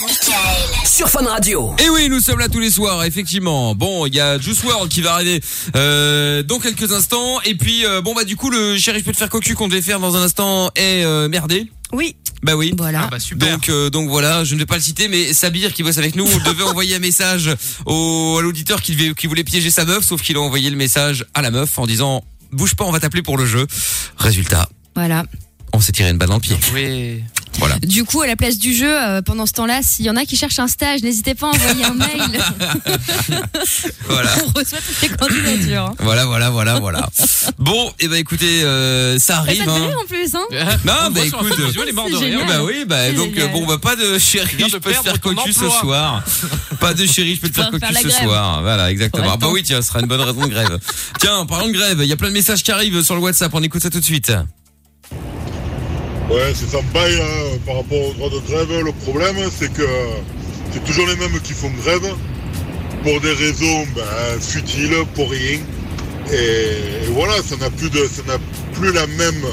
Speaker 10: Sur Fun Radio.
Speaker 2: Et Eh oui, nous sommes là tous les soirs, effectivement. Bon, il y a Juice World qui va arriver euh, dans quelques instants. Et puis, euh, bon bah du coup, le chéri, je peux te faire cocu qu'on devait faire dans un instant est euh, merdé.
Speaker 6: Oui,
Speaker 2: Bah oui.
Speaker 3: Ah
Speaker 4: Voilà.
Speaker 3: bah super.
Speaker 2: Donc euh, donc voilà, je ne vais pas le citer, mais Sabir qui bosse avec nous devait envoyer un message au à l'auditeur qui, devait- qui voulait piéger sa meuf, sauf qu'il a envoyé le message à la meuf en disant bouge pas, on va t'appeler pour le jeu. Résultat,
Speaker 4: Voilà.
Speaker 2: on s'est tiré une balle dans le pied.
Speaker 3: Oui. [LAUGHS]
Speaker 4: Du coup, à la place du jeu, euh, pendant ce temps-là, s'il y en a qui cherchent un stage, n'hésitez pas à envoyer un mail.
Speaker 2: Voilà.
Speaker 4: [LAUGHS] On reçoit toutes les candidatures.
Speaker 2: Voilà, voilà, voilà,
Speaker 3: [LAUGHS]
Speaker 2: voilà. Bon, et ben écoutez,
Speaker 4: Et
Speaker 2: euh, ça
Speaker 4: ça
Speaker 2: arrive.
Speaker 4: te fait
Speaker 2: hein.
Speaker 4: rire en plus, hein
Speaker 2: [LAUGHS] Non,
Speaker 3: Ah, On
Speaker 2: bah
Speaker 3: voit sur un
Speaker 2: écoute.
Speaker 3: fait visuel, il est mort de
Speaker 4: C'est
Speaker 3: rire.
Speaker 2: Eh
Speaker 4: génial.
Speaker 2: bah oui, bah
Speaker 4: C'est
Speaker 2: donc
Speaker 4: génial.
Speaker 2: euh, bon bah pas de
Speaker 3: Tu
Speaker 2: chéri,
Speaker 3: viens
Speaker 2: je
Speaker 3: de
Speaker 2: peux te
Speaker 3: perdre
Speaker 2: faire
Speaker 3: ton
Speaker 2: cocu ce
Speaker 3: emploi.
Speaker 2: soir. pas de chéri, je peux te
Speaker 4: Faut
Speaker 2: faire
Speaker 4: faire
Speaker 2: cocu
Speaker 4: la
Speaker 2: ce
Speaker 4: grève.
Speaker 2: soir. Voilà, exactement.
Speaker 4: Faut
Speaker 2: Ah Bah oui, tiens, ce sera une bonne raison de grève. tiens, en parlant de grève, il y a plein de messages qui arrivent sur le WhatsApp, on écoute ça tout de suite.
Speaker 12: Ouais, c'est sympa hein, par rapport au droit de grève. Le problème, c'est que c'est toujours les mêmes qui font grève pour des raisons ben, futiles, pour rien. Et, voilà, ça n'a plus de, ça n'a plus la même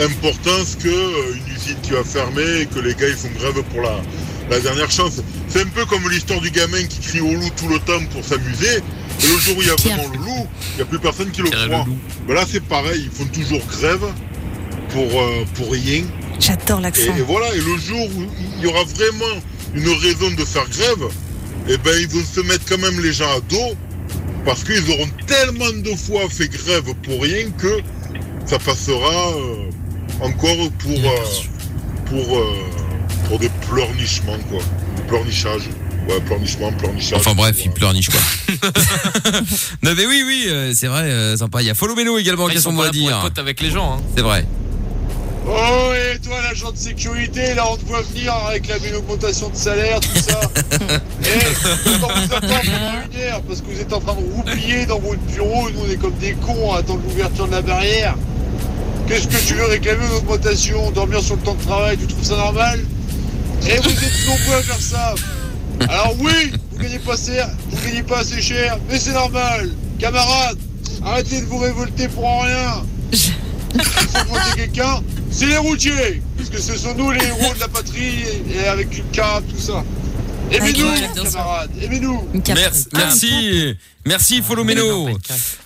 Speaker 12: importance que euh, une usine qui va fermer et que les gars ils font grève pour la, la dernière chance. C'est un peu comme l'histoire du gamin qui crie au loup tout le temps pour s'amuser. Et le jour où il y a
Speaker 4: Pierre.
Speaker 12: vraiment le loup, il n'y a plus personne qui le
Speaker 3: Pierre et le
Speaker 12: croit.
Speaker 3: loup.
Speaker 12: Ben là, c'est pareil, ils font toujours grève pour, euh, pour rien.
Speaker 6: j'adore
Speaker 12: Et,
Speaker 6: l'accent.
Speaker 12: et voilà, et le jour où il y aura vraiment une raison de faire grève, eh ben ils vont se mettre quand même les gens à dos parce qu'ils auront tellement de fois fait grève pour rien que ça passera euh, encore pour euh, pour euh, pour des pleurnichements quoi, pleurnichage, ouais pleurnichement, pleurnichage.
Speaker 2: Enfin bref, il
Speaker 12: Voilà.
Speaker 2: pleurniche
Speaker 3: [LAUGHS]
Speaker 2: quoi. non mais oui, oui, euh, c'est vrai, euh, sympa. Il y a Follow Melo également
Speaker 3: Bah, Ils
Speaker 2: qui a son
Speaker 3: sont
Speaker 2: mot
Speaker 3: pas
Speaker 2: à
Speaker 3: là pour être
Speaker 2: dire.
Speaker 3: potes avec les gens. hein.
Speaker 2: C'est vrai.
Speaker 11: Oh, et toi, l'agent de sécurité, là, on te voit venir avec la belle augmentation de salaire, tout ça. Eh, on vous attend pendant une heure parce que vous êtes en train de roupiller dans votre bureau. Nous, on est comme des cons à attendre l'ouverture de la barrière. Qu'est-ce que tu veux réclamer une augmentation Dormir sur le temps de travail, tu trouves ça normal Eh, vous êtes nombreux à faire ça. Alors, oui, vous gagnez pas cher, vous gagnez pas assez cher, mais c'est normal. Camarades, arrêtez de vous révolter pour en rien. Il faut voter quelqu'un, c'est les routiers, parce que ce sont nous les héros de la patrie et avec une cape, tout ça. Aimez-nous,
Speaker 2: Avec une cape.
Speaker 11: camarades, aimez-nous.
Speaker 2: Merci, merci, merci, follow Meno.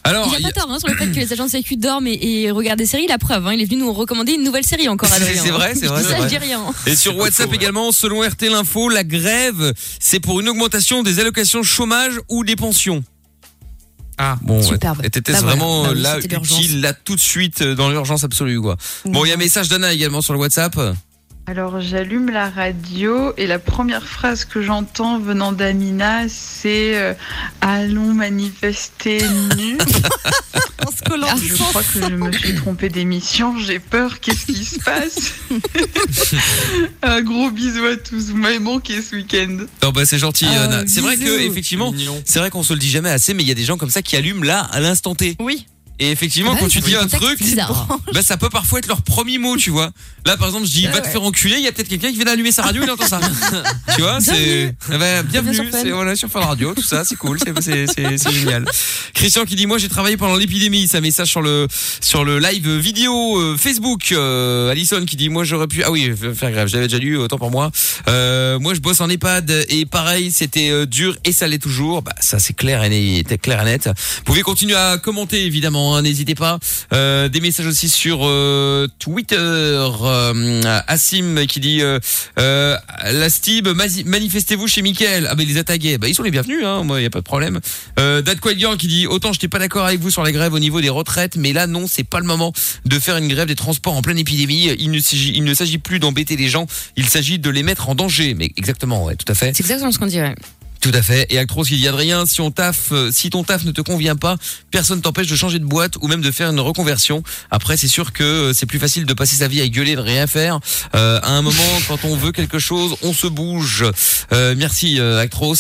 Speaker 2: Alors,
Speaker 4: il a pas tort hein, sur le fait que les agents sécu dorment et, et regardent des séries. La preuve, hein, il est venu nous recommander une nouvelle série encore.
Speaker 2: C'est-
Speaker 4: Adrien.
Speaker 2: c'est vrai, c'est
Speaker 4: Je dis
Speaker 2: vrai,
Speaker 4: ça,
Speaker 2: c'est
Speaker 4: je
Speaker 2: vrai.
Speaker 4: dis rien.
Speaker 2: Et sur WhatsApp également, selon RT l'info, la grève, c'est pour une augmentation des allocations chômage ou des pensions. Ah bon, ouais.
Speaker 1: Superbe.
Speaker 2: et t'étais
Speaker 1: Bah voilà.
Speaker 2: vraiment
Speaker 1: Bah
Speaker 2: euh,
Speaker 1: oui,
Speaker 2: là
Speaker 1: c'était l'urgence.
Speaker 2: utile là tout de suite euh, dans l'urgence absolue quoi. Bon, il y a un message d'Anna également sur le WhatsApp.
Speaker 13: Alors j'allume la radio et la première phrase que j'entends venant d'Amina, c'est euh, Allons manifester
Speaker 4: [LAUGHS]
Speaker 13: nus. Ah, je crois que je me suis trompée d'émission, j'ai peur, qu'est-ce qui se passe [LAUGHS] Un gros bisou à tous, vous m'avez manqué ce week-end.
Speaker 2: Non bah c'est gentil
Speaker 1: Euh,
Speaker 13: Ah,
Speaker 2: Anna. C'est vrai
Speaker 13: bisous.
Speaker 2: que effectivement, c'est vrai qu'on se le dit jamais assez mais il y a des gens comme ça qui allument là à l'instant T.
Speaker 6: Oui.
Speaker 2: Et effectivement
Speaker 1: Ah Ouais,
Speaker 2: quand tu
Speaker 1: c'est
Speaker 2: dis un
Speaker 1: contexte
Speaker 2: truc,
Speaker 1: bizarre.
Speaker 2: bah ça peut parfois être leur premier mot, tu vois. Là par exemple, je dis
Speaker 1: Ah
Speaker 2: va te
Speaker 1: ouais.
Speaker 2: faire enculer, il y a peut-être quelqu'un qui vient d'allumer sa radio, il
Speaker 3: [LAUGHS]
Speaker 2: entend ça. tu vois, c'est Eh ben, bienvenue,
Speaker 1: sur Fun.
Speaker 2: c'est voilà sur Fun Radio, tout ça, c'est cool, c'est- c'est c'est- c'est génial. Christian qui dit moi j'ai travaillé pendant l'épidémie, ça message sur le sur le live vidéo euh, Facebook. Euh, Alison qui dit moi j'aurais pu ah oui f- faire grève, j'avais déjà lu autant pour moi. Euh, moi je bosse en EHPAD et pareil c'était euh, dur et ça l'est toujours. Bah ça c'est clair et net, clair et net. Vous pouvez continuer à commenter évidemment, hein, n'hésitez pas. Euh, des messages aussi sur euh, Twitter. Euh, Asim qui dit euh, euh, la Stib masi- manifestez-vous chez Mickaël. Ah ben il les a tagués. Bah ils sont les bienvenus hein, moi il y a pas de problème. Euh, Dad Quagian qui dit autant j'étais pas d'accord avec vous sur la grève au niveau des retraites mais là non, c'est pas le moment de faire une grève des transports en pleine épidémie, il ne s'agit il ne s'agit plus d'embêter les gens, il s'agit de les mettre en danger. Mais exactement, ouais, tout à fait.
Speaker 4: C'est exactement ce qu'on dit. ouais.
Speaker 2: Tout à fait. Et Actros qui dit Adrien, si on taf, euh, si ton taf ne te convient pas, personne t'empêche de changer de boîte ou même de faire une reconversion. Après, c'est sûr que euh, c'est plus facile de passer sa vie à gueuler, de rien faire. Euh, à un moment, quand on veut quelque chose, on se bouge. Euh, merci euh, Actros.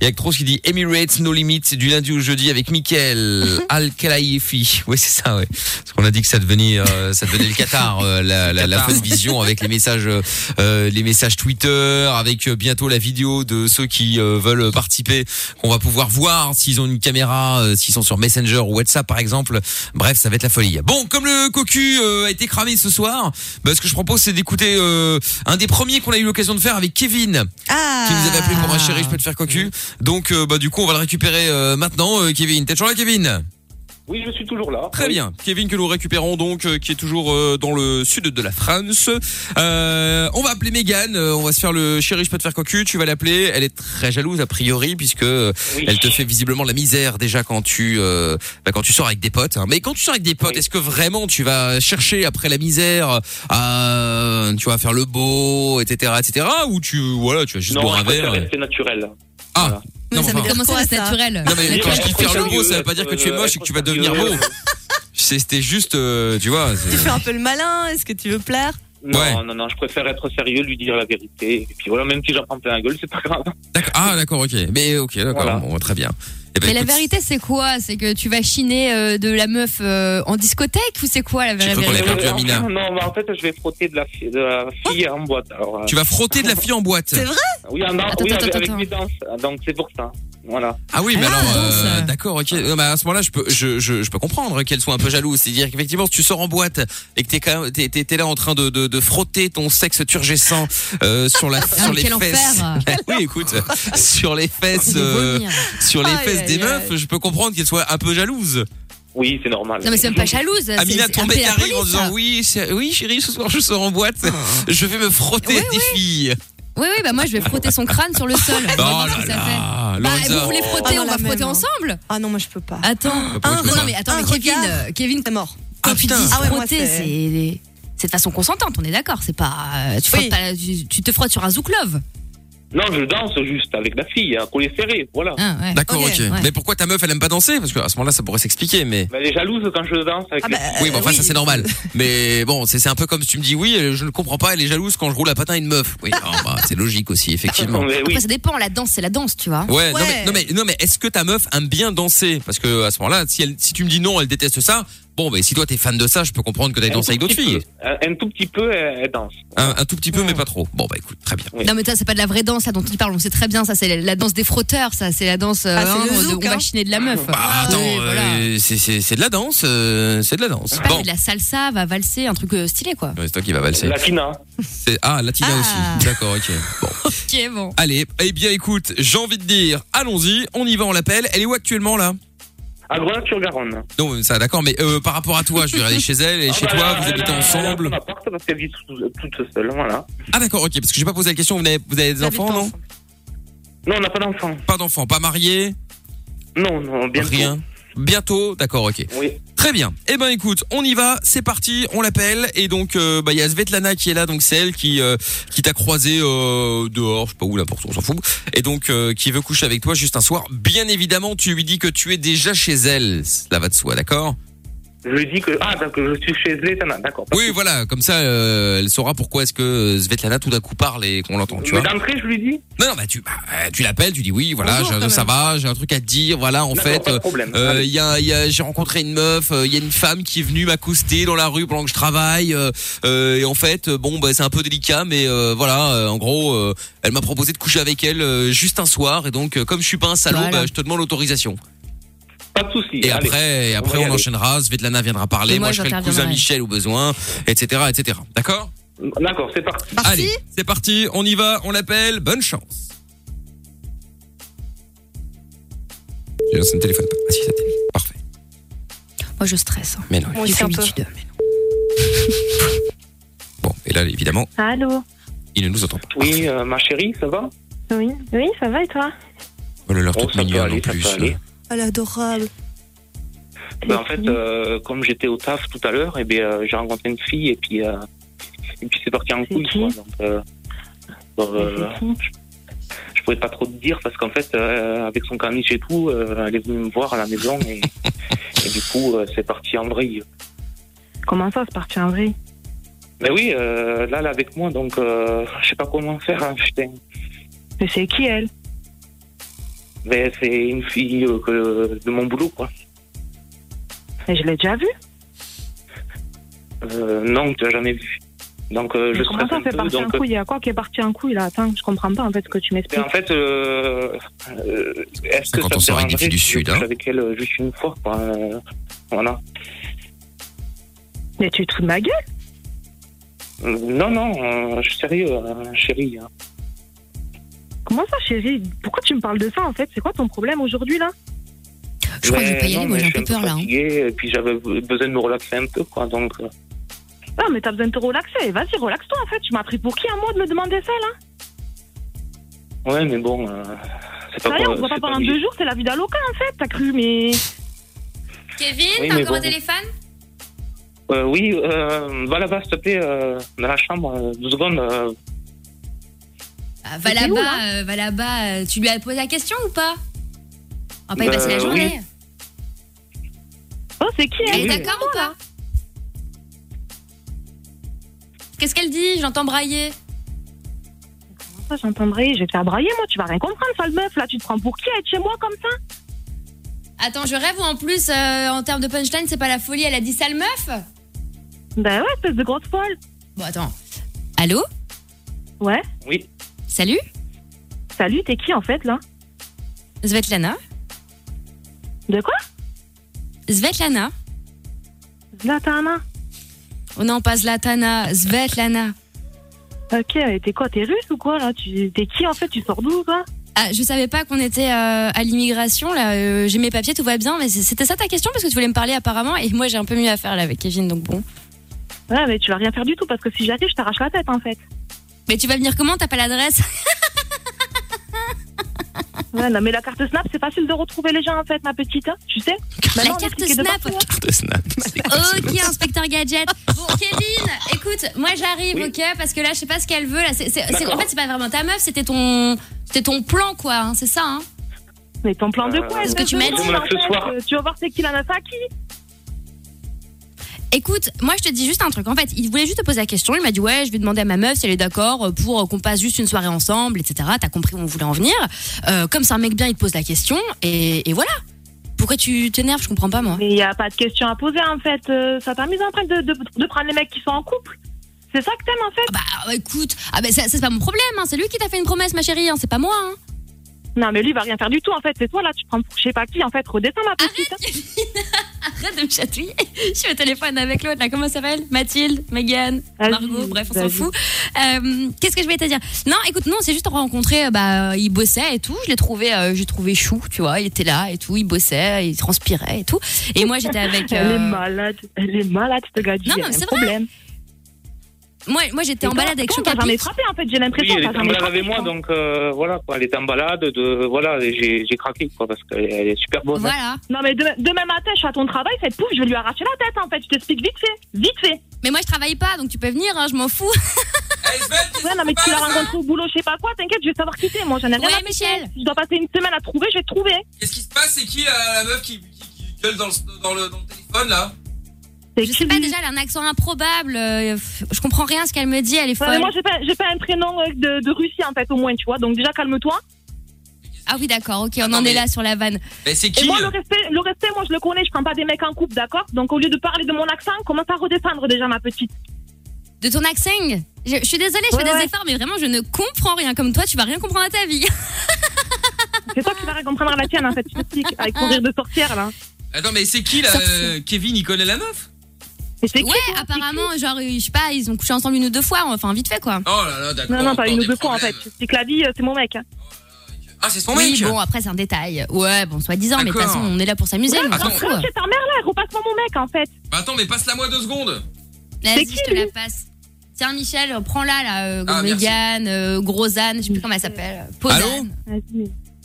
Speaker 2: Et Actros qui dit Emirates No Limits du lundi au jeudi avec Mickaël Al Khelaifi. Oui, c'est ça. Ouais. Parce qu'on a dit que ça devenait, euh, ça devenait le Qatar, euh, la, la, la
Speaker 1: Qatar.
Speaker 2: Fun Vision avec les messages, euh, euh, les messages Twitter, avec euh, bientôt la vidéo de ceux qui euh, veulent participer, qu'on va pouvoir voir s'ils ont une caméra, euh, s'ils sont sur Messenger ou WhatsApp par exemple. Bref, ça va être la folie. Bon, comme le cocu euh, a été cramé ce soir, bah, ce que je propose c'est d'écouter euh, un des premiers qu'on a eu l'occasion de faire avec Kevin, qui nous avait appelé pour ma chérie, je peux te faire cocu. Donc euh, bah du coup on va le récupérer euh, maintenant. euh, Kevin, t'es toujours là, Kevin?
Speaker 14: Oui, je suis toujours là.
Speaker 2: Très bien. Kevin que nous récupérons donc, euh, qui est toujours euh, dans le sud de la France. Euh, on va appeler Mégane, euh, on va se faire le chéri, je peux te faire cocu, tu vas l'appeler. Elle est très jalouse a priori puisque euh, elle te fait visiblement de la misère déjà quand tu euh, bah, quand tu sors avec des potes. hein. Mais quand tu sors avec des potes, est-ce que vraiment tu vas chercher après la misère à tu vas faire le beau, etc., etc. Ou tu voilà, tu vas juste
Speaker 14: non,
Speaker 2: boire un
Speaker 14: je préfère
Speaker 2: verre. et-
Speaker 14: rester naturel.
Speaker 2: Ah.
Speaker 4: Mais ça veut dire comment ça reste naturel
Speaker 2: Non mais quand je dis
Speaker 14: Naturel.
Speaker 2: faire le beau, ça veut pas dire que tu es
Speaker 14: Euh,
Speaker 2: moche et que tu vas devenir beau.
Speaker 14: sérieux.
Speaker 2: C'est- C'était juste, euh, tu vois.
Speaker 6: Tu
Speaker 2: c'est-
Speaker 6: fais un peu le malin, est-ce que tu veux plaire
Speaker 14: Non,
Speaker 2: Ouais.
Speaker 14: non, non, je préfère être sérieux, lui dire la vérité. Et puis voilà, même si j'en prends plein la gueule, c'est pas grave.
Speaker 2: D'accord. Ah, d'accord, ok. Mais ok, d'accord.
Speaker 14: Voilà.
Speaker 2: Bon, très bien. Eh ben,
Speaker 4: Mais la
Speaker 2: écoute,
Speaker 4: vérité, c'est quoi C'est que tu vas chiner euh, de la meuf euh, en discothèque ou c'est quoi la vraie
Speaker 2: cru qu'on
Speaker 4: vérité
Speaker 2: l'avait perdu,
Speaker 14: Euh,
Speaker 2: Amina.
Speaker 14: Non, mais en fait, je vais frotter de la, fi- de la fille en boîte. Alors, euh,
Speaker 2: tu vas frotter de la fille en boîte.
Speaker 14: Oui, en dan-
Speaker 4: Attends,
Speaker 14: oui, avec,
Speaker 4: attends, attends,
Speaker 14: avec
Speaker 4: attends.
Speaker 14: mes danses. Donc c'est pour ça. Voilà.
Speaker 2: Ah oui, mais alors, euh, d'accord, ok. Euh, bah, à ce moment-là, je peux, je, je, je peux comprendre qu'elle soit un peu jalouse. C'est-à-dire qu'effectivement, si tu sors en boîte et que t'es quand même, t'es, t'es, t'es là en train de, de, de frotter ton sexe turgescent euh, sur
Speaker 4: [LAUGHS]
Speaker 2: la,
Speaker 1: Ah,
Speaker 2: sur
Speaker 1: mais
Speaker 2: les
Speaker 1: quel
Speaker 2: fesses. [LAUGHS] Eh
Speaker 1: enfer.
Speaker 2: oui, écoute, sur les fesses,
Speaker 1: Envie de
Speaker 2: euh,
Speaker 1: vomir.
Speaker 2: sur les
Speaker 4: Aïe,
Speaker 2: fesses
Speaker 4: aïe,
Speaker 2: des
Speaker 4: aïe.
Speaker 2: meufs, je peux comprendre qu'elle soit un peu jalouse.
Speaker 14: Oui, c'est normal.
Speaker 4: Non, mais c'est même pas jalouse. c'est-
Speaker 2: Amina
Speaker 4: c'est
Speaker 2: Trombette
Speaker 4: appeler la
Speaker 2: arrive en
Speaker 4: police, Ah.
Speaker 2: disant
Speaker 4: ça.
Speaker 2: oui, chérie, oui, chérie, ce soir je sors en boîte, je vais me frotter des filles.
Speaker 4: Oui, oui, bah moi je vais frotter son crâne sur le
Speaker 2: [LAUGHS]
Speaker 4: sol.
Speaker 2: Oh là
Speaker 4: Bah,
Speaker 2: là, Lorenza.
Speaker 4: vous voulez frotter, on va frotter ensemble
Speaker 6: Ah non, moi je peux pas.
Speaker 4: Attends,
Speaker 2: Ah, pourquoi
Speaker 4: un
Speaker 2: tu peux
Speaker 4: re-
Speaker 2: pas
Speaker 4: non mais attends,
Speaker 6: Un
Speaker 4: mais Kevin,
Speaker 6: regard,
Speaker 4: euh, Kevin,
Speaker 6: t'es mort.
Speaker 4: Quand tu dis
Speaker 6: putain. Ah ouais, moi,
Speaker 4: frotter,
Speaker 6: c'est-
Speaker 4: c'est c'est de façon consentante, on est d'accord. C'est pas, euh, tu, frottes pas- tu- tu te frottes sur un zouk love.
Speaker 14: Non, je danse juste avec la fille, hein, à collier serré. Voilà.
Speaker 4: Ah, ouais.
Speaker 2: D'accord, ok.
Speaker 4: Ok, ouais.
Speaker 2: Mais pourquoi ta meuf elle aime pas danser Parce qu'à ce moment-là, ça pourrait s'expliquer, mais.
Speaker 14: Mais Elle est jalouse quand je danse
Speaker 4: Ah
Speaker 14: avec
Speaker 4: bah,
Speaker 14: les filles.
Speaker 2: oui, bon, enfin,
Speaker 4: euh,
Speaker 2: ça
Speaker 14: [LAUGHS]
Speaker 2: c'est normal. Mais bon, c'est c'est un peu comme si tu me dis oui, euh, je ne comprends pas, elle est jalouse quand je roule à patin à une meuf. Oui, alors, bah, c'est logique aussi, effectivement.
Speaker 4: Après, ça dépend, la danse, c'est la danse, tu vois.
Speaker 2: Ouais, non mais, non mais, non mais est-ce que ta meuf aime bien danser Parce que à ce moment-là, si, elle, si tu me dis non, elle déteste ça, Bon, bah, si toi t'es fan de ça, je peux comprendre que t'ailles danser avec d'autres filles.
Speaker 14: Un, un tout petit peu, elle, elle danse.
Speaker 2: Un, un tout petit peu, mais pas trop. Bon, bah écoute, très bien.
Speaker 4: Non mais ça c'est pas de la vraie danse ça dont il parle, on sait très bien ça c'est la, la danse des frotteurs ça, c'est la danse euh,
Speaker 6: Ah, c'est le
Speaker 4: hein, de-
Speaker 6: zouk,
Speaker 4: on va
Speaker 6: hein.
Speaker 4: chiner de la meuf.
Speaker 2: Ah, attends, euh, c'est- c'est c'est de la danse, euh, c'est de la danse.
Speaker 4: Je sais pas,
Speaker 2: Bon,
Speaker 4: mais de la salsa, va valser, un truc euh, stylé quoi.
Speaker 2: Ouais, c'est toi qui vas valser.
Speaker 14: Latina.
Speaker 2: Ah, Latina aussi. D'accord, ok. Bon.
Speaker 4: OK, bon.
Speaker 2: Allez, eh bien écoute, j'ai envie de dire, allons-y, on y va, on l'appelle. Elle est où actuellement là
Speaker 14: À Grenoble-sur-Garonne. Ah
Speaker 2: Non, mais ça, d'accord, mais euh, par rapport à toi, je vais aller chez elle
Speaker 14: bah,
Speaker 2: et chez toi, vous habitez ensemble.
Speaker 14: Parce qu'elle vit toute, toute seule, voilà.
Speaker 2: Ah d'accord, ok, parce que j'ai pas posé la question, vous avez, vous avez des
Speaker 14: habite
Speaker 2: enfants, non
Speaker 14: Non, on n'a pas d'enfants.
Speaker 2: Pas d'enfants, pas mariés
Speaker 14: Non, non, bientôt.
Speaker 2: Rien. Bientôt, d'accord, ok.
Speaker 14: Oui.
Speaker 2: Très bien. Eh ben écoute, on y va, c'est parti, on l'appelle et donc euh, bah il y a Svetlana qui est là donc c'est elle qui euh, qui t'a croisé euh, dehors, je sais pas où là pour on s'en fout et donc euh, qui veut coucher avec toi juste un soir. Bien évidemment, tu lui dis que tu es déjà chez elle. Cela va de soi, d'accord
Speaker 14: Je lui dis que, ah, donc je suis chez les Tana, d'accord.
Speaker 2: Oui, voilà, comme ça euh, elle saura pourquoi est-ce que euh, Svetlana tout d'un coup parle et qu'on l'entend, tu
Speaker 14: Mais
Speaker 2: vois.
Speaker 14: d'entrée, je lui dis.
Speaker 2: Non, non, bah tu, bah, euh, tu l'appelles, tu dis oui, voilà,
Speaker 14: Bonjour,
Speaker 2: j'ai-
Speaker 14: quand
Speaker 2: ça
Speaker 14: même.
Speaker 2: va, j'ai un truc à te dire, voilà, en
Speaker 14: D'accord,
Speaker 2: fait,
Speaker 14: pas de
Speaker 2: euh,
Speaker 14: problème.
Speaker 2: euh,
Speaker 14: Allez.
Speaker 2: il y a, il y a- j'ai rencontré une meuf, euh, il y a une femme qui est venue m'accoster dans la rue pendant que je travaille, euh, euh, et en fait, euh, bon, bah, c'est un peu délicat, mais euh, voilà, euh, en gros, euh, elle m'a proposé de coucher avec elle euh, juste un soir, et donc, euh, comme je suis pas un salaud,
Speaker 14: Voilà.
Speaker 2: bah, je te demande l'autorisation.
Speaker 14: Pas de souci.
Speaker 2: Et
Speaker 14: allez.
Speaker 2: après, et après,
Speaker 14: va y
Speaker 2: on
Speaker 14: aller.
Speaker 2: enchaînera. Svetlana viendra parler.
Speaker 14: Et
Speaker 2: Moi,
Speaker 14: moi,
Speaker 2: je serai le cousin
Speaker 14: j'interviendrai.
Speaker 2: Michel au besoin, etc., etc. D'accord
Speaker 14: D'accord, c'est parti.
Speaker 2: Allez, c'est parti. On y va. On l'appelle. Bonne chance. J'ai lancé le téléphone. Ah si, ça t'est mis. Parfait.
Speaker 4: Moi je stresse. hein.
Speaker 2: Mais non.
Speaker 4: J'ai fait
Speaker 2: un peu.
Speaker 4: l'habitude.
Speaker 2: Bon, et là, évidemment,
Speaker 10: Allô
Speaker 2: il ne nous entend pas.
Speaker 14: Oui, euh, ma chérie, ça va
Speaker 10: Oui, oui, ça va et toi
Speaker 2: Oh là là, toute mignonne
Speaker 14: aller,
Speaker 2: en
Speaker 14: ça
Speaker 2: plus.
Speaker 14: peut
Speaker 2: là.
Speaker 14: aller.
Speaker 6: Elle est adorable.
Speaker 14: Ben, en fait, euh, comme j'étais au taf tout à l'heure, et ben, euh, j'ai rencontré une fille et puis, euh, et puis c'est parti en couille. Quoi, donc, euh, bon, euh, je, je pouvais pas trop te dire parce qu'en fait, euh, avec son caniche et tout, euh, elle est venue me voir à la maison
Speaker 2: [LAUGHS]
Speaker 14: et, et du coup, euh, c'est parti en vrille.
Speaker 10: Comment ça, c'est parti en vrille
Speaker 14: Mais oui, euh, là, elle est avec moi, donc euh, je sais pas comment faire. hein, putain.
Speaker 10: Mais c'est qui elle
Speaker 14: Mais c'est une fille euh, que- de mon boulot, quoi.
Speaker 10: Mais je l'ai déjà vue.
Speaker 14: Euh, non, tu l'as jamais vu. Donc euh, je
Speaker 10: Mais comment
Speaker 14: stresse
Speaker 10: ça,
Speaker 14: un
Speaker 10: c'est
Speaker 14: peu.
Speaker 10: parti en
Speaker 14: Donc, euh,
Speaker 10: couille Il y a quoi qui est parti en couille là Attends, je comprends pas en fait ce que tu
Speaker 14: Mais
Speaker 10: m'expliques.
Speaker 14: en fait, euh, euh, est-ce que
Speaker 2: quand
Speaker 14: ça
Speaker 2: on
Speaker 14: te
Speaker 2: sort avec des
Speaker 14: dérangerait
Speaker 2: filles du
Speaker 14: si je
Speaker 2: Sud,
Speaker 14: couche
Speaker 2: hein.
Speaker 14: avec elle euh, juste une fois, quoi, euh, Voilà.
Speaker 10: Mais tu te fous de ma gueule
Speaker 14: Euh, Non, non, euh, je suis sérieux, euh, chérie. hein.
Speaker 10: Comment ça, chérie Pourquoi tu me parles de ça en fait C'est quoi ton problème aujourd'hui là
Speaker 4: Je crois que je vais
Speaker 14: Mais
Speaker 4: pas y aller,
Speaker 14: non,
Speaker 4: moi
Speaker 14: mais
Speaker 4: j'ai un
Speaker 14: je
Speaker 4: peu
Speaker 14: suis
Speaker 4: peur là. hein.
Speaker 14: fatigué, Et puis j'avais besoin de me relaxer un peu, quoi. Donc, euh,
Speaker 10: Non, mais t'as besoin de te relaxer. Vas-y, relaxe-toi en fait. Tu m'as pris pour qui à moi de me demander ça là
Speaker 14: ouais, mais bon, euh, c'est pas
Speaker 10: Sérieux,
Speaker 14: pour-
Speaker 10: on se voit
Speaker 14: c'est
Speaker 10: pas pendant
Speaker 14: pas-
Speaker 10: deux jours, c'est la vie d'Aloca en fait. T'as cru, mais.
Speaker 4: Kevin,
Speaker 14: Oui,
Speaker 4: t'as
Speaker 14: mais
Speaker 4: encore
Speaker 14: bon.
Speaker 4: un téléphone
Speaker 14: Euh, oui, euh, va là-bas, s'il te plaît, euh, dans la chambre, euh, deux secondes. euh,
Speaker 4: Ah, Va
Speaker 10: t'es où,
Speaker 4: là-bas, euh, va là-bas. euh, Tu lui as posé la question ou pas On va pas y
Speaker 14: Bah,
Speaker 4: passer la journée.
Speaker 10: Oh, c'est qui
Speaker 4: Elle est
Speaker 10: elle
Speaker 4: d'accord ou pas Qu'est-ce qu'elle dit J'entends brailler.
Speaker 10: Ça, J'entends brailler, je vais te faire brailler moi. Tu vas rien comprendre, sale meuf là. Tu te prends pour qui à être chez moi comme ça
Speaker 4: Attends, je rêve ou en plus, euh, en termes de punchline, c'est pas la folie, elle a dit sale meuf
Speaker 10: Ben ouais, espèce de grosse folle.
Speaker 4: Bon, attends. Allô
Speaker 10: Ouais.
Speaker 14: Oui.
Speaker 4: Salut
Speaker 10: Salut, t'es qui en fait là
Speaker 4: Svetlana
Speaker 10: De quoi
Speaker 4: Svetlana
Speaker 10: Zlatana.
Speaker 4: Oh non, pas Zlatana, Svetlana.
Speaker 10: Ok, et t'es quoi T'es russe ou quoi là Tu- T'es qui en fait Tu sors d'où quoi
Speaker 4: Ah, je savais pas qu'on était euh, à l'immigration, là. euh, j'ai mes papiers, tout va bien, mais c'est- c'était ça ta question parce que tu voulais me parler apparemment, et moi j'ai un peu mieux à faire là avec Kevin, donc bon.
Speaker 10: Ouais, mais tu vas rien faire du tout parce que si j'arrive, je t'arrache la tête en fait.
Speaker 4: Mais tu vas venir comment T'as pas l'adresse
Speaker 10: [LAUGHS] Ouais, non, mais la carte Snap, c'est facile de retrouver les gens en fait, ma petite, hein, tu sais.
Speaker 4: La
Speaker 10: on est
Speaker 4: carte
Speaker 10: cliqué de
Speaker 4: Snap.
Speaker 10: partout, hein.
Speaker 4: Ok, inspecteur gadget. Bon, Kevin, écoute, moi j'arrive, ok, parce que là je sais pas ce qu'elle veut. Là, c'est, c'est- c'est- en
Speaker 10: D'accord.
Speaker 4: fait, c'est pas vraiment ta meuf, c'était ton, c'était ton plan, quoi. hein, c'est ça. Hein.
Speaker 10: Mais ton plan de
Speaker 4: Euh,
Speaker 10: quoi
Speaker 4: Parce que tu m'as dit.
Speaker 10: en
Speaker 4: Demande-la ce
Speaker 10: fait,
Speaker 4: soir.
Speaker 10: euh, Tu vas voir c'est qui la meuf à qui
Speaker 4: Écoute, moi je te dis juste un truc. En fait, il voulait juste te poser la question. Il m'a dit ouais, je vais demander à ma meuf si elle est d'accord euh, pour qu'on passe juste une soirée Euh, ensemble, etc. T'as compris où on voulait en venir. Euh, comme c'est un mec bien, il te pose la question et, et voilà. Pourquoi tu t'énerves Je comprends pas moi.
Speaker 10: Mais il n'y a pas de question à poser en fait. Euh, ça t'a mis en train de, de, de prendre les mecs qui sont en couple. C'est ça que t'aimes en fait
Speaker 4: Bah écoute, ah bah, ça, ça, c'est pas mon problème, hein. c'est lui qui t'a fait une promesse, ma chérie, hein, c'est pas moi. Hein.
Speaker 10: Non, mais lui, il va rien faire du tout, en fait. C'est toi, là, tu te prends pour je sais pas qui, en fait. Redescends, ma petite. hein.
Speaker 4: Arrête de me chatouiller. [LAUGHS] Je suis au téléphone avec l'autre, là. Comment ça s'appelle Mathilde, Megan, Margot, bref, on s'en
Speaker 10: vas-y.
Speaker 4: fout. Euh, Qu'est-ce que je vais te dire Non, écoute, non, c'est juste on rencontrait, euh, bah, il bossait et tout. Je l'ai trouvé, euh, j'ai trouvé chou, tu vois. Il était là et tout, il bossait, il transpirait et tout. Et moi, j'étais avec.
Speaker 10: Elle est
Speaker 4: euh,
Speaker 10: malade. Elle est malade, cette gadji.
Speaker 4: Non,
Speaker 10: elle
Speaker 4: non,
Speaker 10: a
Speaker 4: mais
Speaker 10: un
Speaker 4: c'est vrai.
Speaker 10: problème.
Speaker 4: Moi, moi j'étais en
Speaker 10: Mais
Speaker 4: balade avec
Speaker 10: pourtant, t'as jamais
Speaker 4: Chocapic.
Speaker 10: frappé, en fait. J'ai l'impression
Speaker 14: Oui, elle
Speaker 10: que t'as
Speaker 14: était en
Speaker 10: jamais
Speaker 14: balade avec
Speaker 10: frappé.
Speaker 14: moi, donc euh, voilà, quoi, elle était en balade, de, voilà, et j'ai j'ai craqué, quoi, parce qu'elle elle est super bonne. hein.
Speaker 10: Non, mais demain, demain matin, je suis à ton travail, cette pouf, je vais lui arracher la tête, en fait. Je t'explique vite fait. Vite fait.
Speaker 4: Mais moi, je travaille pas, donc tu peux venir, hein, je m'en fous.
Speaker 14: Eh,
Speaker 10: Ouais, non, mais tu la rencontres au boulot, je sais pas quoi. T'inquiète, je vais savoir qui c'est. Moi, j'en ai rien
Speaker 4: Ouais,
Speaker 10: à péter. Si je dois passer une semaine à trouver, je vais te trouver.
Speaker 2: Qu'est-ce qui se passe C'est qui euh, la, la meuf qui, qui- qui gueule dans le, dans le- dans le téléphone là
Speaker 4: Je sais pas, déjà, elle a un accent improbable. euh, pff, je comprends rien à ce qu'elle me dit, elle est
Speaker 10: Ouais,
Speaker 4: folle.
Speaker 10: mais moi, j'ai pas, j'ai pas un prénom euh, de, de Russie, en fait, au moins, tu vois. Donc, déjà, calme-toi.
Speaker 4: Ah oui, d'accord, ok, on en est là sur la vanne.
Speaker 2: Mais c'est euh
Speaker 10: Et moi, le respect, le respect, moi, je le connais, je prends pas des mecs en couple, d'accord Donc, au lieu de parler de mon accent, commence à redescendre déjà, ma petite.
Speaker 4: De ton accent je, je suis désolée, je
Speaker 10: Ouais,
Speaker 4: fais des
Speaker 10: ouais.
Speaker 4: efforts, mais vraiment, je ne comprends rien. Comme toi, tu vas rien comprendre à ta vie. [LAUGHS]
Speaker 10: C'est toi qui vas rien comprendre à la tienne, en fait, je t'explique, avec ton rire de sorcière, là.
Speaker 2: Attends, mais c'est qui là euh, Kevin, il connaît la meuf
Speaker 4: Ouais,
Speaker 10: hein,
Speaker 4: apparemment, genre, euh, je sais pas, ils ont couché ensemble une ou deux fois, enfin, vite fait, quoi.
Speaker 2: Oh là là, d'accord.
Speaker 10: Non, non, pas
Speaker 2: encore
Speaker 10: une ou
Speaker 2: des
Speaker 10: deux fois, en fait.
Speaker 2: problèmes.
Speaker 10: Je t'explique la vie, euh, c'est mon mec. hein.
Speaker 2: Ah, c'est son
Speaker 4: oui,
Speaker 2: mec
Speaker 4: bon, après, c'est un détail. Ouais, bon, soi-disant, mais de toute
Speaker 2: D'accord.
Speaker 4: façon, on est là pour s'amuser.
Speaker 2: Ouais,
Speaker 4: mais on
Speaker 2: attends.
Speaker 4: s'en fout.
Speaker 2: Chez
Speaker 10: ta mère, là, repasse-moi mon mec, en fait.
Speaker 2: Bah attends, mais passe-la moi deux secondes.
Speaker 4: Vas-y, je te la passe. Tiens, Michel, euh, prends-la, là. Euh,
Speaker 2: Ah, merci.
Speaker 4: Mégane, euh, Grosanne, je sais plus comment elle s'appelle. Posane.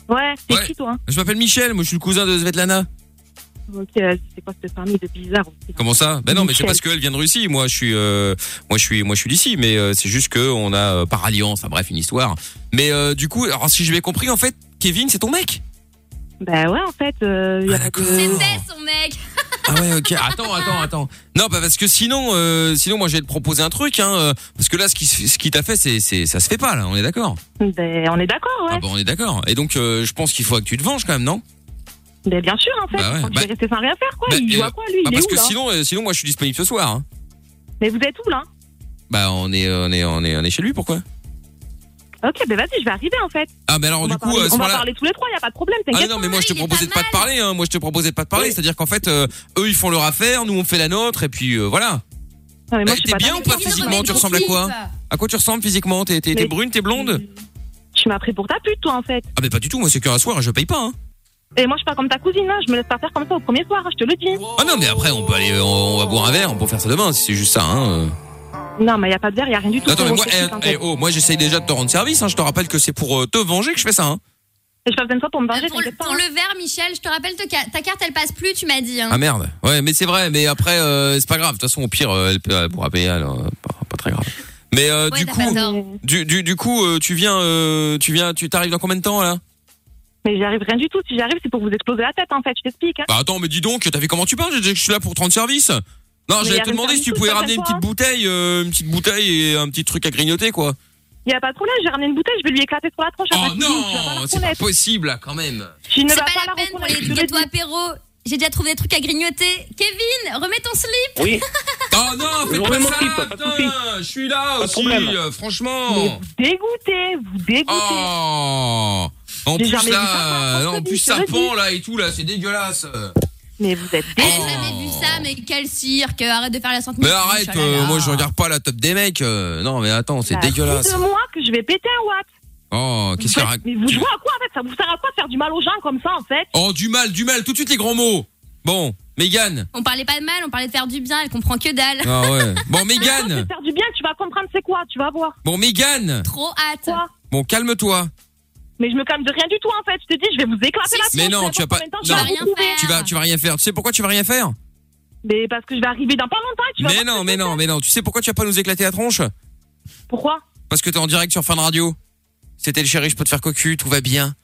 Speaker 10: Ouais,
Speaker 2: c'est qui
Speaker 10: toi
Speaker 2: Je m'appelle Michel, moi je suis le cousin de Svetlana.
Speaker 10: Ok, vas-y, c'est quoi cette famille de bizarre aussi
Speaker 2: Comment ça Ben non, mais c'est
Speaker 10: Michel.
Speaker 2: parce qu'elle vient de Russie. Moi, je suis, euh, moi, je suis, moi, je suis d'ici. Mais euh, c'est juste que on a euh, par alliance, enfin bref, une histoire. Mais euh, du coup, alors si je l'ai compris, en fait, Kevin, c'est ton mec.
Speaker 10: Bah ouais, en fait, euh, y a pas de...
Speaker 4: C'était son mec.
Speaker 2: Ah ouais, ok. Attends, attends, attends. Non, bah parce que sinon, euh, sinon, moi, je vais te proposer un truc, hein. euh, parce que là, ce qui, se- ce qui t'a fait, c'est, c'est, ça se fait pas, là. On est d'accord.
Speaker 10: Ben, on est d'accord, ouais.
Speaker 2: Ah bon, on est d'accord. Et donc, euh, je pense qu'il faut que tu te venges quand même, non
Speaker 10: Ben, bien sûr, en fait.
Speaker 2: Bah ouais,
Speaker 10: Quand
Speaker 2: bah-
Speaker 10: je vais rester sans rien faire, quoi.
Speaker 2: Bah,
Speaker 10: il joue à
Speaker 2: euh,
Speaker 10: quoi, lui
Speaker 2: ah,
Speaker 10: Il est
Speaker 2: Parce
Speaker 10: où,
Speaker 2: que
Speaker 10: là
Speaker 2: sinon, euh, sinon, moi, je suis disponible ce soir. Hein.
Speaker 10: Mais vous êtes où, là
Speaker 2: Bah, on est, euh, on est, on est, on est chez lui. Pourquoi
Speaker 10: Ok, ben vas-y, je vais arriver, en fait.
Speaker 2: Ah, mais alors,
Speaker 10: on
Speaker 2: du
Speaker 10: va,
Speaker 2: coup,
Speaker 10: parler,
Speaker 2: euh, ce
Speaker 10: on va
Speaker 2: moment-là-
Speaker 10: parler tous les trois, y a pas de problème,
Speaker 2: Ah
Speaker 10: t'inquiète.
Speaker 2: non mais moi je te proposais de pas te parler hein. moi je te proposais de pas te parler, c'est-à-dire qu'en fait euh, eux ils font leur affaire, nous on fait la nôtre et puis euh, voilà.
Speaker 10: mais moi,
Speaker 2: Eh,
Speaker 10: je suis
Speaker 2: t'es
Speaker 10: pas
Speaker 2: bien
Speaker 10: d'accord.
Speaker 2: ou pas
Speaker 10: Mais non,
Speaker 2: physiquement,
Speaker 10: mais
Speaker 2: tu ressembles à quoi
Speaker 10: pourquoi
Speaker 2: À quoi tu ressembles physiquement T'es t'es- t'es
Speaker 10: Mais-
Speaker 2: brune, t'es blonde
Speaker 10: Tu m'as pris pour ta pute, toi, en fait.
Speaker 2: Ah mais pas du tout, moi c'est que un soir et je paye pas hein.
Speaker 10: Et moi, je suis pas comme ta cousine, hein. Je me laisse pas faire comme ça au premier soir, hein, je te le dis.
Speaker 2: Ah non mais après on peut aller euh, on, on va boire un verre, on peut faire ça demain si c'est juste ça hein. euh.
Speaker 10: Non, mais y a pas de verre, y a rien du tout.
Speaker 2: Attends mais
Speaker 10: frérot,
Speaker 2: moi
Speaker 10: je te
Speaker 2: eh,
Speaker 10: quitte, en
Speaker 2: eh,
Speaker 10: fait.
Speaker 2: oh, moi j'essaye déjà de te rendre service hein. je te rappelle que c'est pour euh, te venger que je fais ça hein.
Speaker 10: Et je pas besoin de toi pour me venger,
Speaker 4: Euh, Pour, le-
Speaker 10: t'inquiète pas. hein.
Speaker 4: pour le verre, Michel, je te rappelle, te ca- ta carte, elle passe plus, tu m'as dit. hein.
Speaker 2: Ah merde. Ouais mais c'est vrai mais après euh, c'est pas grave, de toute façon au pire euh, elle peut- elle pourra payer alors euh, pas, pas très grave. Mais euh,
Speaker 4: Ouais,
Speaker 2: du
Speaker 4: t'as
Speaker 2: coup
Speaker 4: pas tort.
Speaker 2: du, du, du coup euh, tu viens euh, tu viens tu t'arrives dans combien de temps là
Speaker 10: Mais j'y arrive rien du tout. Si j'y arrive, c'est pour vous exploser la tête, en fait. Je t'explique. hein.
Speaker 2: Bah attends, mais dis donc, t'as vu comment tu parles J'ai dit que je suis là pour te rendre service. Non,
Speaker 10: Mais y
Speaker 2: j'allais
Speaker 10: a
Speaker 2: te
Speaker 10: rien
Speaker 2: demander
Speaker 10: de
Speaker 2: si tu
Speaker 10: service,
Speaker 2: pouvais
Speaker 10: ça
Speaker 2: ramener une
Speaker 10: fait
Speaker 2: petite bouteille, euh, une petite bouteille et un petit truc à grignoter quoi.
Speaker 10: Y a pas de problème. J'ai ramené une bouteille. Je vais lui éclater sur la tronche.
Speaker 2: Oh
Speaker 10: après, tu dis, Ah, tu vas pas la
Speaker 2: non, c'est pas
Speaker 10: reconnaître.
Speaker 2: possible là quand même.
Speaker 10: Tu ne vas
Speaker 4: C'est
Speaker 10: pas
Speaker 4: pas la peine pour les gâteaux apéro. J'ai déjà trouvé des trucs à grignoter. Kevin, remets ton slip.
Speaker 14: Oui.
Speaker 2: Oh non, fais
Speaker 14: Remets mon
Speaker 2: pas
Speaker 14: slip,
Speaker 2: ça,
Speaker 14: pas de
Speaker 2: putain,
Speaker 14: soucis.
Speaker 2: je suis là
Speaker 14: de
Speaker 2: aussi,
Speaker 14: problème.
Speaker 2: euh,
Speaker 10: Mais
Speaker 2: franchement.
Speaker 10: vous dégoûtez, vous dégoûtez.
Speaker 2: Oh. En
Speaker 10: J'ai
Speaker 2: plus
Speaker 10: jamais vu ça,
Speaker 2: là,
Speaker 10: moi,
Speaker 2: euh, en
Speaker 10: mercredi,
Speaker 2: plus
Speaker 10: je le
Speaker 2: serpent là et tout là, c'est dégueulasse.
Speaker 10: Mais vous êtes
Speaker 4: J'ai jamais Eh, vu ça, mais quel cirque. Arrête de faire la Oh santé.
Speaker 2: Oh. Mais arrête, euh, moi je regarde pas la top des mecs. euh, non mais attends, c'est
Speaker 10: Bah,
Speaker 2: dégueulasse.
Speaker 10: foutez de moi que je vais péter un watt.
Speaker 2: Oh, qu'est-ce qu'il y a rac-
Speaker 10: Mais vous jouez à quoi, en fait Ça vous sert à quoi de faire du mal aux gens comme ça, en fait
Speaker 2: Oh du mal, du mal, tout de suite les grands mots. Bon, Mégane.
Speaker 4: On parlait pas de mal, on parlait de faire du bien, elle comprend que dalle.
Speaker 2: Ah ouais.
Speaker 10: [LAUGHS]
Speaker 2: Bon,
Speaker 10: Quand
Speaker 2: Mégane.
Speaker 10: c'est faire du bien, tu vas comprendre c'est quoi, tu vas voir.
Speaker 2: Bon, Mégane.
Speaker 4: Trop hâte.
Speaker 2: Bon, calme-toi.
Speaker 10: Mais je me calme de rien du tout, en fait. Je te dis, je vais vous éclater Ah, la
Speaker 2: Mais
Speaker 10: tronche,
Speaker 2: non,
Speaker 10: peu
Speaker 2: tu vas pas.
Speaker 10: importe combien de temps je
Speaker 2: non.
Speaker 10: vais vous couper.
Speaker 2: Tu vas, tu vas rien faire. Tu sais pourquoi tu vas rien faire
Speaker 10: Mais parce que je vais arriver dans pas longtemps et tu vas
Speaker 2: Mais
Speaker 10: voir
Speaker 2: non, mais non, mais non. Tu sais pourquoi tu vas pas nous éclater la tronche
Speaker 10: Pourquoi
Speaker 2: Parce que t'es en direct sur Fun Radio. C'était le chéri, je peux te faire cocu, tout va bien.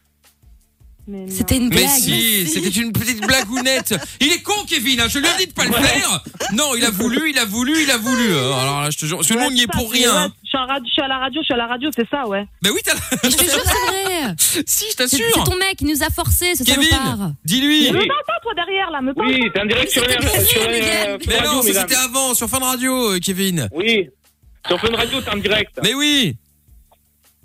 Speaker 4: C'était une blague.
Speaker 2: Mais si, c'était une petite blagounette. Il est con, Kevin. hein, je lui ai dit de pas le faire. Non, il a voulu, il a voulu, il a voulu. Euh, Alors là, je te jure, parce que nous on y est pour rien. hein.
Speaker 10: Je suis en radio- je suis à la radio, je suis à la radio, c'est ça, ouais.
Speaker 2: Ben oui, t'as.
Speaker 4: Mais je te jure, c'est vrai.
Speaker 2: [LAUGHS] si, je
Speaker 4: C'est
Speaker 2: t'assure.
Speaker 4: c'est ton mec qui nous a forcés, ce
Speaker 2: Kevin,
Speaker 4: salopard.
Speaker 2: dis-lui.
Speaker 10: Mais attends, toi derrière là, me parle.
Speaker 2: Oui,
Speaker 10: pas.
Speaker 2: t'es en direct
Speaker 4: [LAUGHS]
Speaker 2: sur les- sur les-
Speaker 10: Miguel.
Speaker 2: Mais
Speaker 14: Radio,
Speaker 2: non, ça
Speaker 14: mesdames.
Speaker 2: c'était avant, sur Fun Radio, euh, Kevin.
Speaker 14: Oui. Sur Fun Radio, t'es en direct.
Speaker 2: Mais oui.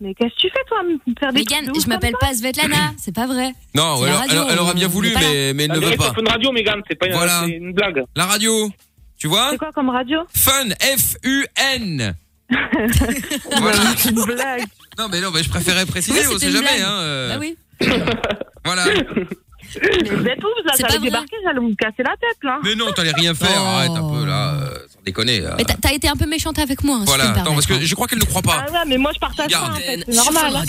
Speaker 10: Mais qu'est-ce que tu fais, toi, à me faire des
Speaker 4: Mégane, je m'appelle pas Svetlana, c'est pas vrai.
Speaker 2: Non,
Speaker 4: C'est la
Speaker 2: elle,
Speaker 4: radio,
Speaker 2: elle- elle aura bien
Speaker 4: on
Speaker 2: voulu,
Speaker 4: est pas là.
Speaker 2: mais, mais elle ne veut pas.
Speaker 14: Fun Radio, Mégane, c'est pas une,
Speaker 2: Voilà.
Speaker 14: c'est une blague.
Speaker 2: La radio, tu vois
Speaker 10: C'est quoi comme radio
Speaker 2: Fun,
Speaker 10: [LAUGHS]
Speaker 2: F-U-N.
Speaker 10: Voilà. C'est une blague.
Speaker 2: Non, mais non, mais je préférais préciser, on sait jamais. Hein, euh,
Speaker 4: Bah
Speaker 10: Bah
Speaker 4: oui.
Speaker 2: Voilà.
Speaker 10: [LAUGHS] Mais vous êtes où vous là
Speaker 4: C'est
Speaker 10: J'allais
Speaker 4: pas vrai.
Speaker 10: débarquer, j'allais vous casser la tête là.
Speaker 2: Mais non, t'allais rien
Speaker 10: Oh.
Speaker 2: faire, arrête un peu là, euh, sans déconner. là.
Speaker 4: Mais t'as- t'as été un peu méchante avec moi, hein, si
Speaker 2: Voilà,
Speaker 4: tu me
Speaker 2: attends,
Speaker 4: permets.
Speaker 2: parce que je crois qu'elle ne croit pas.
Speaker 10: Ah ouais, mais moi je partage ça en
Speaker 2: Garde.
Speaker 10: fait, c'est normal. hein.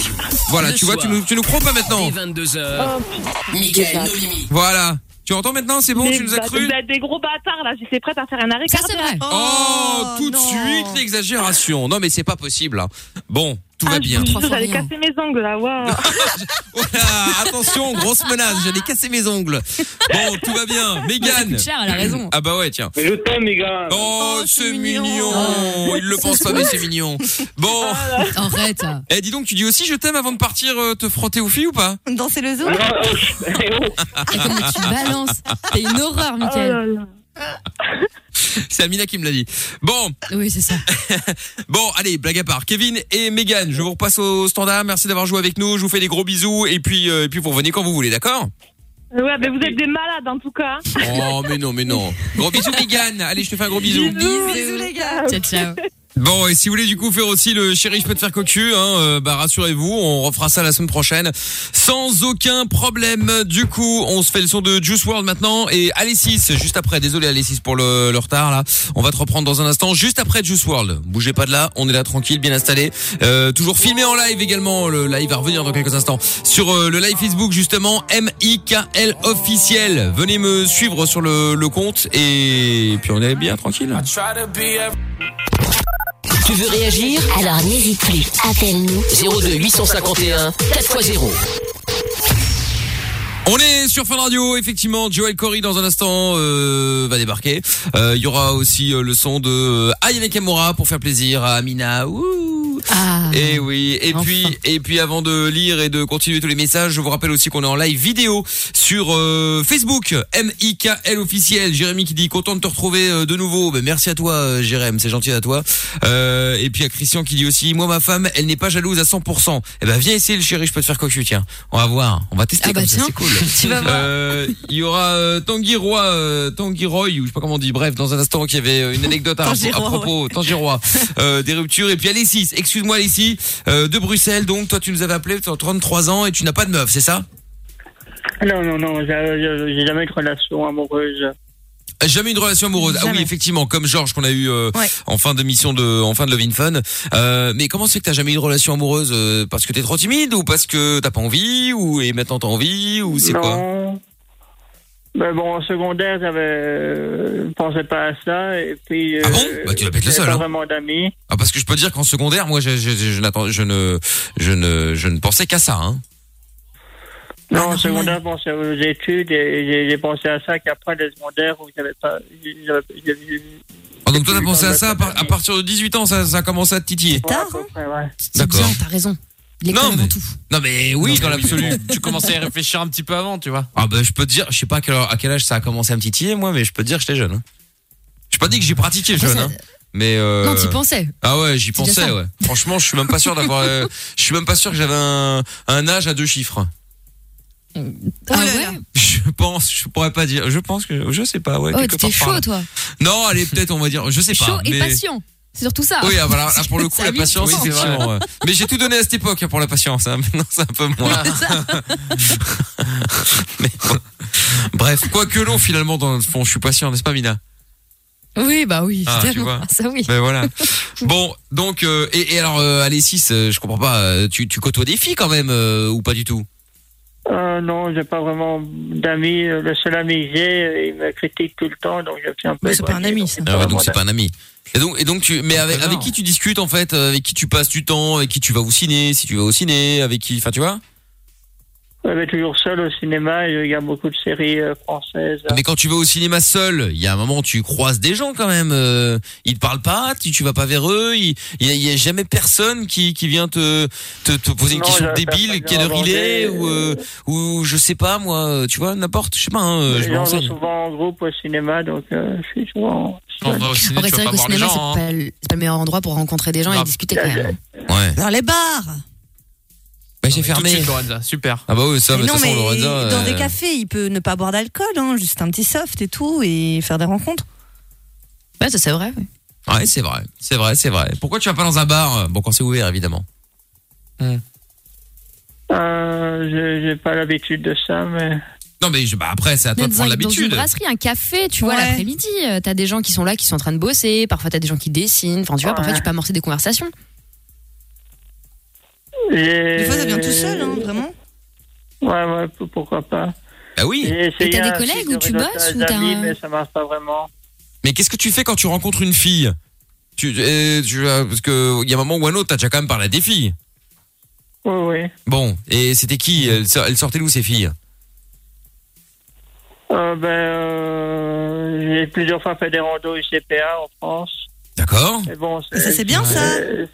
Speaker 2: Voilà,
Speaker 1: Le
Speaker 2: tu vois,
Speaker 1: soir,
Speaker 2: tu nous, tu nous crois pas maintenant.
Speaker 1: dès 22h.
Speaker 10: Oh, putain.
Speaker 1: Mickaël, nos limites.
Speaker 2: Voilà. Tu entends maintenant, c'est bon,
Speaker 10: Mais
Speaker 2: tu nous as
Speaker 10: bah,
Speaker 2: cru
Speaker 10: Vous êtes des gros bâtards là, j'étais prête à faire un arrêt
Speaker 4: Ça, c'est
Speaker 10: cardiaque.
Speaker 4: vrai.
Speaker 2: Oh, tout de suite l'exagération. Non, mais c'est pas possible. hein. Bon, tout va
Speaker 10: Ah, je
Speaker 2: bien.
Speaker 10: vous
Speaker 4: Trois
Speaker 10: jure,
Speaker 4: fois
Speaker 10: J'allais
Speaker 4: rien.
Speaker 10: casser mes ongles là, waouh.
Speaker 2: Ah, attention, grosse menace, j'allais casser mes ongles. Bon, tout va bien.
Speaker 4: Ça
Speaker 2: Mégane.
Speaker 4: coûte cher, elle a raison.
Speaker 2: Ah bah ouais, tiens.
Speaker 14: Mais je t'aime, Mégane.
Speaker 2: Oh, c'est mignon.
Speaker 4: Ah.
Speaker 3: Oh,
Speaker 2: Il le pense pas, mais c'est mignon. Bon.
Speaker 4: Arrête.
Speaker 2: Eh, dis donc, tu dis aussi je t'aime avant de partir euh, te frotter aux filles ou pas
Speaker 6: Danser le zoo
Speaker 14: Non, oh, je- [LAUGHS] eh oh.
Speaker 4: [LAUGHS] Et comment Ah, tu balances T'es une horreur,
Speaker 10: Oh
Speaker 4: Mickaël.
Speaker 10: là là.
Speaker 2: [LAUGHS] C'est Amina qui me l'a dit. Bon,
Speaker 4: Oui, c'est ça.
Speaker 2: [LAUGHS] bon, allez, blague à part. Kevin et Mégane, je vous repasse au standard. Merci d'avoir joué avec nous. Je vous fais des gros bisous. Et puis, euh, et puis vous revenez quand vous voulez, d'accord
Speaker 10: Euh, Ouais, mais vous êtes des malades en tout cas. hein.
Speaker 2: Oh, mais non, mais non. Gros bisous, Mégane. Allez, je te fais un gros bisou.
Speaker 6: Bisous, les gars.
Speaker 4: Ciao, ciao.
Speaker 2: Bon, et si vous voulez du coup faire aussi le chéri, je peux te faire cocu, hein, euh, bah rassurez-vous, on refera ça la semaine prochaine sans aucun problème. Du coup, on se fait le son de Juice World maintenant et Alessis juste après. Désolé Alessis pour le, le retard là. On va te reprendre dans un instant juste après Juice World. Bougez pas de là, on est là tranquille, bien installé. Euh, toujours filmé en live également. Le live va revenir dans quelques instants sur euh, le live Facebook justement M I K L officiel. Venez me suivre sur le, le compte et puis on est bien tranquille.
Speaker 1: [LAUGHS] Tu veux réagir
Speaker 15: Alors n'hésite plus, appelle-nous.
Speaker 1: 02 851
Speaker 2: [LAUGHS]
Speaker 1: 4x0.
Speaker 2: On est sur Fun Radio, effectivement. Joel Corey dans un instant euh, va débarquer. Euh, Il y aura aussi euh, le son de euh, Aïe avec Amora pour faire plaisir à Amina. Ouh.
Speaker 4: Ah.
Speaker 2: Et Eh oui, et
Speaker 4: Enfin.
Speaker 2: puis et puis avant de lire et de continuer tous les messages, je vous rappelle aussi qu'on est en live vidéo sur euh, Facebook MIKL officiel. Jérémy qui dit content de te retrouver euh, de nouveau. Ben, merci à toi euh, Jérémy, c'est gentil à toi. Euh, et puis à Christian qui dit aussi moi ma femme, elle n'est pas jalouse à 100%. Eh ben viens essayer le chéri, je peux te faire cocu tiens. On va voir, on va tester
Speaker 4: Ah bah
Speaker 2: comme ça,
Speaker 4: tiens.
Speaker 2: c'est cool.
Speaker 4: [LAUGHS] Tu vas voir.
Speaker 2: Euh, Il y aura euh, Tanguy Roy, euh, Tanguy Roy, ou je sais pas comment on dit, bref, dans un instant, qui avait euh, une anecdote à, à
Speaker 6: Tanguy Roy,
Speaker 2: propos, Tanguy Roy, euh, des ruptures, et puis Alessis, excuse-moi Alessis, euh, de Bruxelles, donc toi tu nous avais appelé, tu as 33 ans et tu n'as pas de meuf, c'est ça
Speaker 7: [LAUGHS] Non, non, non, j'ai j'ai jamais eu de relation amoureuse.
Speaker 2: Euh, Jamais eu de relation amoureuse. Ah oui,
Speaker 6: Jamais.
Speaker 2: effectivement, comme Georges qu'on a eu euh,
Speaker 6: Ouais.
Speaker 2: en fin d'émission de en fin de Love in Fun. Euh, mais comment c'est que t'as jamais eu de relation amoureuse euh, Parce que t'es trop timide ou parce que t'as pas envie ou et maintenant t'as envie ou c'est quoi
Speaker 7: Non. Mais bon, en secondaire, j'avais euh, pensais pas à ça et puis. euh,
Speaker 2: Ah bon Bah, tu dois pas être le
Speaker 7: j'avais
Speaker 2: seul,
Speaker 7: Pas
Speaker 2: hein.
Speaker 7: vraiment d'amis.
Speaker 2: Ah, parce que je peux dire qu'en secondaire, moi, je, je, je, je n'attends- je ne, je ne, je ne pensais qu'à ça. Hein.
Speaker 7: Non,
Speaker 2: Ah,
Speaker 7: en secondaire, je pensais aux études et j'ai- j'ai pensé à ça qu'après le secondaire où j'avais pas. j'avais- j'avais-
Speaker 2: Ah, donc toi, t'as
Speaker 7: Oui,
Speaker 2: pensé
Speaker 7: quand
Speaker 2: à
Speaker 7: même,
Speaker 2: ça à, par- à partir de 18 ans, ça, ça a commencé à te titiller.
Speaker 7: Ouais, à
Speaker 6: Tard,
Speaker 7: peu près, ouais.
Speaker 4: C'est bien,
Speaker 2: D'accord.
Speaker 4: t'as raison. L'école
Speaker 2: Non, mais-
Speaker 4: avant tout.
Speaker 2: Non, mais oui, dans l'absolu.
Speaker 4: [LAUGHS]
Speaker 3: Tu commençais à y réfléchir un petit peu avant, tu vois.
Speaker 2: Ah bah, je peux te dire, je sais pas à quel, à quel âge ça a commencé à me titiller, moi, mais je peux te dire que j'étais jeune. Hein. Je pas dit que j'ai pratiqué
Speaker 4: Après,
Speaker 2: jeune,
Speaker 4: ça-
Speaker 2: hein. mais euh...
Speaker 4: Non, tu pensais.
Speaker 2: ah ouais, j'y
Speaker 4: déjà
Speaker 2: pensais.
Speaker 4: ça.
Speaker 2: Ouais. Franchement, je suis même pas sûr d'avoir, euh, je suis même pas sûr que j'avais un, un âge à deux chiffres.
Speaker 10: Oh
Speaker 4: Ah
Speaker 6: là
Speaker 4: ouais
Speaker 6: là.
Speaker 2: Je pense, je pourrais pas dire. Je pense que, je sais pas. Ouais.
Speaker 4: Oh,
Speaker 2: quelque
Speaker 4: t'étais
Speaker 2: part par là.
Speaker 4: chaud, toi.
Speaker 2: Non, allez, peut-être on va dire, je sais pas.
Speaker 4: Chaud et
Speaker 2: mais-
Speaker 4: patient. C'est surtout ça.
Speaker 2: Oui, ah, voilà,
Speaker 4: [LAUGHS]
Speaker 2: là, pour le coup,
Speaker 4: Ça
Speaker 2: la
Speaker 4: vit
Speaker 2: patience,
Speaker 4: souvent.
Speaker 2: effectivement. ouais. Mais j'ai tout donné à cette époque hein, pour la patience. hein. [LAUGHS] Maintenant, c'est un peu
Speaker 4: [LAUGHS]
Speaker 2: moins. Mais bon. Bref, quoi que long, finalement, dans le fond, je suis patient, n'est-ce pas, Mina
Speaker 4: [LAUGHS] Oui, bah oui,
Speaker 2: Ah, tu
Speaker 4: évidemment.
Speaker 2: vois.
Speaker 4: ça, oui.
Speaker 2: Ben
Speaker 4: [LAUGHS]
Speaker 2: voilà. Bon, donc, euh, et, et alors, euh, Alessis, euh, je comprends pas, euh, tu, tu côtoies des filles quand même, euh, ou pas du tout
Speaker 7: Euh, non, j'ai pas vraiment d'amis. Euh, Le seul ami que j'ai, euh, il me critique tout le temps, donc je suis un peu.
Speaker 6: Mais c'est pas un
Speaker 7: éloigné,
Speaker 6: ami,
Speaker 7: donc
Speaker 6: ça.
Speaker 7: j'ai
Speaker 2: Ah ouais,
Speaker 7: vraiment
Speaker 2: Donc, c'est pas un ami. Et donc, et donc tu, mais avec,
Speaker 3: Ah,
Speaker 2: avec
Speaker 3: non.
Speaker 2: qui tu discutes en fait, euh, avec qui tu passes du temps, avec qui tu vas au ciné, si tu vas au ciné, avec qui, enfin, tu vois
Speaker 7: Elle est toujours seule au cinéma et je regarde beaucoup de séries euh, françaises.
Speaker 2: Mais quand tu vas au cinéma seul, il y a un moment où tu croises des gens quand même. euh, ils te parlent pas, tu, tu vas pas vers eux. Il il y, a- il y a jamais personne qui, qui vient te, te, te poser une
Speaker 7: Non,
Speaker 2: question
Speaker 7: j'avais personne
Speaker 2: débile, quelle heure il est
Speaker 7: abordé,
Speaker 2: ou euh, ou je sais pas moi. euh, Tu vois n'importe, je sais pas. hein, euh,
Speaker 7: Les
Speaker 2: je me
Speaker 7: gens vont
Speaker 2: renseigne.
Speaker 7: souvent en groupe au cinéma, donc euh, je suis souvent.
Speaker 2: On va au ciné,
Speaker 4: Après,
Speaker 2: tu vas
Speaker 4: c'est
Speaker 2: pas
Speaker 4: vrai qu'au
Speaker 2: voir les
Speaker 4: cinéma, c'est
Speaker 2: gens, hein. Ah.
Speaker 4: pas, le- c'est pas le meilleur endroit pour rencontrer des gens et discuter quand même.
Speaker 2: Ouais.
Speaker 6: Dans les bars
Speaker 2: Bah, j'ai fermé.
Speaker 3: super.
Speaker 2: Ah bah oui, ça,
Speaker 6: Mais
Speaker 2: mais de
Speaker 6: non,
Speaker 2: toute façon,
Speaker 6: mais
Speaker 2: Lorenza.
Speaker 6: dans des
Speaker 2: euh,
Speaker 6: cafés, il peut ne pas boire d'alcool, hein, juste un petit soft et tout, et faire des rencontres.
Speaker 4: Ouais, ça
Speaker 6: [LAUGHS]
Speaker 4: c'est vrai.
Speaker 2: Ouais, c'est vrai, c'est vrai, c'est vrai. Pourquoi tu vas pas dans un bar euh, Bon, quand c'est ouvert, évidemment.
Speaker 7: Euh, je- j'ai pas l'habitude de ça, mais.
Speaker 2: Non, mais je- bah, après, c'est à toi de
Speaker 4: dans,
Speaker 2: prendre
Speaker 4: dans une
Speaker 2: l'habitude.
Speaker 4: brasserie, un café, tu vois,
Speaker 6: Ouais.
Speaker 4: l'après-midi, euh, t'as des gens qui sont là, qui sont en train de bosser, parfois t'as des gens qui dessinent, enfin tu vois, parfois
Speaker 6: Ouais.
Speaker 4: tu peux amorcer des conversations.
Speaker 7: Des
Speaker 6: fois, ça vient tout seul, hein, vraiment.
Speaker 7: Ouais, ouais, p- pourquoi pas.
Speaker 2: Ah oui.
Speaker 4: Et t'as des collègues où tu bosses ou t'as un-
Speaker 7: mais ça marche pas vraiment.
Speaker 2: Mais qu'est-ce que tu fais quand tu rencontres une fille tu, euh, tu, euh, Parce que il y a un moment ou un autre, t'as déjà quand même parlé à des filles.
Speaker 7: Oui, oui.
Speaker 2: Bon, et c'était qui elles, so- elles sortaient d'où ces filles
Speaker 7: Euh, ben, euh, j'ai plusieurs fois fait des randos ICPA en France.
Speaker 2: D'accord.
Speaker 7: Mais bon,
Speaker 6: Ça, c'est bien, ça.
Speaker 7: c'est-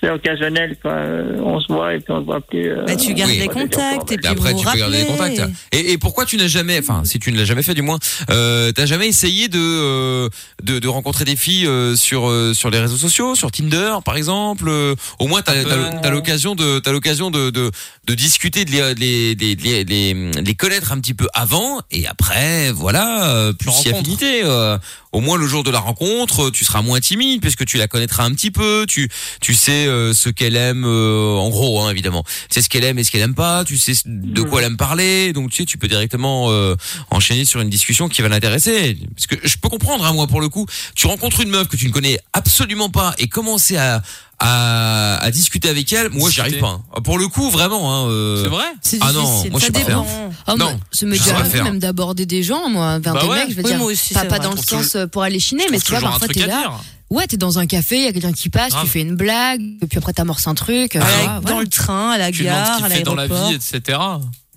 Speaker 7: C'est occasionnel, quoi. Euh, On se voit et puis on se voit plus. euh,
Speaker 6: Bah, tu gardes
Speaker 7: on se
Speaker 6: les
Speaker 7: voit plusieurs
Speaker 6: contacts
Speaker 7: fois,
Speaker 6: et
Speaker 7: mais-
Speaker 2: Et après,
Speaker 6: vous
Speaker 2: tu peux garder les
Speaker 6: rappelez.
Speaker 2: contacts. Et, et pourquoi tu n'as jamais, enfin, si tu ne l'as jamais fait du moins, euh, t'as jamais essayé de, euh, de de rencontrer des filles euh, sur euh, sur les réseaux sociaux, sur Tinder par exemple. euh, au moins, t'as t'as le- t'as l'occasion de t'as l'occasion de, de de discuter, de les de les, de les, de les, de les- de les connaître un petit peu avant et après, voilà, euh, plus si affinité. euh, au moins le jour de la rencontre, euh, tu seras moins timide puisque tu la connaîtras un petit peu. Tu tu sais euh, ce qu'elle aime, euh, en gros, hein, évidemment. Tu sais ce qu'elle aime et ce qu'elle aime pas. Tu sais ce-
Speaker 4: Mhm.
Speaker 2: de quoi elle aime parler. Donc tu sais, tu peux directement euh, enchaîner sur une discussion qui va l'intéresser. Parce que je peux comprendre, hein, moi pour le coup, tu rencontres une meuf que tu ne connais absolument pas et commencer à à, à discuter avec elle, moi j'y arrive pas. hein. Pour le coup, vraiment. Hein, euh,
Speaker 3: C'est vrai
Speaker 4: C'est
Speaker 2: Ah non,
Speaker 4: difficile,
Speaker 2: moi je
Speaker 4: ça
Speaker 2: sais pas faire.
Speaker 4: dépend. Ah, moi,
Speaker 2: Non,
Speaker 4: ça me
Speaker 2: je sais
Speaker 4: dérange
Speaker 2: pas faire.
Speaker 4: même d'aborder des gens, moi, vers
Speaker 2: Bah
Speaker 4: des
Speaker 2: ouais.
Speaker 4: mecs, je veux
Speaker 2: Oui,
Speaker 4: dire.
Speaker 2: moi aussi,
Speaker 4: pas
Speaker 2: c'est
Speaker 4: pas
Speaker 2: vrai.
Speaker 4: dans le
Speaker 2: Je trouve
Speaker 4: sens euh, pour aller chiner, mais tu vois,
Speaker 2: toujours un
Speaker 4: parfois
Speaker 2: truc
Speaker 4: t'es
Speaker 2: à
Speaker 4: là.
Speaker 2: dire.
Speaker 4: Ouais, t'es dans un café, il y a quelqu'un qui passe, tu fais une blague, puis après t'amorces un truc. euh, voilà,
Speaker 6: Dans
Speaker 4: voilà.
Speaker 6: le train, à la
Speaker 4: Tu demandes ce
Speaker 6: gare,
Speaker 4: qu'il
Speaker 6: à
Speaker 4: fait dans la
Speaker 6: l'aéroport.
Speaker 4: vie,
Speaker 3: etc.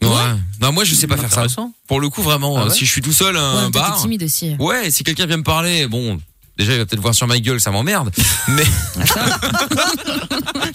Speaker 2: Ouais. Non, moi je sais pas faire ça. Pour le coup, vraiment,
Speaker 3: Ah ouais
Speaker 2: euh, si je suis tout seul à
Speaker 4: Ouais,
Speaker 2: un
Speaker 4: mais toi, t'es
Speaker 2: bar.
Speaker 4: timide aussi.
Speaker 2: Ouais, si quelqu'un vient me parler, bon, déjà il va peut-être voir sur ma gueule, ça m'emmerde. [LAUGHS] Mais
Speaker 4: Ah,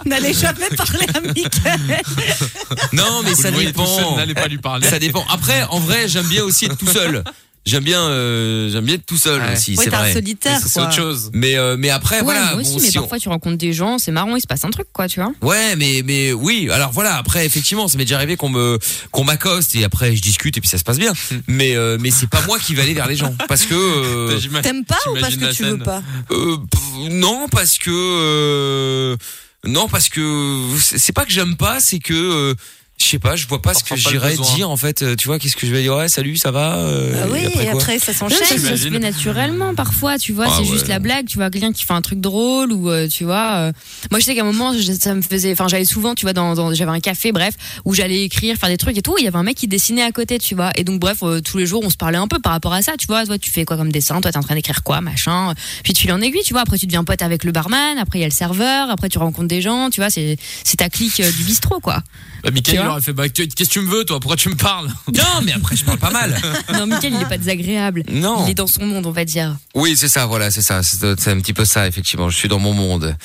Speaker 6: N'allez jamais parler à Mickaël.
Speaker 2: [LAUGHS] non, mais
Speaker 3: Vous
Speaker 2: ça
Speaker 3: le voyez tout seul,
Speaker 2: dépend.
Speaker 3: n'allez pas lui parler.
Speaker 2: Ça dépend. Après, en vrai, j'aime bien aussi être tout seul. J'aime bien, euh, j'aime bien être tout seul aussi.
Speaker 4: Ouais,
Speaker 2: c'est
Speaker 4: t'es un
Speaker 2: vrai.
Speaker 4: solitaire, Mais ça, c'est quoi. autre chose.
Speaker 2: Mais euh, mais après,
Speaker 4: Ouais, moi
Speaker 2: voilà. bon,
Speaker 4: aussi,
Speaker 2: si
Speaker 4: mais
Speaker 2: on-
Speaker 4: parfois tu rencontres des gens, c'est marrant, il se passe un truc, quoi, tu vois.
Speaker 2: Ouais, mais mais oui. Alors voilà. Après, effectivement, ça m'est déjà arrivé qu'on me qu'on m'accoste et après je discute et puis ça se passe bien. Mais euh, mais c'est pas moi qui vais aller vers les gens parce que euh,
Speaker 6: T'aimes pas ou parce que tu veux pas
Speaker 2: Euh, pff, non parce que euh, non parce que c'est c'est pas que j'aime pas c'est que euh, je sais pas je vois pas ce que
Speaker 3: ressens pas le
Speaker 2: j'irais
Speaker 3: besoin.
Speaker 2: dire en fait euh, tu vois qu'est-ce que je vais dire ouais salut ça va euh,
Speaker 6: Ah oui, et
Speaker 2: quoi
Speaker 6: après, ça s'enchaîne.
Speaker 4: Ouais, ça se
Speaker 2: J'imagine.
Speaker 4: fait naturellement parfois, tu vois,
Speaker 2: Ah
Speaker 4: c'est
Speaker 2: ouais.
Speaker 4: juste la blague, tu vois, quelqu'un qui fait un truc drôle ou euh, tu vois. euh, Moi je sais qu'à un moment, je- ça me faisait, enfin j'allais souvent, tu vois, dans, dans- j'avais un café, bref, où j'allais écrire, faire des trucs et tout. et Il y avait un mec qui dessinait à côté, tu vois. Et donc bref, euh, tous les jours on se parlait un peu par rapport à ça, tu vois. Toi tu fais quoi comme dessin, toi t'es en train d'écrire quoi, machin. Puis tu fil en aiguille, tu vois. Après tu deviens pote avec le barman, après il y a le serveur, après tu rencontres des gens, tu vois. C'est c'est ta clique euh, du
Speaker 6: [LAUGHS]
Speaker 4: bistrot quoi.
Speaker 3: Bah, Mickaël,
Speaker 4: Tu
Speaker 3: il
Speaker 4: vois
Speaker 3: aurait fait bah, qu'est-ce que tu me veux, toi Pourquoi tu me parles
Speaker 2: Non, mais après, je parle pas mal.
Speaker 4: non, Mickaël, il est pas désagréable.
Speaker 2: Non.
Speaker 4: Il est dans son monde, on va dire.
Speaker 2: oui c'est ça voilà c'est ça c'est c'est un petit peu ça effectivement je suis dans mon monde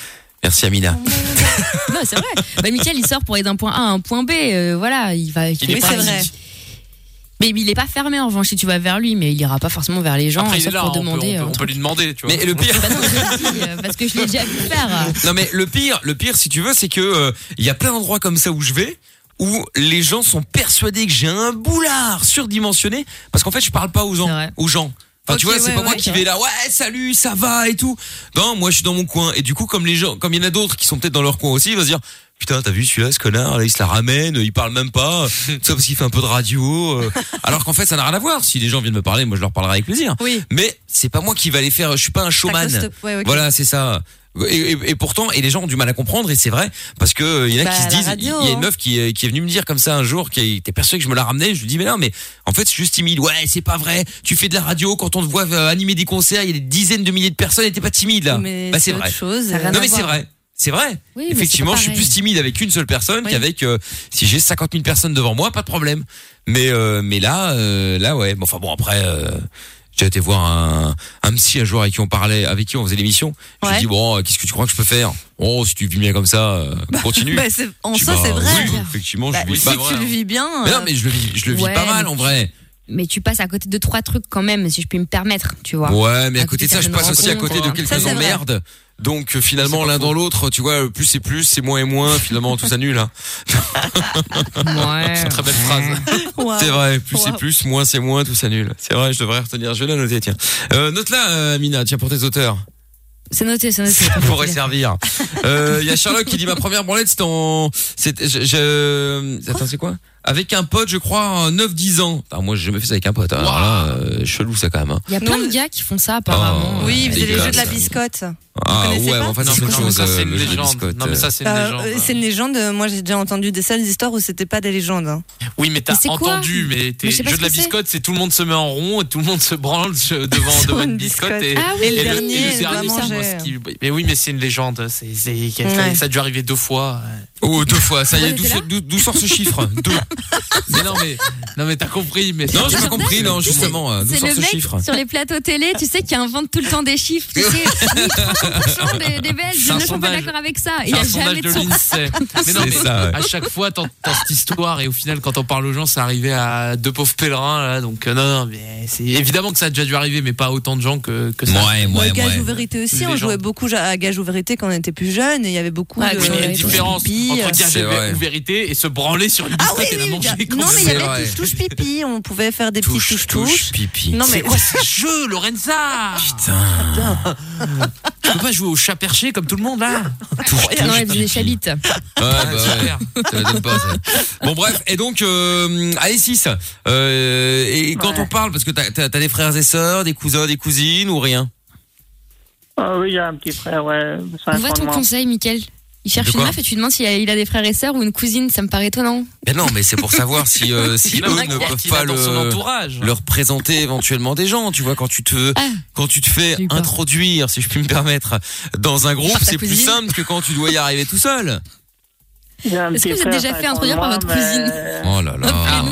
Speaker 2: merci Amina
Speaker 4: [LAUGHS] non, c'est vrai. Bah, Michael, il sort pour aller d'un point A à un point B. euh, voilà, il va.
Speaker 2: est
Speaker 4: va-
Speaker 2: pratique.
Speaker 4: Mais il est pas fermé en revanche si tu vas vers lui, mais il ira pas forcément vers les gens
Speaker 3: Après, il est
Speaker 4: sauf
Speaker 3: là,
Speaker 2: hein,
Speaker 4: pour
Speaker 3: on peut-
Speaker 4: demander.
Speaker 3: on peut-
Speaker 4: euh,
Speaker 3: on peut lui demander, tu vois.
Speaker 2: mais le pire
Speaker 4: [LAUGHS] euh, parce que je l'ai déjà vu faire.
Speaker 2: Non mais le pire, le pire si tu veux, c'est que euh, il y a plein d'endroits comme ça où je vais où les gens sont persuadés que j'ai un boulard surdimensionné parce qu'en fait je parle pas aux gens, aux gens. Enfin tu
Speaker 3: Ok,
Speaker 2: vois, c'est
Speaker 3: ouais,
Speaker 2: pas moi
Speaker 3: ouais,
Speaker 2: qui
Speaker 3: c'est
Speaker 2: vais
Speaker 3: vrai.
Speaker 2: là, ouais, salut, ça va et tout. Non, moi je suis dans mon coin et du coup comme les gens comme il y en a d'autres qui sont peut-être dans leur coin aussi, ils vont se dire Putain, t'as vu celui-là, ce connard, là, il se la ramène, il parle
Speaker 6: [LAUGHS]
Speaker 2: même pas, ça parce qu'il fait un peu de radio. euh. Alors qu'en fait, ça n'a rien à voir. Si les gens viennent me parler, moi je leur parlerai avec plaisir. Mais c'est pas moi qui va les faire. Je suis pas un showman.
Speaker 6: T'accoste- ouais, ok.
Speaker 2: Voilà, c'est ça. Et, et- et pourtant, et les gens ont du mal à comprendre, et c'est vrai, parce que euh, il y en a
Speaker 6: Bah,
Speaker 2: qui se
Speaker 6: la
Speaker 2: disent, il y-
Speaker 6: radio,
Speaker 2: il y a
Speaker 6: hein.
Speaker 2: une meuf qui, euh, qui est venue me dire comme ça un jour, qui était persuadée que je me la ramenais, je lui dis mais non, mais en fait, c'est juste timide. Ouais, c'est pas vrai. Tu fais de la radio quand on te voit euh, animer des concerts, il y a des dizaines de milliers de personnes, et t'es pas timide là.
Speaker 6: Mais
Speaker 2: bah, c'est
Speaker 6: c'est
Speaker 2: vrai.
Speaker 6: autre chose, Ça a rien
Speaker 2: non
Speaker 6: à
Speaker 2: mais
Speaker 6: voir.
Speaker 2: c'est vrai. C'est vrai.
Speaker 4: Oui, mais
Speaker 2: Effectivement,
Speaker 4: c'est
Speaker 2: je
Speaker 4: pas
Speaker 2: suis plus
Speaker 4: pareil.
Speaker 2: timide avec une seule personne qu'avec euh, si j'ai 50 000 personnes devant moi, pas de problème. Mais euh, mais là, euh, là ouais. Bon, enfin bon après. euh, j'ai été voir un, un psy un jour avec qui on parlait, avec qui on faisait l'émission. Je lui ai dit bon, euh, qu'est-ce que tu crois que je peux faire Oh, si tu vis bien comme ça, euh, continue.
Speaker 6: Bah, c'est- en
Speaker 2: Tu
Speaker 6: soi,
Speaker 2: vas-
Speaker 6: c'est vrai.
Speaker 2: oui, effectivement,
Speaker 6: Bah,
Speaker 2: je vis
Speaker 6: si
Speaker 2: pas
Speaker 6: tu le vis bien.
Speaker 2: Mais non,
Speaker 6: euh,
Speaker 2: mais je le vis, je le vis
Speaker 4: Ouais,
Speaker 2: pas mal
Speaker 4: mais
Speaker 2: en
Speaker 4: tu-
Speaker 2: vrai.
Speaker 4: Mais tu passes à côté de trois trucs quand même, si je puis me permettre, tu vois.
Speaker 2: Ouais,
Speaker 6: Ah,
Speaker 2: mais à côté de ça, je
Speaker 4: certaines
Speaker 2: passe aussi à
Speaker 4: rencontres,
Speaker 2: côté de
Speaker 4: hein. Ça,
Speaker 2: quelques
Speaker 4: c'est vrai.
Speaker 2: emmerdes. Donc euh, finalement, l'un dans l'autre, tu vois, plus c'est plus, c'est moins et moins. Finalement, tout s'annule.
Speaker 6: [LAUGHS]
Speaker 2: Hein.
Speaker 4: C'est
Speaker 2: une très belle phrase. C'est vrai, plus c'est plus, moins c'est moins, tout s'annule. C'est vrai, je devrais retenir. Je vais la noter, tiens. Euh, note-la, euh, Mina, tiens, pour tes auteurs.
Speaker 4: C'est noté, c'est
Speaker 2: [LAUGHS]
Speaker 4: noté.
Speaker 2: Ça pourrait servir. Euh, Il y a Sherlock qui dit ma première branlette, c'était en. c'était- Je, je- Attends, c'est quoi Avec un pote, je crois, en 9-10 ans. Enfin, moi, j'ai jamais fait ça avec un pote. hein. Alors là, euh, chelou ça quand même. hein.
Speaker 4: Il y a plein de gars qui font ça apparemment.
Speaker 2: Oh,
Speaker 6: Oui, c'est les jeux de la
Speaker 2: dégueulasse.
Speaker 6: biscotte.
Speaker 2: Ah
Speaker 6: connaissez
Speaker 2: ouais,
Speaker 6: pas
Speaker 2: en fait,
Speaker 6: Non,
Speaker 2: c'est
Speaker 6: mais
Speaker 2: autre
Speaker 6: non, mais
Speaker 2: chose,
Speaker 6: ça, c'est
Speaker 2: euh,
Speaker 6: une
Speaker 2: le jeu de
Speaker 3: légende.
Speaker 2: biscotte,
Speaker 3: Non, mais ça,
Speaker 2: euh.
Speaker 3: c'est une
Speaker 6: Bah,
Speaker 3: légende.
Speaker 6: euh, C'est une légende. euh, Moi, j'ai déjà entendu des sales histoires où c'était pas des légendes. hein.
Speaker 3: [LAUGHS] Oui, mais t'as
Speaker 6: Mais c'est quoi
Speaker 3: entendu, mais t'es
Speaker 6: Mais je sais pas
Speaker 3: jeu
Speaker 6: ce
Speaker 3: de la
Speaker 6: que c'est.
Speaker 3: biscotte, c'est tout le monde se met en rond et tout le monde se branle je- devant, devant une biscotte. Et,
Speaker 6: Ah oui,
Speaker 3: et
Speaker 6: le
Speaker 3: et
Speaker 6: dernier,
Speaker 3: et
Speaker 6: il doit
Speaker 3: c'est
Speaker 6: manger.
Speaker 3: moi, ce qui- Mais oui, mais c'est une légende. c'est c'est-
Speaker 6: Ouais.
Speaker 3: Ça a dû arriver deux fois.
Speaker 2: Oh, deux fois, ça y est,
Speaker 3: Ouais,
Speaker 2: d'où
Speaker 3: c'est
Speaker 2: sort- d'où d'où sort ce chiffre Deux.
Speaker 3: Mais non, mais, non, mais t'as compris. Mais
Speaker 2: Non, j'ai pas compris, non, justement, euh, d'où
Speaker 4: C'est
Speaker 2: sort
Speaker 4: le
Speaker 2: ce
Speaker 4: mec
Speaker 2: chiffre
Speaker 4: [LAUGHS]
Speaker 3: [LAUGHS]
Speaker 4: sur les plateaux télé, tu sais, qui invente tout le temps des chiffres.
Speaker 2: [LAUGHS]
Speaker 4: Tu sais, Oui, 300% des, des Belges
Speaker 3: C'est
Speaker 4: je
Speaker 3: un
Speaker 4: ne sont pas
Speaker 3: sondage.
Speaker 4: d'accord avec ça.
Speaker 3: C'est
Speaker 4: Il n'y a
Speaker 3: un sondage
Speaker 4: jamais
Speaker 3: de
Speaker 4: de
Speaker 6: [LAUGHS]
Speaker 4: son.
Speaker 3: l'INSEE.
Speaker 4: [LAUGHS]
Speaker 3: Mais non,
Speaker 2: C'est
Speaker 3: mais
Speaker 2: ça, ouais.
Speaker 3: à chaque fois, t'entends cette histoire et au final, quand on parle aux gens, ça arrivait à deux pauvres pèlerins. Là, donc, euh, non, non, mais c'est évidemment que ça a déjà dû arriver, mais pas à autant de gens que, que ça.
Speaker 2: Ouais,
Speaker 6: Bah, gage ou vérité aussi,
Speaker 3: Une
Speaker 6: on jouait
Speaker 3: légende.
Speaker 6: beaucoup à gage ou vérité quand on était plus jeune et il y avait beaucoup de.
Speaker 3: Oui, mais il y a une différence
Speaker 6: pipi, euh.
Speaker 3: entre gage
Speaker 2: C'est vrai.
Speaker 3: ou vérité et se branler sur une
Speaker 6: Ah
Speaker 3: biscotte
Speaker 6: oui,
Speaker 3: et la
Speaker 6: oui,
Speaker 3: manger.
Speaker 6: oui,
Speaker 3: comme
Speaker 6: Non, mais il
Speaker 3: ça.
Speaker 6: y avait touche touche pipi, on pouvait faire des petits touche touche.
Speaker 2: pipi.
Speaker 6: Non, mais
Speaker 3: C'est quoi ce jeu, Lorenza Putain. Tu peux pas jouer au chat perché comme tout le monde, là Ah,
Speaker 4: Non, elle faisait des chabites.
Speaker 2: Ouais, bah ouais. Ça m'étonne pas, ça. Bon, bref. Et donc, euh, allez, 6. Euh, et quand on parle, parce que t'as, t'as, t'as des frères et sœurs, des cousins, des cousines ou rien?
Speaker 7: Ah oui, il y a un petit frère, ouais. cinq
Speaker 4: Où va
Speaker 7: ans de
Speaker 4: ton
Speaker 7: moins.
Speaker 4: conseil, Mickaël Il cherche
Speaker 2: De
Speaker 4: une
Speaker 2: quoi
Speaker 4: meuf et tu demandes s'il a, il a des frères et sœurs ou une cousine. Ça me paraît étonnant.
Speaker 2: Ben non, mais c'est pour savoir si,
Speaker 3: [LAUGHS]
Speaker 2: euh, si
Speaker 3: Il y en
Speaker 2: eux
Speaker 3: a
Speaker 2: ne
Speaker 3: qui-
Speaker 2: peuvent
Speaker 3: qui
Speaker 2: pas
Speaker 3: l'a dans
Speaker 2: le,
Speaker 3: son entourage.
Speaker 2: leur présenter éventuellement des gens. Tu vois, quand tu te,
Speaker 4: Ah.
Speaker 2: quand tu te fais introduire, si je puis me permettre, dans un groupe,
Speaker 4: Par ta
Speaker 2: c'est plus
Speaker 4: cousine.
Speaker 2: simple que quand tu dois y arriver tout seul.
Speaker 7: Il y a un
Speaker 4: Est-ce que
Speaker 7: petit
Speaker 4: vous êtes
Speaker 7: frère,
Speaker 4: déjà
Speaker 7: cinq
Speaker 4: fait
Speaker 7: ans de
Speaker 4: introduire par
Speaker 7: moins,
Speaker 4: votre
Speaker 7: mais-
Speaker 4: cousine
Speaker 2: Oh là là.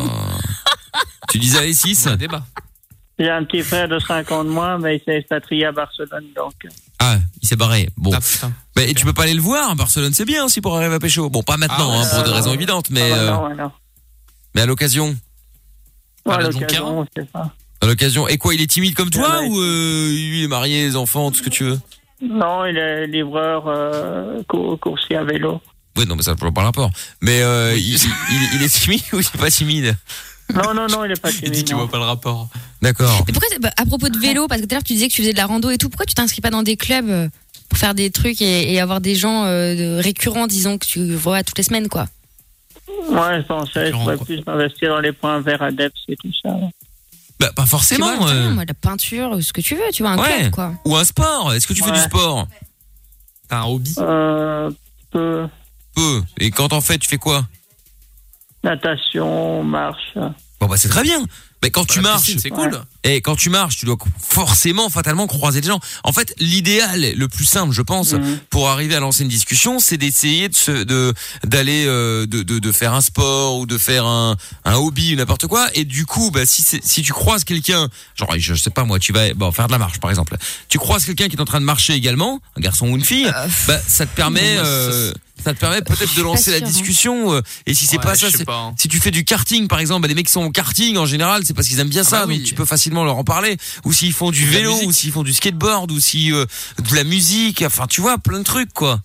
Speaker 2: Tu disais allez, 6.
Speaker 3: débat.
Speaker 7: J'ai un petit frère de 5 ans de moins, mais il s'est expatrié à Barcelone, donc.
Speaker 2: Ah, il s'est barré. Bon. Mais tu peux pas aller le voir. Barcelone, c'est bien aussi pour arriver à pécho. Bon, pas maintenant,
Speaker 3: Ah ouais, bah
Speaker 2: hein, pour
Speaker 3: ça
Speaker 2: des
Speaker 3: va.
Speaker 2: raisons évidentes, mais
Speaker 7: Ah,
Speaker 2: euh,
Speaker 7: non, ouais, non.
Speaker 2: mais à l'occasion.
Speaker 7: Ouais,
Speaker 2: à la
Speaker 7: l'occasion, je sais pas.
Speaker 2: À l'occasion. Et quoi, il est timide comme
Speaker 3: Ah
Speaker 2: toi ou euh, lui, il est marié, les enfants, tout ce que tu veux
Speaker 7: Non, il est livreur euh, cour- coursier à vélo.
Speaker 2: Oui, non, mais ça n'a pas le rapport. Mais euh, il, il- il est timide ou il est pas timide
Speaker 7: Non, non, non, il est pas
Speaker 3: Il dit qu'il voit pas le rapport.
Speaker 2: D'accord.
Speaker 4: Mais pourquoi, c'est- bah, à propos de vélo, parce que tout à l'heure tu disais que tu faisais de la rando et tout, pourquoi tu t'inscris pas dans des clubs euh, pour faire des trucs et, et avoir des gens euh, de- récurrents, disons, que tu vois toutes les semaines, quoi
Speaker 7: Ouais, je pensais, je pourrais plus m'investir dans les points verts adeptes et tout ça.
Speaker 2: Bah, pas forcément.
Speaker 4: Tu vois, j'en sais rien,
Speaker 2: euh,
Speaker 4: moi, la peinture, ce que tu veux, tu vois, un
Speaker 2: ouais.
Speaker 4: club, quoi.
Speaker 2: Ou un sport. Est-ce que tu fais du
Speaker 7: Ouais.
Speaker 2: sport T'as un hobby
Speaker 7: Euh, peu.
Speaker 2: Peu. Et quand t'en fais, tu fais quoi
Speaker 7: Natation, marche.
Speaker 2: Bon bah c'est très bien. Mais quand tu
Speaker 3: la
Speaker 2: marches,
Speaker 3: piscine, c'est cool.
Speaker 2: Et quand tu marches, tu dois forcément fatalement croiser des gens. En fait, l'idéal, le plus simple, je pense,
Speaker 3: Mhm.
Speaker 2: pour arriver à lancer une discussion, c'est d'essayer de se- de d'aller euh, de, de de faire un sport ou de faire un un hobby, ou n'importe quoi. Et du coup, bah si c'est- si tu croises quelqu'un, genre je, je sais pas moi, tu vas bon faire de la marche par exemple. Tu croises quelqu'un qui est en train de marcher également, un garçon ou une fille, bah ça te permet
Speaker 3: non, moi,
Speaker 2: euh, ça te permet peut-être de lancer la
Speaker 3: sûre, hein.
Speaker 2: discussion. euh, Et si c'est
Speaker 3: Ouais,
Speaker 2: pas ça,
Speaker 3: je sais
Speaker 2: c'est-
Speaker 3: pas, hein.
Speaker 2: si tu fais du karting par exemple, bah, les mecs qui sont au karting en général, c'est parce qu'ils aiment bien
Speaker 3: Ah
Speaker 2: ça,
Speaker 3: bah
Speaker 2: donc tu peux facilement leur en parler. Ou s'ils font du vélo, ou s'ils font du skateboard, ou si euh, de la musique, enfin tu vois, plein de trucs quoi.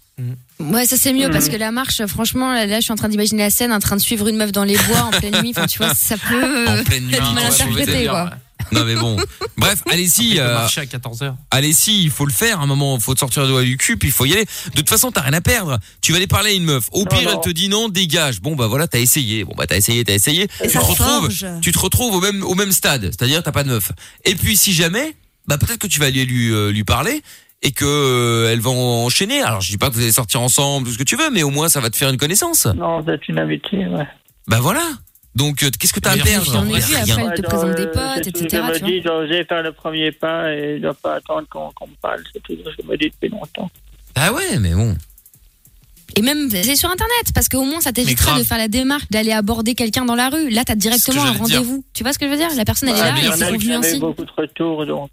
Speaker 4: Ouais, ça c'est mieux parce que la marche, franchement, là, là, je suis en train d'imaginer la scène, en train de suivre une meuf dans les bois en pleine nuit. Enfin, tu vois, ça peut euh,
Speaker 2: En pleine
Speaker 4: [LAUGHS]
Speaker 2: nuit,
Speaker 4: être mal
Speaker 2: ouais,
Speaker 4: interprété,
Speaker 2: ouais,
Speaker 4: quoi.
Speaker 2: Non mais bon, bref, allez si,
Speaker 3: Il peut
Speaker 2: euh,
Speaker 3: marcher à 14h.
Speaker 2: allez si, il faut le faire. À un moment, faut te sortir de doigt du cul, puis il faut y aller. De toute façon, t'as rien à perdre. Tu vas aller parler à une meuf. Au pire, elle te dit non, dégage. Bon bah voilà, t'as essayé. Bon bah t'as essayé, t'as essayé. tu
Speaker 6: ça
Speaker 2: te retrouves,
Speaker 6: forge.
Speaker 2: tu te retrouves au même au même stade, c'est-à-dire t'as pas de meuf. Et puis si jamais, bah peut-être que tu vas aller lui euh, lui parler et que euh, elle va en- enchaîner. Alors je dis pas que vous allez sortir ensemble, tout ce que tu veux, mais au moins ça va te faire une connaissance.
Speaker 7: Non, vous êtes une amitié, ouais.
Speaker 2: Bah voilà. Donc euh, qu'est-ce que t'as à
Speaker 3: Mais
Speaker 2: perdre
Speaker 3: j'en ai vu,
Speaker 2: Rien.
Speaker 4: après, elle te
Speaker 7: Ouais,
Speaker 4: présente
Speaker 7: genre,
Speaker 4: des
Speaker 7: euh,
Speaker 4: potes,
Speaker 7: c'est tout ce que
Speaker 4: etc. tu
Speaker 7: Je
Speaker 4: vois.
Speaker 7: me dis, genre, j'ai fait le premier pas et je dois pas attendre qu'on qu'on me parle, c'est tout ce que je me dis depuis longtemps.
Speaker 2: Ah ouais, mais bon.
Speaker 4: Et même, c'est sur Internet, parce qu'au moins, ça t'évitera
Speaker 3: grave.
Speaker 4: de faire la démarche d'aller aborder quelqu'un dans la rue. Là, t'as directement un
Speaker 3: j'allais dire.
Speaker 4: rendez-vous. Tu vois ce que je veux dire La personne, elle est là,
Speaker 7: mais il y
Speaker 4: elle
Speaker 7: en
Speaker 4: s'est
Speaker 7: a qui
Speaker 4: revenue
Speaker 7: avaient
Speaker 4: ainsi.
Speaker 7: beaucoup de retours, donc.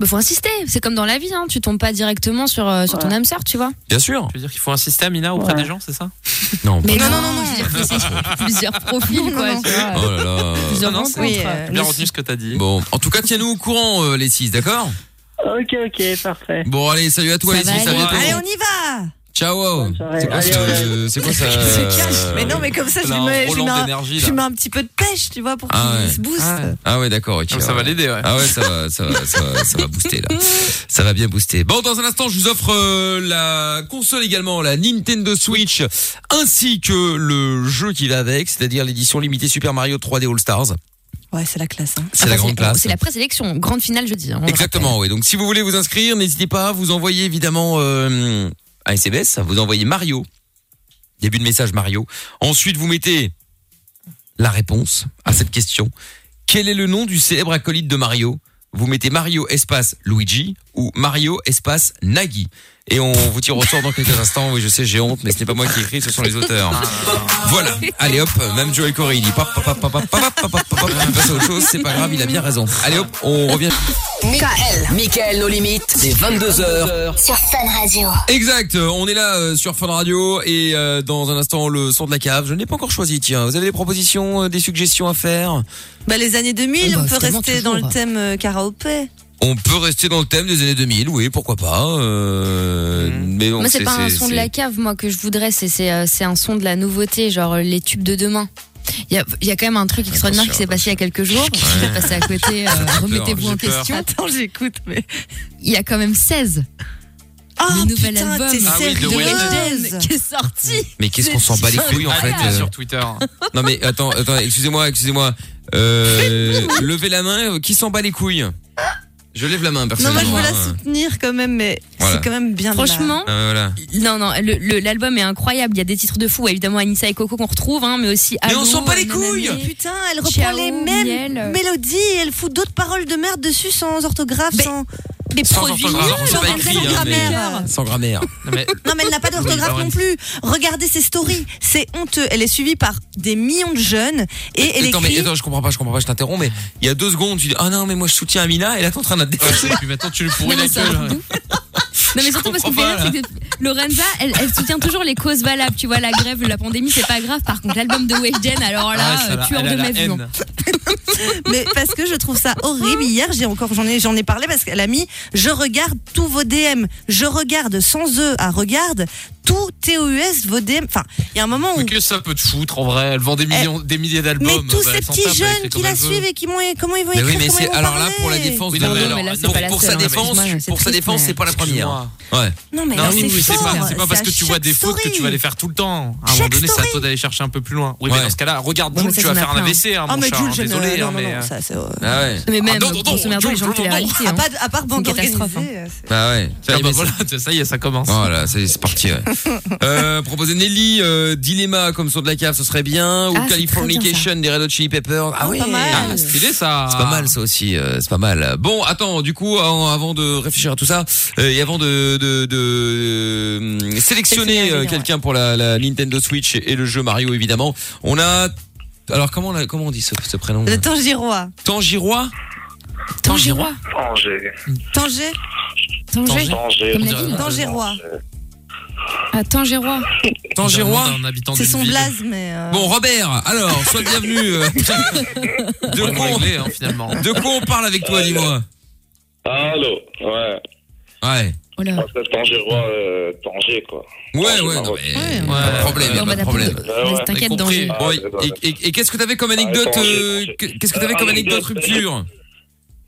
Speaker 4: Bah, faut insister. C'est comme dans la vie, hein. Tu tombes pas directement sur, euh, sur ton âme sœur, tu vois.
Speaker 2: Bien sûr.
Speaker 3: Tu veux dire qu'il faut un système, Ina, auprès des gens, c'est ça
Speaker 2: Non.
Speaker 4: Mais non, non, non, non, je veux dire, faut essayer [LAUGHS] plusieurs profils, quoi. tu vois.
Speaker 2: Oh là là.
Speaker 4: Plusieurs
Speaker 3: Non, non, c'est-
Speaker 4: rencontres.
Speaker 3: j'ai
Speaker 6: euh,
Speaker 3: bien retenu ce que t'as dit.
Speaker 2: Bon, en tout cas, tiens-nous au courant, euh, les six, d'accord
Speaker 7: Ok, ok, parfait.
Speaker 2: Bon, allez, salut à toi, les six, à bientôt.
Speaker 6: Allez, on y va
Speaker 2: Ciao. C'est quoi,
Speaker 7: Allez,
Speaker 2: ce-
Speaker 7: allez.
Speaker 6: [LAUGHS]
Speaker 2: c'est quoi ça
Speaker 6: Il se cache.
Speaker 2: euh,
Speaker 6: Mais non, mais comme ça, je
Speaker 2: là,
Speaker 6: lui
Speaker 2: un
Speaker 6: mets, je lui
Speaker 2: Roland
Speaker 6: mets un-
Speaker 2: d'énergie,
Speaker 6: je lui
Speaker 2: là.
Speaker 6: mets un petit peu de pêche, tu vois, pour qu'il
Speaker 2: Ah ouais.
Speaker 6: se booste.
Speaker 2: Ah, Ah ouais, d'accord, ok.
Speaker 3: ça va l'aider, ouais.
Speaker 2: Ah ouais, ça va, ça
Speaker 6: [LAUGHS]
Speaker 2: va, ça va, ça va booster, là. Ça va bien booster. Bon, dans un instant, je vous offre euh, la console également, la Nintendo Switch, ainsi que le jeu qui va avec, c'est-à-dire l'édition limitée Super Mario 3D All-Stars.
Speaker 6: Ouais, c'est la classe. hein.
Speaker 2: C'est la grande classe.
Speaker 4: Ah, bah, C'est la présélection, grande finale jeudi. hein, on le
Speaker 2: Exactement, oui. Donc si vous voulez vous inscrire, n'hésitez pas, vous envoyez évidemment euh, un SMS, vous envoyez Mario. Début de message Mario. Ensuite, vous mettez la réponse à cette question. Quel est le nom du célèbre acolyte de Mario Vous mettez Mario espace Luigi ou Mario espace Nagui. Et on vous tire au sort dans quelques instants. Oui, je sais, j'ai honte, mais ce n'est pas moi qui écris, ce sont les auteurs. Voilà. Allez hop, même Joel Corey, il dit pop, pop, pop, pop, pop, pop, pop, pop, pop, il passe à autre chose, c'est pas grave, il a bien raison. Allez hop, on revient.
Speaker 1: Michael, Michael nos limites, c'est 22h.
Speaker 15: Sur Fun Radio.
Speaker 2: Exact, euh, on est là euh, sur Fun Radio et euh, dans un instant le son de la cave. Je n'ai pas encore choisi, tiens. Vous avez des propositions, euh, des suggestions à faire
Speaker 6: [LAUGHS] Bah, les années 2000,
Speaker 2: Ah bah,
Speaker 6: on peut
Speaker 2: finalement,
Speaker 6: rester
Speaker 2: toujours,
Speaker 6: dans le
Speaker 2: hein.
Speaker 6: thème euh, karaopé.
Speaker 2: On peut rester dans le thème des années 2000, oui, pourquoi pas. euh, Mais
Speaker 4: rappelle.
Speaker 2: on
Speaker 4: Moi, c'est pas un son de
Speaker 2: c'est-
Speaker 4: la cave, moi, que je voudrais. C'est- C'est euh, c'est un son de la nouveauté, genre euh, les tubes de demain. Il y a, il y a quand même un truc extraordinaire qui s'est passé il y a quelques jours. qui Je vais passer à
Speaker 2: [LAUGHS]
Speaker 4: côté. euh, Remettez-vous
Speaker 6: j'ai
Speaker 4: en
Speaker 6: peur.
Speaker 4: question.
Speaker 6: Attends, j'écoute, mais. Ah,
Speaker 4: Il y a quand même 16. le nouvel
Speaker 6: putain,
Speaker 4: album
Speaker 6: t'es
Speaker 4: de
Speaker 6: Ah oui, The sérieuse.
Speaker 4: Weeknd qui est sorti.
Speaker 2: Mais qu'est-ce qu'on s'en bat les couilles en fait
Speaker 3: Allez,
Speaker 2: euh,
Speaker 3: sur Twitter.
Speaker 2: Non mais attends, attends, excusez-moi, excusez-moi. Euh, levez la main, euh, qui s'en bat les couilles Je lève la main
Speaker 6: Non, moi, je
Speaker 2: personnellement.
Speaker 6: veux la
Speaker 2: hein.
Speaker 6: soutenir quand même, mais
Speaker 2: Voilà.
Speaker 6: c'est quand même bien. de la-
Speaker 4: Franchement,
Speaker 2: Ah, voilà.
Speaker 4: Non, non, le- le- l'album est incroyable. Il y a des titres de fou. Évidemment, Anissa et Coco qu'on retrouve, hein, mais aussi.
Speaker 2: Mais on
Speaker 4: Allo,
Speaker 2: s'en bat les
Speaker 4: Nanani.
Speaker 2: couilles
Speaker 6: Putain, elle reprend
Speaker 4: Ciao,
Speaker 6: les mêmes
Speaker 4: miel.
Speaker 6: mélodies et elle fout d'autres paroles de merde dessus sans orthographe, sans.
Speaker 4: Des
Speaker 2: Sans orthographe, on s'est pas écrit, hein, mais-
Speaker 6: grammaire.
Speaker 2: Sans grammaire.
Speaker 6: [LAUGHS]
Speaker 2: bah
Speaker 6: Non, mais elle n'a pas d'orthographe
Speaker 2: Lauren.
Speaker 6: non plus. Regardez ses stories, c'est honteux. Elle est suivie par des millions de jeunes et elle
Speaker 2: attends, mais
Speaker 6: écrit.
Speaker 2: attends, je comprends pas, je comprends pas, je t'interromps, mais il y a deux secondes, tu dis, ah non, mais moi je soutiens Amina, et là t'es en train de la défoncer.
Speaker 3: Puis maintenant, tu lui pourris
Speaker 4: Non,
Speaker 3: la
Speaker 4: mais ça-
Speaker 3: gueule. hein.
Speaker 4: Non, mais surtout parce qu'on fait
Speaker 2: comprends
Speaker 4: rire, c'est que Lorenza, elle, elle soutient toujours les causes valables. Tu vois, la grève, la pandémie, c'est pas grave. Par contre, l'album de Weshden, alors là,
Speaker 3: Ah, ça va,
Speaker 4: euh, tueur
Speaker 3: elle a
Speaker 4: de
Speaker 3: la
Speaker 4: ma vie.
Speaker 3: haine.
Speaker 6: Mais parce que je trouve ça horrible. Hier, j'ai encore, j'en ai, j'en ai parlé parce qu'elle a mis, je regarde tous vos DM. Je regarde sans E à regarde tout TOUS vos DM. Enfin, il y a un moment où.
Speaker 3: Mais que ça peut te foutre en vrai Elle vend des millions, des milliers d'albums.
Speaker 6: Mais tous
Speaker 3: Bah,
Speaker 6: ces
Speaker 3: elle s'en
Speaker 6: petits
Speaker 3: tape, elle fait
Speaker 6: jeunes qui
Speaker 3: comme
Speaker 6: la
Speaker 3: elle veut.
Speaker 6: suivent et qui m'ont, comment ils vont
Speaker 2: Mais
Speaker 6: écrire,
Speaker 2: oui, mais
Speaker 6: comment
Speaker 2: c'est
Speaker 6: ils vont
Speaker 2: alors là
Speaker 6: parler
Speaker 2: pour la défense
Speaker 3: Oui,
Speaker 2: de
Speaker 3: non, mais
Speaker 2: alors,
Speaker 3: là, c'est
Speaker 2: non,
Speaker 3: pas la
Speaker 2: pour
Speaker 3: seule,
Speaker 2: sa
Speaker 3: hein, mais
Speaker 2: défense,
Speaker 3: excuse-moi,
Speaker 2: pour sa défense, c'est pas la première.
Speaker 3: Excuse-moi.
Speaker 2: Ouais.
Speaker 6: Non, mais
Speaker 3: Non,
Speaker 6: là,
Speaker 3: oui,
Speaker 6: c'est
Speaker 3: oui, c'est
Speaker 6: fort.
Speaker 3: pas, c'est pas
Speaker 6: C'est
Speaker 3: parce
Speaker 6: à
Speaker 3: que tu vois
Speaker 6: chaque
Speaker 3: des fautes que
Speaker 6: story.
Speaker 3: tu vas les faire tout le temps. À un moment
Speaker 6: Chaque
Speaker 3: donné, c'est à
Speaker 6: story.
Speaker 3: toi d'aller chercher un peu plus loin. Oui, mais dans ce cas-là, regarde,
Speaker 4: Ouais, mais
Speaker 3: Jules,
Speaker 4: ça,
Speaker 3: tu vas
Speaker 4: ça
Speaker 3: faire
Speaker 4: n'a
Speaker 3: un
Speaker 4: pas,
Speaker 3: AVC, hein,
Speaker 6: Ah,
Speaker 3: mon
Speaker 6: mais
Speaker 3: chat.
Speaker 6: Jules,
Speaker 3: hein,
Speaker 6: j'aime
Speaker 3: Désolé,
Speaker 6: non,
Speaker 3: hein,
Speaker 6: non,
Speaker 3: mais.
Speaker 6: non, ça, c'est. euh,
Speaker 2: Ah ouais.
Speaker 4: Mais même,
Speaker 3: non, non, non,
Speaker 4: grosso merdo,
Speaker 3: Jules,
Speaker 4: les gens
Speaker 3: Jules,
Speaker 4: qui les
Speaker 3: non, non.
Speaker 4: réalisent,
Speaker 6: À
Speaker 4: hein.
Speaker 6: part, à part bande
Speaker 4: C'est une catastrophe,
Speaker 6: organisée, euh, c'est-
Speaker 2: Bah ouais.
Speaker 3: Ah,
Speaker 2: Ah
Speaker 3: bah voilà, ça y est, ça commence.
Speaker 2: Voilà, c'est c'est parti. Ouais. Euh, proposer Nelly, euh, Dilemma comme son de la cave, ce serait bien. Ou
Speaker 4: Ah, c'est
Speaker 2: Californication des Red Hot Chili Peppers. Ah, oui,
Speaker 6: pas mal.
Speaker 2: Ah, c'est-
Speaker 3: Stylé ça.
Speaker 2: c'est pas mal ça aussi, euh, c'est pas mal. Bon, attends, du coup, avant avant de réfléchir à tout ça, euh, et avant de, de, de, euh, sélectionner
Speaker 6: Sélectionner,
Speaker 2: euh,
Speaker 6: ouais.
Speaker 2: quelqu'un pour la, la Nintendo Switch et, et le jeu Mario, évidemment, on a... Alors, comment on, a- comment on dit ce, ce prénom
Speaker 6: Le Tangirois.
Speaker 2: Tangirois
Speaker 4: Tangirois.
Speaker 14: Angers.
Speaker 6: Tanger
Speaker 4: Tanger.
Speaker 14: Angers.
Speaker 4: Comme la ville.
Speaker 6: Tangirois.
Speaker 4: Ah, Tangirois.
Speaker 2: Tangirois
Speaker 3: Un habitant
Speaker 6: euh, C'est
Speaker 3: d'une
Speaker 6: son
Speaker 3: ville.
Speaker 6: blaze, mais. euh,
Speaker 2: Bon Robert, alors sois le
Speaker 6: [LAUGHS]
Speaker 2: bienvenu. euh, de,
Speaker 3: Vraiment
Speaker 2: quoi
Speaker 3: réglé, hein, finalement.
Speaker 2: on, de quoi on parle avec toi, dis-moi.
Speaker 14: Allô Ouais.
Speaker 2: Ouais.
Speaker 4: Oh là.
Speaker 14: En fait, Tangérois, euh, Tanger, quoi.
Speaker 2: Ouais, ouais, non, mais,
Speaker 4: Ouais.
Speaker 2: pas de problème,
Speaker 4: Non,
Speaker 2: pas
Speaker 4: bah,
Speaker 2: de
Speaker 4: t'as
Speaker 2: problème.
Speaker 4: pas de-
Speaker 14: Ouais, Bah,
Speaker 4: T'inquiète,
Speaker 3: ouais.
Speaker 4: danger.
Speaker 2: Bon, et et- et qu'est-ce que t'avais comme anecdote
Speaker 14: Ah, Attends, j'ai-
Speaker 2: euh, que- Qu'est-ce que t'avais comme
Speaker 14: Euh,
Speaker 2: anecdote
Speaker 14: anecdote,
Speaker 2: rupture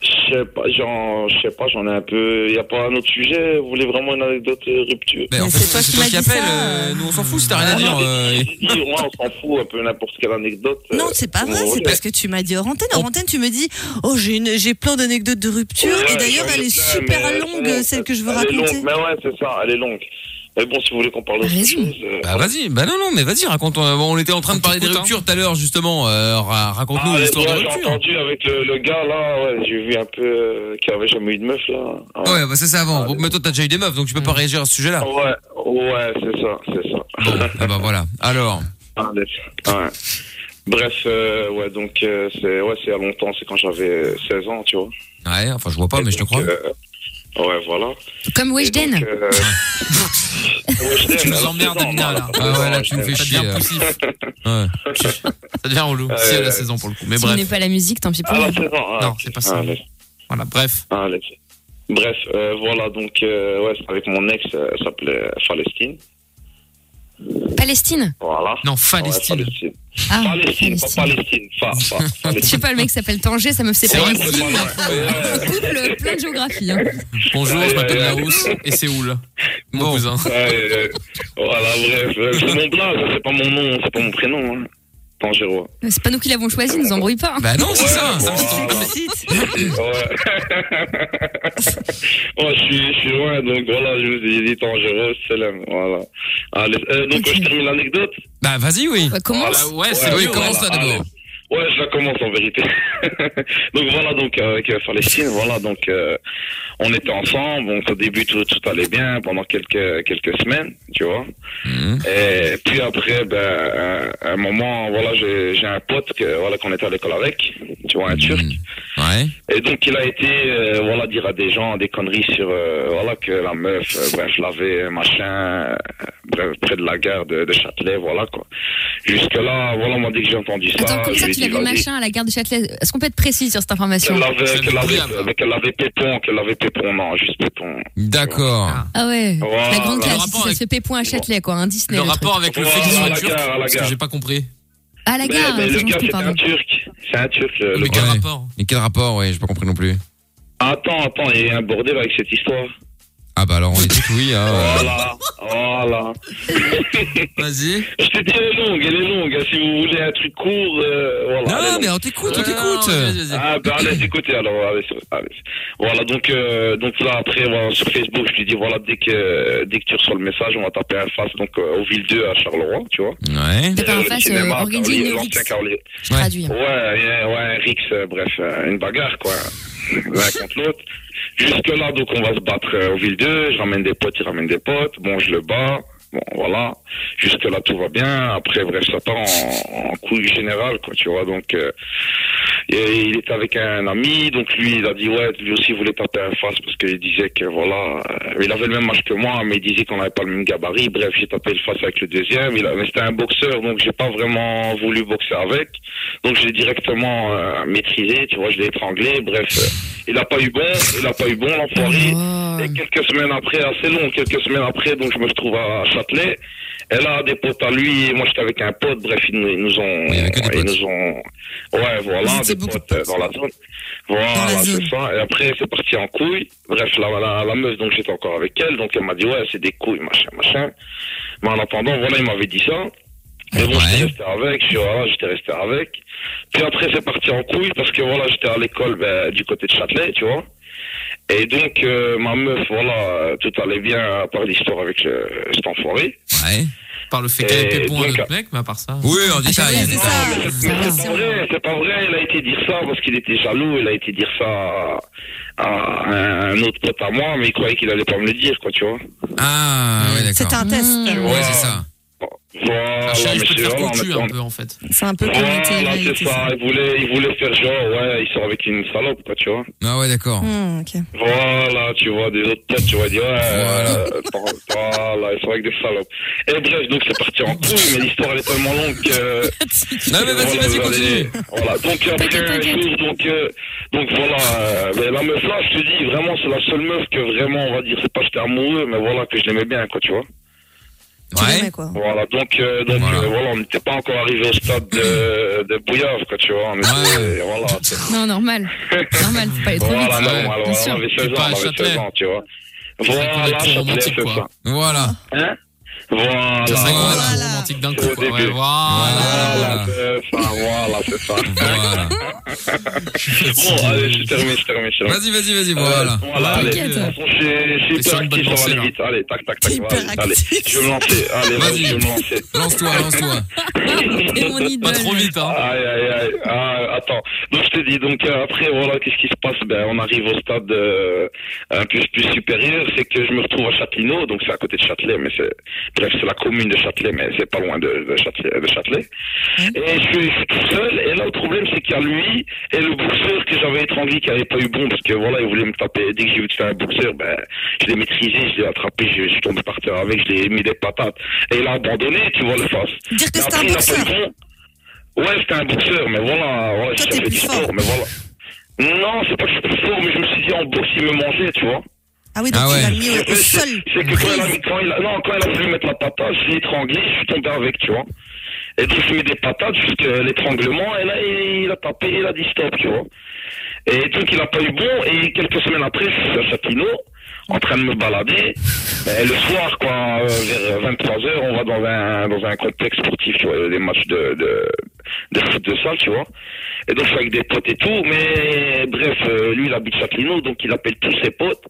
Speaker 14: Je sais pas, j'en, je sais pas, j'en ai un peu. Y a pas un autre sujet Vous voulez vraiment une anecdote euh, rupture
Speaker 2: Ben, en
Speaker 6: Mais
Speaker 2: fait,
Speaker 6: c'est toi
Speaker 2: c'est
Speaker 6: qui
Speaker 2: toi
Speaker 6: m'as
Speaker 2: qui
Speaker 6: dit ça,
Speaker 2: appelle.
Speaker 6: euh.
Speaker 2: nous, on s'en fout si t'as rien à
Speaker 14: Ah,
Speaker 2: dire.
Speaker 14: non, mais
Speaker 2: euh,
Speaker 14: j'ai dit, ouais, on s'en fout un peu n'importe quelle anecdote. euh,
Speaker 6: Non, c'est pas
Speaker 14: on
Speaker 6: vrai, c'est
Speaker 14: relève.
Speaker 6: parce que tu m'as dit hors antenne. Hors
Speaker 2: On-
Speaker 6: antenne, tu me dis Oh, j'ai une- j'ai plein d'anecdotes de rupture,
Speaker 14: Ouais,
Speaker 6: et d'ailleurs,
Speaker 14: j'en ai
Speaker 6: elle est
Speaker 14: plein,
Speaker 6: super
Speaker 14: mais, euh,
Speaker 6: longue,
Speaker 14: bon,
Speaker 6: celle que je veux
Speaker 14: elle est
Speaker 6: raconter.
Speaker 14: longue, mais ouais, c'est ça, elle est longue. Mais bon, si vous voulez qu'on parle d'autre
Speaker 4: Résume.
Speaker 14: chose. euh,
Speaker 2: Bah vas-y, bah non non mais vas-y raconte on, on était en train de parler des
Speaker 3: t'écoute, hein.
Speaker 2: ruptures tout à l'heure justement euh, ra- raconte-nous
Speaker 14: Ah,
Speaker 2: l'histoire de
Speaker 14: ouais, j'ai
Speaker 2: rupture.
Speaker 14: entendu avec le, le gars là, ouais, j'ai vu un peu euh, qu'il avait jamais eu de meuf là.
Speaker 2: Ouais bah ça c'est avant.
Speaker 14: Ah,
Speaker 2: Bon, mais toi t'as déjà eu des meufs donc tu peux pas réagir à ce sujet-là.
Speaker 14: Ouais,
Speaker 16: Mm. Ouais, c'est ça, c'est ça.
Speaker 2: Ah
Speaker 16: [LAUGHS]
Speaker 2: bah voilà. Alors.
Speaker 16: Ah, mais- ouais. Bref, euh, ouais, donc euh, c'est ouais, c'est il y a longtemps, c'est quand j'avais 16 ans, tu vois. euh,
Speaker 2: Ouais, enfin je vois pas, mais je te crois.
Speaker 16: Ouais, voilà.
Speaker 4: Comme Weshden.
Speaker 3: [LAUGHS]
Speaker 16: Euh,
Speaker 3: Tu nous emmerdes, Amina, là.
Speaker 2: Ah ouais, là, tu nous fais
Speaker 3: Ça devient
Speaker 2: chier. là.
Speaker 3: poussif.
Speaker 2: Ouais.
Speaker 3: Ça devient relou.
Speaker 2: Euh,
Speaker 3: C'est la saison pour le coup. Mais
Speaker 4: si
Speaker 3: bref.
Speaker 4: vous n'aimez pas la musique, tant pis pour
Speaker 16: Ah,
Speaker 4: vous.
Speaker 16: c'est bon,
Speaker 3: Non, c'est pas ça. Voilà, bref.
Speaker 16: Allez. Bref, euh, voilà, donc, euh, ouais, c'est avec mon ex, euh, elle s'appelait Palestine.
Speaker 4: Palestine.
Speaker 16: Voilà.
Speaker 3: Non,
Speaker 16: Palestine. Palestine.
Speaker 4: Ah,
Speaker 16: Palestine, pas Palestine. Fa, fa,
Speaker 4: Je sais
Speaker 16: Palestine.
Speaker 4: pas, le mec s'appelle Tanger, ça me fait
Speaker 16: C'est
Speaker 4: pas
Speaker 16: vrai,
Speaker 4: ici.
Speaker 16: c'est vrai.
Speaker 4: Couple plein de géographie. hein.
Speaker 3: Bonjour, je m'appelle Laos et Séoul. Mon cousin.
Speaker 16: Ouais, euh, voilà, bref. euh, C'est mon blaze, c'est pas mon nom, c'est pas mon prénom. Hein.
Speaker 3: [LAUGHS]
Speaker 16: Tangérois.
Speaker 4: C'est pas nous qui l'avons choisi, nous embrouille pas.
Speaker 2: Bah non, c'est ça.
Speaker 16: [LAUGHS] Oh, je suis, je suis loin, donc voilà, je vous ai dit Tangérois, salam. Voilà. Allez, euh, donc, je termine l'anecdote.
Speaker 2: Bah vas-y, oui.
Speaker 4: Bah
Speaker 16: Voilà.
Speaker 2: oui,
Speaker 16: voilà,
Speaker 2: commence là
Speaker 16: allez.
Speaker 2: d'abord.
Speaker 16: Ouais, je la commence en vérité. [LAUGHS] donc voilà, donc euh, avec euh, Palestine, voilà, donc euh, on était ensemble, donc au début tout, tout allait bien pendant quelques quelques semaines, tu vois.
Speaker 2: Mhm.
Speaker 16: Et puis après, ben, euh, à un moment, voilà, j'ai j'ai un pote que voilà qu'on était à l'école avec, tu
Speaker 2: Mhm.
Speaker 16: vois, un Turc. Et donc il a été euh, voilà dire à des gens des conneries sur euh, voilà que la meuf euh, bref l'avait machin euh, bref, près de la gare de, de Châtelet voilà quoi. Jusque là voilà moi dès que j'ai entendu ça.
Speaker 4: Attends, comme
Speaker 16: je
Speaker 4: ça,
Speaker 16: lui ai
Speaker 4: tu
Speaker 16: dit,
Speaker 4: l'avais
Speaker 16: vas-y.
Speaker 4: machin à la gare de Châtelet. Est-ce qu'on peut être précis sur cette information
Speaker 16: Qu'elle avait, qu'elle avait, qu'elle avait pépon, qu'elle avait pépon, non, juste pépon.
Speaker 2: D'accord.
Speaker 4: Ah ouais,
Speaker 16: Voilà.
Speaker 4: la grande
Speaker 16: Le
Speaker 4: classe,
Speaker 16: rapport
Speaker 4: ça se fait pépon à Châtelet, quoi, un Disney.
Speaker 3: Le
Speaker 4: le
Speaker 3: rapport
Speaker 4: truc.
Speaker 3: avec le fait qu'il soit turc.
Speaker 16: gare, à Ah, la
Speaker 3: Parce que
Speaker 16: gare.
Speaker 3: j'ai pas compris.
Speaker 4: Ah, la
Speaker 16: Mais-
Speaker 4: gare,
Speaker 16: mais
Speaker 4: c'est
Speaker 16: le
Speaker 4: gentil,
Speaker 16: gars, c'était
Speaker 4: pardon.
Speaker 16: un turc. C'est un turc. euh, le
Speaker 2: Ouais.
Speaker 16: gars.
Speaker 2: Mais quel rapport, ouais, j'ai pas compris non plus.
Speaker 16: Attends, attends, il y a un bordel avec cette histoire.
Speaker 2: Ah bah alors on est tous oui, hein.
Speaker 16: Voilà, voilà. [LAUGHS]
Speaker 3: Vas-y.
Speaker 16: Je t'ai dit, elle est longue, elle est longue. hein, Si vous voulez un truc court, euh, voilà.
Speaker 2: Non,
Speaker 16: elle est longue.
Speaker 2: mais on t'écoute, on
Speaker 16: Ouais,
Speaker 2: t'écoute.
Speaker 16: non, vas-y, vas-y. Ah, bah, allez, écoutez, alors, allez, allez. Voilà, donc, euh, donc là, après, voilà, sur Facebook, je lui dis, voilà, dès que, dès que tu reçois le message, on va taper un face, donc, euh, au Ville 2 à Charleroi, tu vois.
Speaker 2: Ouais.
Speaker 4: Taper un face, euh, organiser une rixe.
Speaker 16: Je
Speaker 4: traduis.
Speaker 16: Ouais, ouais, ouais, un Rix, euh, bref, euh, une bagarre, quoi. L'un contre l'autre. Jusque-là, donc, on va se battre euh, au Ville 2. Je ramène des potes, il ramène des potes. Bon, je le bats. Bon, voilà. Jusque-là, tout va bien. Après, bref, ça part en, en couille générale, quoi, tu vois. Donc, euh, et il était avec un ami. Donc, lui, il a dit, ouais, lui aussi, il voulait taper un face parce qu'il disait que, voilà, euh, il avait le même âge que moi, mais il disait qu'on n'avait pas le même gabarit. Bref, j'ai tapé le face avec le deuxième. Il a- mais c'était un boxeur, donc j'ai pas vraiment voulu boxer avec. Donc je l'ai directement euh, maîtrisé, tu vois, je l'ai étranglé, bref. euh, il a pas eu bon, il a pas eu bon l'enfoiré. Et quelques semaines après, assez long, quelques semaines après, donc je me retrouve à Châtelet. Et là, des potes à lui, et moi j'étais avec un pote, bref, ils nous, ils nous ont... ils nous ont... Ouais, voilà, des potes euh, dans la zone. Voilà, c'est ça. Et après, c'est parti en couille. Bref, la, la, la meuf, donc j'étais encore avec elle, donc elle m'a dit, ouais, c'est des couilles, machin, machin. Mais en attendant, voilà, il m'avait dit ça. Mais bon, j'étais resté avec, je suis, voilà, j'étais resté avec. Puis après, c'est parti en couille parce que voilà, j'étais à l'école ben, du côté de Châtelet, tu vois. Et donc, euh, ma meuf, voilà, euh, tout allait bien à part l'histoire avec euh, cet enfoiré.
Speaker 2: Ouais.
Speaker 3: Par le fait qu'elle
Speaker 16: Et
Speaker 3: était pour un
Speaker 16: donc,
Speaker 3: autre mec, mais à part ça.
Speaker 2: Oui, en détail. en détail.
Speaker 16: C'est pas vrai, c'est pas vrai, il a été dire ça parce qu'il était jaloux, il a été dire ça à, à un- un autre pote à moi, mais il croyait qu'il allait pas me le dire, quoi, tu vois.
Speaker 2: Ah, ouais, d'accord.
Speaker 6: C'est un test.
Speaker 4: Hmm.
Speaker 2: Ouais, c'est ça.
Speaker 16: Voilà,
Speaker 3: Chérie, je
Speaker 16: mais
Speaker 3: peux te
Speaker 16: c'est
Speaker 3: faire
Speaker 16: vraiment,
Speaker 3: concu
Speaker 16: on-
Speaker 3: un peu en fait.
Speaker 6: C'est un peu comme
Speaker 16: Voilà,
Speaker 6: était la
Speaker 16: c'est
Speaker 6: réalité,
Speaker 16: ça, il voulait, il voulait faire genre, ouais, il sort avec une salope, quoi, tu vois.
Speaker 2: Ah ouais, d'accord.
Speaker 6: Hmm, ok.
Speaker 16: Voilà, tu vois, des autres potes, tu vois, dire, ouais, euh, par- voilà, ils sont avec des salopes. Et bref, donc c'est parti en couille, mais l'histoire elle est tellement longue que...
Speaker 2: [LAUGHS] Non, mais vas-y, vas-y,
Speaker 16: vous allez-
Speaker 2: continue.
Speaker 16: Voilà, donc après un jour, donc, euh, donc voilà, euh, mais la meuf là, je te dis, vraiment, c'est la seule meuf que vraiment, on va dire, c'est pas que j'étais amoureux, mais voilà, que je l'aimais bien, quoi, tu vois.
Speaker 2: Ouais.
Speaker 16: Voilà, donc, euh, donc euh, voilà. on n'était pas encore arrivé au stade de, de bouillard, quoi, tu vois. On était- voilà, c'est-
Speaker 4: Non, normal. Normal, faut pas aller trop vite.
Speaker 16: voilà, non, alors,
Speaker 4: Bien
Speaker 16: on
Speaker 4: sûr.
Speaker 16: avait 16 ans, on avait 16 ans, tu vois.
Speaker 3: C'est
Speaker 16: Voilà,
Speaker 3: complètement
Speaker 16: Châtelet,
Speaker 3: romantique,
Speaker 16: c'est
Speaker 3: quoi.
Speaker 16: ça.
Speaker 2: Voilà.
Speaker 16: Hein Voilà.
Speaker 3: Ça serait quoi,
Speaker 16: voilà.
Speaker 3: là, trop romantique d'un coup. quoi. Ouais, voilà.
Speaker 16: Enfin, voilà, c'est ça. [LAUGHS] bon, allez, je termine, je termine. je termine. Euh,
Speaker 2: Vas-y, vas-y, vas-y, voilà.
Speaker 16: voilà, allez.
Speaker 2: T'inquiète.
Speaker 16: De toute façon, j'ai- j'ai hyper actif, ça va aller vite. Allez, tac, tac, tac. voilà, Allez, je vais me lancer. Allez, vas-y, je vais me lancer.
Speaker 2: Lance-toi, lance-toi.
Speaker 16: Pas trop vite, hein. Aïe, aïe, aïe. Ah, attends. Donc, je te dis, donc, euh, après, voilà, qu'est-ce qui se passe Ben, on arrive au stade euh, un peu plus supérieur. C'est que je me retrouve à Châtelineau, donc c'est à côté de Châtelet, mais c'est, bref, c'est la commune de Châtelet, mais c'est pas loin de, de Châtelet. de Châtelet. Et je suis, je suis tout seul, et là, le problème, c'est qu'il y a lui et le boxeur que j'avais étranglé qui avait pas eu bon, parce que voilà, il voulait me taper. Dès que j'ai vu que c'était un boxeur, ben, je l'ai maîtrisé, je l'ai attrapé, je, je suis tombé par terre avec, je l'ai mis des patates. Et il a abandonné, tu vois, le face.
Speaker 6: Dire que
Speaker 16: Mais
Speaker 6: c'était un
Speaker 16: après, il a fait
Speaker 6: boxeur.
Speaker 16: bon. Ouais, c'était un boxeur, mais voilà, voilà je savais du sport, mais voilà. Non, c'est pas que je suis plus fort, mais je me suis dit en boxe, il me mangeait, tu vois.
Speaker 6: Ah oui, donc
Speaker 16: Ah ouais.
Speaker 6: il l'a mis au, au
Speaker 16: C'est-
Speaker 6: sol.
Speaker 16: C'est que quand elle a, mis- quand il a- non, quand elle a voulu mettre la patate, je l'ai étranglé, je suis tombé avec, tu vois. Et donc, je mis des patates jusqu'à l'étranglement, et là, il, il a tapé, il a dit stop, tu vois. Et donc, il a pas eu bon, et quelques semaines après, je suis à Châtillon, en train de me balader. Et le soir, quoi, euh, vers 23h, on va dans un, dans un complexe sportif, tu vois, des matchs de, de, de foot de salle, tu vois. Et donc, je suis avec des potes et tout, mais bref, euh, lui, il habite Châtelineau, donc il appelle tous ses potes.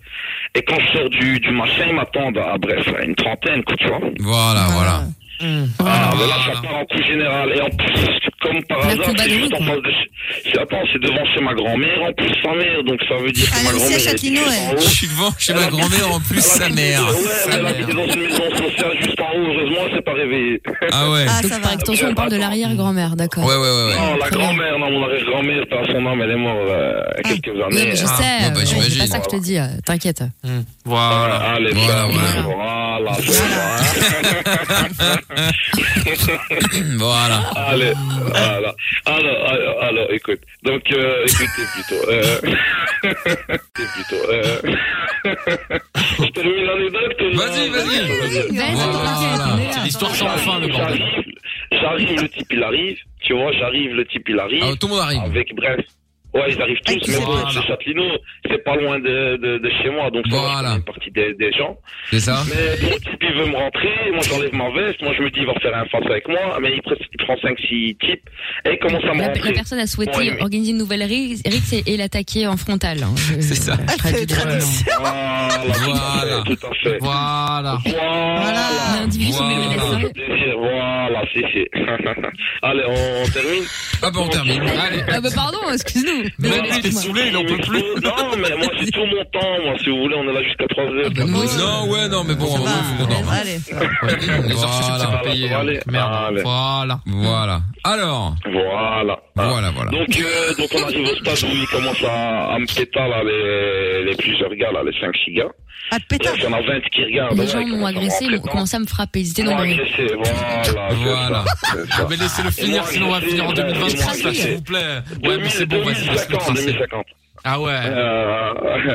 Speaker 16: Et quand je sors du, du machin, ils m'attendent à, bref, à une trentaine, quoi, tu vois.
Speaker 2: Voilà, voilà.
Speaker 16: Ah, mais là, ça part en coup général. Et en plus, comme par hasard, c'est juste en face de. c'est- Attends, c'est devant chez ma grand-mère, en plus sa mère, donc ça veut dire que ma grand-mère. elle est juste en haut.
Speaker 2: Je suis devant chez ma grand-mère, en plus, sa mère.
Speaker 16: Ouais, mais elle habitait dans une maison sociale juste en haut, heureusement, elle s'est pas réveillée.
Speaker 2: Ah ouais.
Speaker 4: Ah, ça va. Attention, on parle de l'arrière-grand-mère, d'accord.
Speaker 2: ouais, ouais, ouais.
Speaker 16: Non, la grand-mère, non, mon arrière-grand-mère, par son âme, elle est morte euh, il y a quelques années.
Speaker 4: Ah, Je sais,
Speaker 2: Ah.
Speaker 4: euh, c'est pas ça que je te dis, euh, t'inquiète.
Speaker 16: Voilà, allez, voilà, voilà. Voilà, [LAUGHS]
Speaker 2: voilà.
Speaker 16: Allez, voilà. Alors, alors, alors, écoute. Donc, euh, écoutez plutôt. Euh... [LAUGHS] écoutez plutôt. Euh... je termine l'anecdote. Vas-y, vas-y.
Speaker 3: C'est l'histoire sans fin, le bordel.
Speaker 16: J'arrive, le type, il arrive. Tu vois, j'arrive, le type, il arrive. Ah, tout le monde arrive. Avec, bref. Ouais, ils
Speaker 4: Ah,
Speaker 16: arrivent tous, mais bon, c'est Châtelineau, c'est pas loin de, de, de chez moi, donc ça va, je fais une partie des, des gens.
Speaker 2: C'est ça
Speaker 16: Mais bon, le type, il veut me rentrer, moi j'enlève ma veste, moi je me dis, il va faire un face avec moi, mais il, prend- il prend 5-6 types, et il commence à me
Speaker 4: La, la
Speaker 16: rentrer.
Speaker 4: personne a souhaité
Speaker 16: Ouais, mais-
Speaker 4: organiser une nouvelle ri- rixe et, et l'attaquer en frontal. Ah, C'est ça.
Speaker 16: Voilà, voilà, [LAUGHS] tout à fait. Voilà. Voilà. Voilà, voilà c'est fait. [LAUGHS] Allez, on, on termine
Speaker 2: Ah bah on termine.
Speaker 16: Allez.
Speaker 4: Ah bah pardon, excuse-nous. Désolé,
Speaker 16: il est
Speaker 4: excuse-moi.
Speaker 16: saoulé, il en peut plus. Non, mais moi c'est tout mon temps, moi si vous voulez, on est là jusqu'à 3 heures.
Speaker 2: Non, ouais, non, mais bon,
Speaker 6: Allez.
Speaker 2: Les
Speaker 16: Voilà, allez, allez.
Speaker 2: Voilà. Voilà. Alors.
Speaker 16: Voilà.
Speaker 2: Voilà, voilà.
Speaker 16: Donc, euh, donc on arrive au stade où ils commencent à, à me péter là, les, les plusieurs gars, là, les 5-6 gars.
Speaker 4: Ah, péter
Speaker 16: Il y en a 20 qui regardent.
Speaker 4: Les
Speaker 16: ouais,
Speaker 4: gens
Speaker 16: ils
Speaker 4: m'ont
Speaker 16: commencent à me
Speaker 4: agressé, ils
Speaker 16: rentrer
Speaker 4: m'ont commencé à me frapper. Ils étaient
Speaker 16: Ils m'ont
Speaker 4: nombreux.
Speaker 16: agressé, voilà. Voilà.
Speaker 3: Ah, Mais laissez-le finir, sinon on va finir en 2023, s'il vous plaît. Ouais, mais c'est bon, vas-y, laisse le
Speaker 16: 2050,
Speaker 3: tracer.
Speaker 16: 2050.
Speaker 3: Ah ouais.
Speaker 16: Euh, [LAUGHS]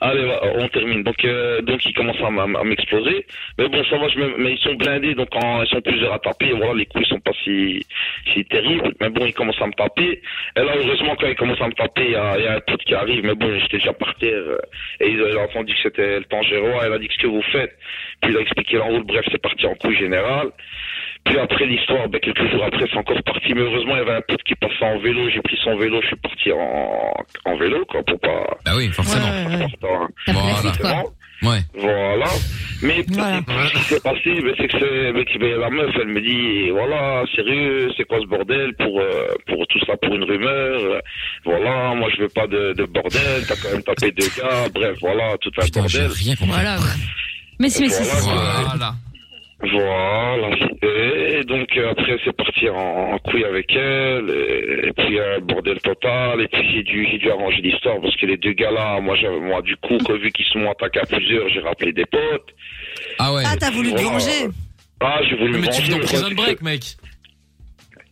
Speaker 16: Allez, va, on termine. Donc, euh, donc ils commencent à, m- à m'exploser. Mais bon, ça va, je me- mais ils sont blindés, donc en- ils sont plusieurs à taper. Voilà, les coups ils sont pas si, si terribles. Mais bon, ils commencent à me taper. Et là, heureusement, quand ils commencent à me taper, il y a, il y a un pote qui arrive. Mais bon, j'étais déjà par terre. euh, Et il a entendu que c'était le Tangérois. Elle a dit, qu'est-ce que vous faites Puis il a expliqué l'enroute. Bref, c'est parti en couille générale. Puis après l'histoire, ben, quelques jours après, c'est encore parti. Mais heureusement, il y avait un pote qui passait en vélo. J'ai pris son vélo, je suis parti en, en vélo, quoi, pour pas.
Speaker 2: Bah oui,
Speaker 16: forcément.
Speaker 2: Voilà. Ouais.
Speaker 16: Voilà. Mais ce qui s'est passé, ben, c'est que c'est- ben, que, ben, la meuf, elle me dit, voilà, sérieux, c'est quoi ce bordel pour, euh, pour tout ça, pour une rumeur euh, Voilà, moi je veux pas de, de bordel, t'as quand même tapé deux gars, bref, voilà, tout un bordel.
Speaker 4: Voilà. ouais. Mais si, mais si. si, si.
Speaker 16: Voilà. Et donc euh, après c'est parti en, en couille avec elle, et, et puis un bordel total, et puis j'ai dû, j'ai dû arranger l'histoire parce que les deux gars là, moi, j'avais- moi du coup, que, vu qu'ils se sont attaqués à plusieurs, j'ai rappelé des potes.
Speaker 2: Ah ouais.
Speaker 6: Ah, t'as voulu te
Speaker 16: Voilà.
Speaker 6: venger
Speaker 16: Ah, j'ai voulu me
Speaker 3: Mais tu
Speaker 16: venger.
Speaker 3: fais dans
Speaker 16: quoi,
Speaker 3: Prison
Speaker 16: tu
Speaker 3: Break, mec.
Speaker 16: sais.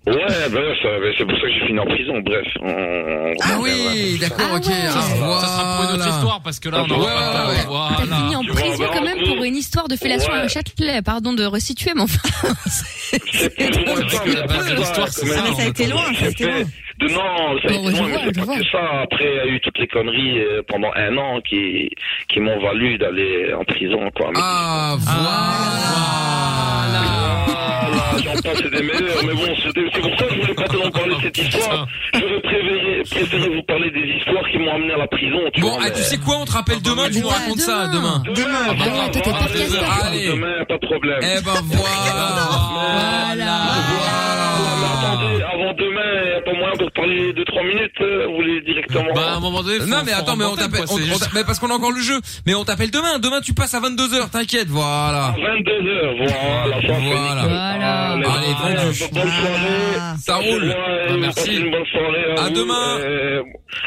Speaker 16: Ouais, bref, euh, c'est pour ça que j'ai fini en prison. Bref, on, on
Speaker 2: Ah oui, d'accord, ok. ah,
Speaker 3: Ça sera pour une autre histoire parce que là, on aura pas le temps.
Speaker 4: T'as
Speaker 3: Voilà.
Speaker 4: fini en
Speaker 16: bah,
Speaker 4: prison quand même pour une histoire de fellation à un châtelet. Pardon de resituer, mais enfin. [LAUGHS]
Speaker 16: Ah, ça a été loin, ça a été loin. De, non, ça a été loin, mais c'est pas que ça. Après, il y a eu toutes les conneries euh, pendant un an qui, qui m'ont valu d'aller en prison, quoi. Mais
Speaker 2: Ah,
Speaker 16: voilà J'en passe des meilleurs, mais bon, c'était- c'est pour ça que je voulais pas tellement parler de cette histoire. J'aurais préféré, préféré vous parler des histoires qui m'ont amené à la prison, tu
Speaker 2: Bon,
Speaker 16: vois.
Speaker 2: ah,
Speaker 16: mais-
Speaker 2: tu sais quoi, on te rappelle demain, tu nous racontes ça, demain.
Speaker 16: Demain,
Speaker 2: Ah bah,
Speaker 16: demain,
Speaker 2: toi, t'es
Speaker 16: demain,
Speaker 2: podcaster.
Speaker 16: demain,
Speaker 2: Allez.
Speaker 16: demain, pas de problème.
Speaker 2: Eh ben voilà.
Speaker 16: Attendez, avant demain, il n'y a pas moyen pour parler 2-3 minutes, euh, vous voulez directement.
Speaker 3: Bah, à un moment donné, faut-
Speaker 2: Non mais
Speaker 3: faut
Speaker 2: attends mais on
Speaker 3: remonter,
Speaker 2: t'appelle
Speaker 3: quoi,
Speaker 2: on-
Speaker 3: c'est
Speaker 2: on
Speaker 3: juste-
Speaker 2: t'a- mais parce qu'on a encore le jeu mais on t'appelle demain demain tu passes à 22h t'inquiète voilà
Speaker 16: 22h voilà
Speaker 2: voilà allez vendu
Speaker 16: Bonne soirée.
Speaker 2: ça roule
Speaker 16: Bah, merci. Une bonne soirée. À, vous,
Speaker 2: demain.
Speaker 16: euh,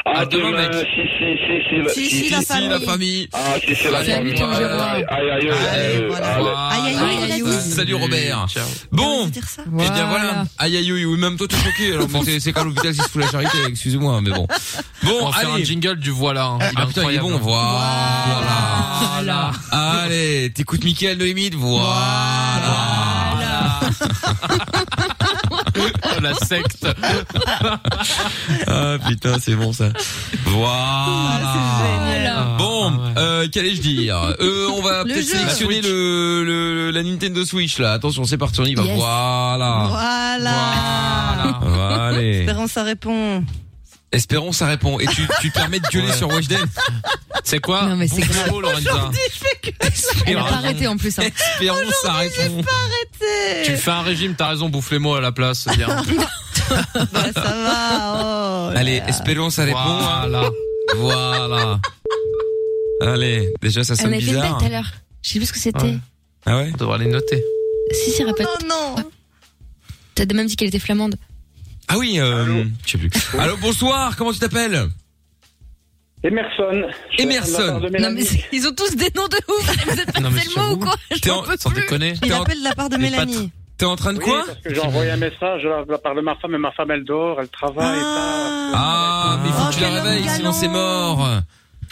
Speaker 16: à, demain, Si, si, si, si, la-
Speaker 2: Si, si, la famille.
Speaker 16: Ah, si, c'est la
Speaker 2: Salut,
Speaker 16: famille.
Speaker 2: ciao,
Speaker 16: Aïe,
Speaker 2: Gérard.
Speaker 16: aïe, aïe, aïe, aïe, aïe.
Speaker 2: Euh, Salut Robert. Bon, eh bien voilà. Aïe aïe aïe, oui, même toi t'es choqué. Alors bon, c'est c'est quand l'hôpital qui se fout la charité, excusez-moi, mais bon. [LAUGHS] Bon,
Speaker 3: On va faire
Speaker 2: allez.
Speaker 3: un jingle du voilà. hein.
Speaker 2: Ah putain, il est
Speaker 3: incroyable.
Speaker 2: bon, voilà. Allez, t'écoutes Mickaël de limite, voilà.
Speaker 3: [LAUGHS] La secte.
Speaker 2: Ah putain, c'est bon ça.
Speaker 3: Ah,
Speaker 2: Voilà. Bon, euh, qu'allais-je dire euh, On va
Speaker 3: Le
Speaker 2: peut-être
Speaker 3: jeu.
Speaker 2: sélectionner le, le- la Nintendo Switch là. Attention, c'est parti, on y va.
Speaker 6: Yes.
Speaker 2: Voilà.
Speaker 6: [LAUGHS] Voilà.
Speaker 2: Allez.
Speaker 6: Espérons ça répond.
Speaker 2: Espérons ça répond. Et [LAUGHS] tu, tu te permets de gueuler sur Watchdem C'est quoi
Speaker 4: Non, mais c'est
Speaker 2: Bouffe le
Speaker 4: grave.
Speaker 2: mot, Lorenza.
Speaker 6: [LAUGHS]
Speaker 4: Elle a pas arrêté en plus. hein.
Speaker 2: Espérons ça répond.
Speaker 3: Tu fais un régime, t'as raison, bouffe-les-moi à la place. c'est
Speaker 17: [LAUGHS]
Speaker 3: Bien.
Speaker 6: Ça va. Oh.
Speaker 2: Allez, espérons ça répond. hein. Voilà. Voilà. Allez, déjà ça
Speaker 4: On
Speaker 2: sonne
Speaker 4: a fait une blague
Speaker 2: bizarre.
Speaker 4: tout à l'heure. Je sais plus ce que c'était.
Speaker 2: Ah ouais On devra les noter.
Speaker 4: Si, si, répète.
Speaker 6: Non, non.
Speaker 4: T'as même dit qu'elle était flamande.
Speaker 2: Ah oui, euh, je sais plus. Allô, bonsoir, comment tu t'appelles
Speaker 17: Emerson.
Speaker 2: Emerson.
Speaker 4: Non, mais c'est- ils ont tous des noms de ouf. Vous êtes
Speaker 2: Non, mais
Speaker 4: passé le mot ou quoi Je
Speaker 2: T'es en-
Speaker 4: n'en peux
Speaker 2: sans
Speaker 4: plus.
Speaker 2: déconner.
Speaker 6: Il
Speaker 2: T'es en-
Speaker 6: appelle de la part de
Speaker 2: Les pattes.
Speaker 6: Mélanie.
Speaker 2: T'es en train de quoi
Speaker 17: Parce que j'ai envoyé un message de la, de la part de ma femme et ma femme elle dort, elle travaille.
Speaker 2: Ah, mais il faut que tu la réveilles, sinon c'est mort.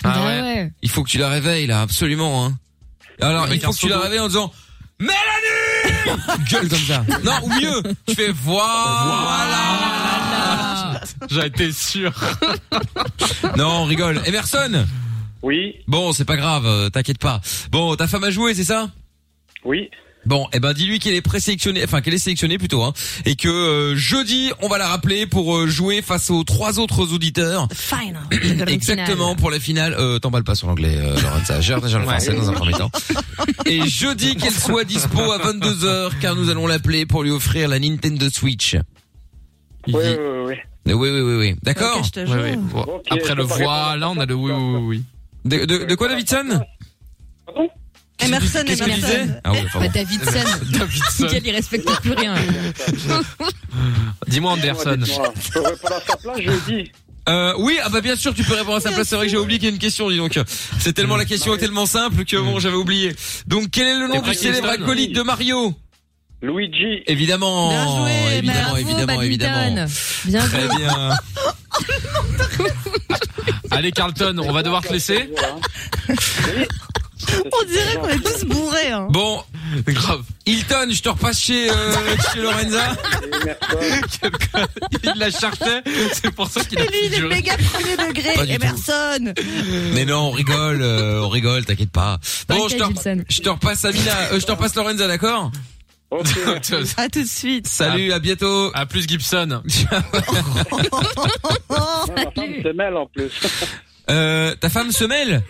Speaker 2: Ah
Speaker 17: ouais. ouais.
Speaker 2: Il faut que tu la réveilles, là, absolument. Hein. Alors, il faut que tu la réveilles en disant Mélanie [LAUGHS] Gueule comme ça. Non, ou mieux, tu fais Ah
Speaker 4: Ah,
Speaker 2: voilà. J'en étais sûr. [LAUGHS] non, on rigole. Emerson
Speaker 17: Oui.
Speaker 2: Bon, c'est pas grave, euh, t'inquiète pas. Bon, ta femme a joué, c'est ça
Speaker 17: Oui.
Speaker 2: Bon, eh ben dis-lui qu'elle est présélectionnée, enfin qu'elle est sélectionnée plutôt, hein, et que euh, jeudi on va la rappeler pour euh, jouer face aux trois autres auditeurs. [COUGHS]
Speaker 6: Final.
Speaker 2: Exactement pour la finale. Euh, T'emballes pas sur l'anglais, euh, Lorenza. Gère déjà le
Speaker 3: Ouais.
Speaker 2: français dans un premier
Speaker 3: [LAUGHS]
Speaker 2: temps. Et jeudi qu'elle soit dispo à 22 h car nous allons l'appeler pour lui offrir la Nintendo Switch.
Speaker 17: Oui, oui, oui.
Speaker 2: Euh, Oui, oui, oui, oui. D'accord.
Speaker 17: Ok, je te jure. Oui, oui. Bon,
Speaker 3: Après le voilà, on a le oui, oui, oui.
Speaker 2: De, de, de quoi, Davidson
Speaker 6: Emerson,
Speaker 2: Qu'est-ce que tu disais
Speaker 6: Emerson.
Speaker 2: Ah ouais,
Speaker 4: Bah,
Speaker 2: pardon. [LAUGHS]
Speaker 4: Davidson.
Speaker 3: Davidson.
Speaker 4: Miguel, il respecte plus rien.
Speaker 14: [LAUGHS]
Speaker 3: Dis-moi Anderson.
Speaker 17: Je peux répondre à sa place jeudi.
Speaker 2: Euh, oui, ah bah bien sûr, tu peux répondre à sa place. C'est vrai que j'ai oublié qu'il y a une question, dis donc. C'est tellement la question est tellement simple que bon, j'avais oublié. Donc, quel est le nom
Speaker 17: T'es
Speaker 2: du célèbre
Speaker 17: Pakistan.
Speaker 2: acolyte de Mario
Speaker 17: Luigi.
Speaker 2: Évidemment. évidemment, évidemment, évidemment.
Speaker 4: Bien
Speaker 2: Très bien.
Speaker 3: Allez Carlton, on va devoir te laisser.
Speaker 6: On dirait qu'on est tous bourrés. Hein.
Speaker 2: Bon, grave. Hilton, je te repasse chez, euh, [LAUGHS] chez Lorenza. [LAUGHS]
Speaker 3: Il la chartait, c'est pour ça qu'il a
Speaker 6: Et lui, il est
Speaker 3: figuré.
Speaker 6: méga premier
Speaker 2: Pas
Speaker 6: degré.
Speaker 2: du tout.
Speaker 6: Emerson.
Speaker 2: Mais non, on rigole, euh, on rigole, t'inquiète pas. Bon, je te,
Speaker 4: Gibson.
Speaker 2: je te repasse Amina, euh, je te repasse Lorenza, d'accord [LAUGHS]
Speaker 6: À tout de suite.
Speaker 2: Salut, à bientôt.
Speaker 3: À plus
Speaker 2: [LAUGHS]
Speaker 3: Gibson.
Speaker 7: [LAUGHS]
Speaker 6: Oh,
Speaker 17: Ma femme se mêle en plus.
Speaker 2: [LAUGHS] Euh, ta femme se mêle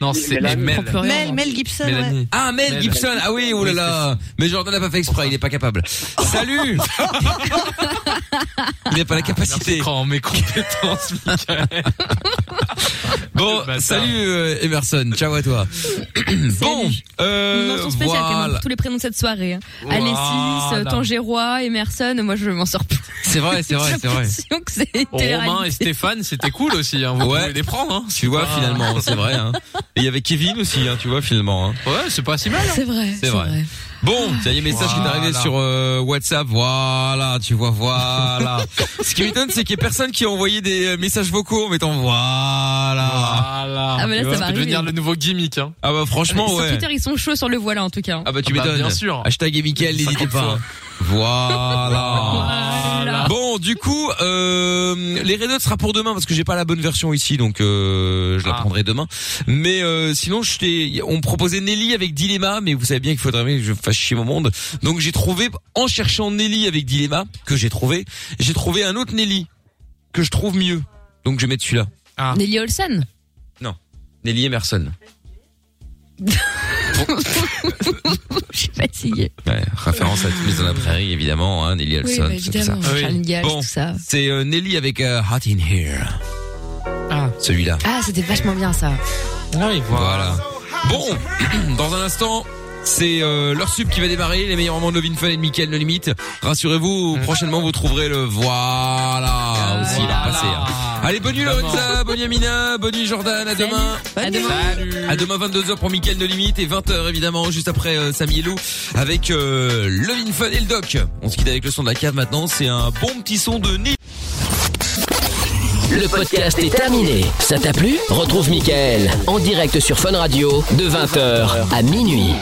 Speaker 3: Non,
Speaker 17: c'est Mélanie. Mel.
Speaker 6: Mel, Mel Gibson.
Speaker 3: Mélanie.
Speaker 6: Ouais.
Speaker 2: Ah, Mel,
Speaker 3: Mel.
Speaker 2: Gibson. Ah oui, oh là là. Mais Jordan n'a pas fait exprès, il n'est pas capable. [LAUGHS] Salut. il n'a pas la capacité.
Speaker 3: mes compétences, Michael.
Speaker 2: [LAUGHS] Bon, salut euh, Emerson. Ciao à toi. bon, euh,
Speaker 4: Mention spéciale quand même
Speaker 2: voilà.
Speaker 4: pour tous les prénoms de cette soirée. hein.
Speaker 2: Voilà.
Speaker 4: Alexis, euh, Tangérois, Emerson, moi je m'en sors plus.
Speaker 2: C'est vrai, c'est vrai, c'est vrai.
Speaker 4: J'ai l'impression que c'est une
Speaker 3: Romain
Speaker 4: [LAUGHS]
Speaker 3: et
Speaker 4: télé-réalité.
Speaker 3: Stéphane, c'était cool aussi. Hein. Vous
Speaker 2: Ouais.
Speaker 3: pouvez les prendre. Hein.
Speaker 2: Tu vois,
Speaker 3: Ah.
Speaker 2: finalement, c'est vrai. hein. Et il y avait Kevin aussi, hein, tu vois, finalement. hein.
Speaker 3: Ouais, c'est pas si mal. hein.
Speaker 4: C'est vrai,
Speaker 2: C'est vrai. Bon, ça y est, message qui est arrivé
Speaker 3: Voilà.
Speaker 2: sur euh, WhatsApp. Voilà, tu vois, voilà. [LAUGHS] Ce qui m'étonne, c'est qu'il y a personne qui a envoyé des euh, messages vocaux en mettant voilà.
Speaker 3: Voilà.
Speaker 4: Ah, mais là,
Speaker 3: Tu vois,
Speaker 4: ça va
Speaker 3: peut
Speaker 4: arriver.
Speaker 3: devenir le nouveau gimmick. Hein.
Speaker 2: Ah bah franchement,
Speaker 4: Sur
Speaker 2: ouais.
Speaker 4: Twitter, ils sont chauds sur le voilà en tout cas. hein.
Speaker 2: Ah bah tu
Speaker 3: Ah bah,
Speaker 2: m'étonnes.
Speaker 3: bien sûr.
Speaker 2: Hashtag et Mickaël, n'hésitez pas. hein. Voilà. Bon, du coup, euh, les Red Hot sera pour demain parce que j'ai pas la bonne version ici, donc euh, je la prendrai demain. Mais euh, sinon, je t'ai- on me proposait Nelly avec Dilemma, mais vous savez bien qu'il faudrait bien que je fasse chier mon monde. Donc j'ai trouvé, en cherchant Nelly avec Dilemma, que j'ai trouvé, j'ai trouvé un autre Nelly que je trouve mieux. Donc je vais mettre celui-là.
Speaker 4: Nelly Olsen.
Speaker 2: Non, Nelly Emerson.
Speaker 4: [LAUGHS] Je suis fatiguée.
Speaker 2: Ouais, référence à Smith dans la prairie, évidemment, hein, Nelly
Speaker 4: Oui,
Speaker 2: Olson,
Speaker 4: bah,
Speaker 2: c'est tout ça.
Speaker 4: évidemment, Charlie Gage,
Speaker 2: Bon,
Speaker 4: tout ça.
Speaker 2: c'est euh, Nelly avec euh, Hot in Here. Celui-là.
Speaker 4: Ah, c'était vachement bien ça.
Speaker 2: Voilà. Bon, [CLEARS THROAT] dans un instant, c'est euh, leur sub qui va démarrer, les meilleurs moments de Lovin Fun et de Mickaël No Limite. Rassurez-vous, prochainement vous trouverez le voilà aussi, il va repasser. hein. Allez, bonne nuit Lorenza, bonne nuit Amina, bonne nuit Jordan, à demain.
Speaker 4: À demain.
Speaker 2: À demain 22h pour Mickaël No Limite et 20h évidemment juste après euh, Samy et Lou avec euh, Lovin Fun et le Doc. On se quitte avec le son de la cave maintenant, c'est un bon petit son de nez.
Speaker 1: Le podcast est terminé. Ça t'a plu Retrouve Mickaël en direct sur Fun Radio de 20h à minuit.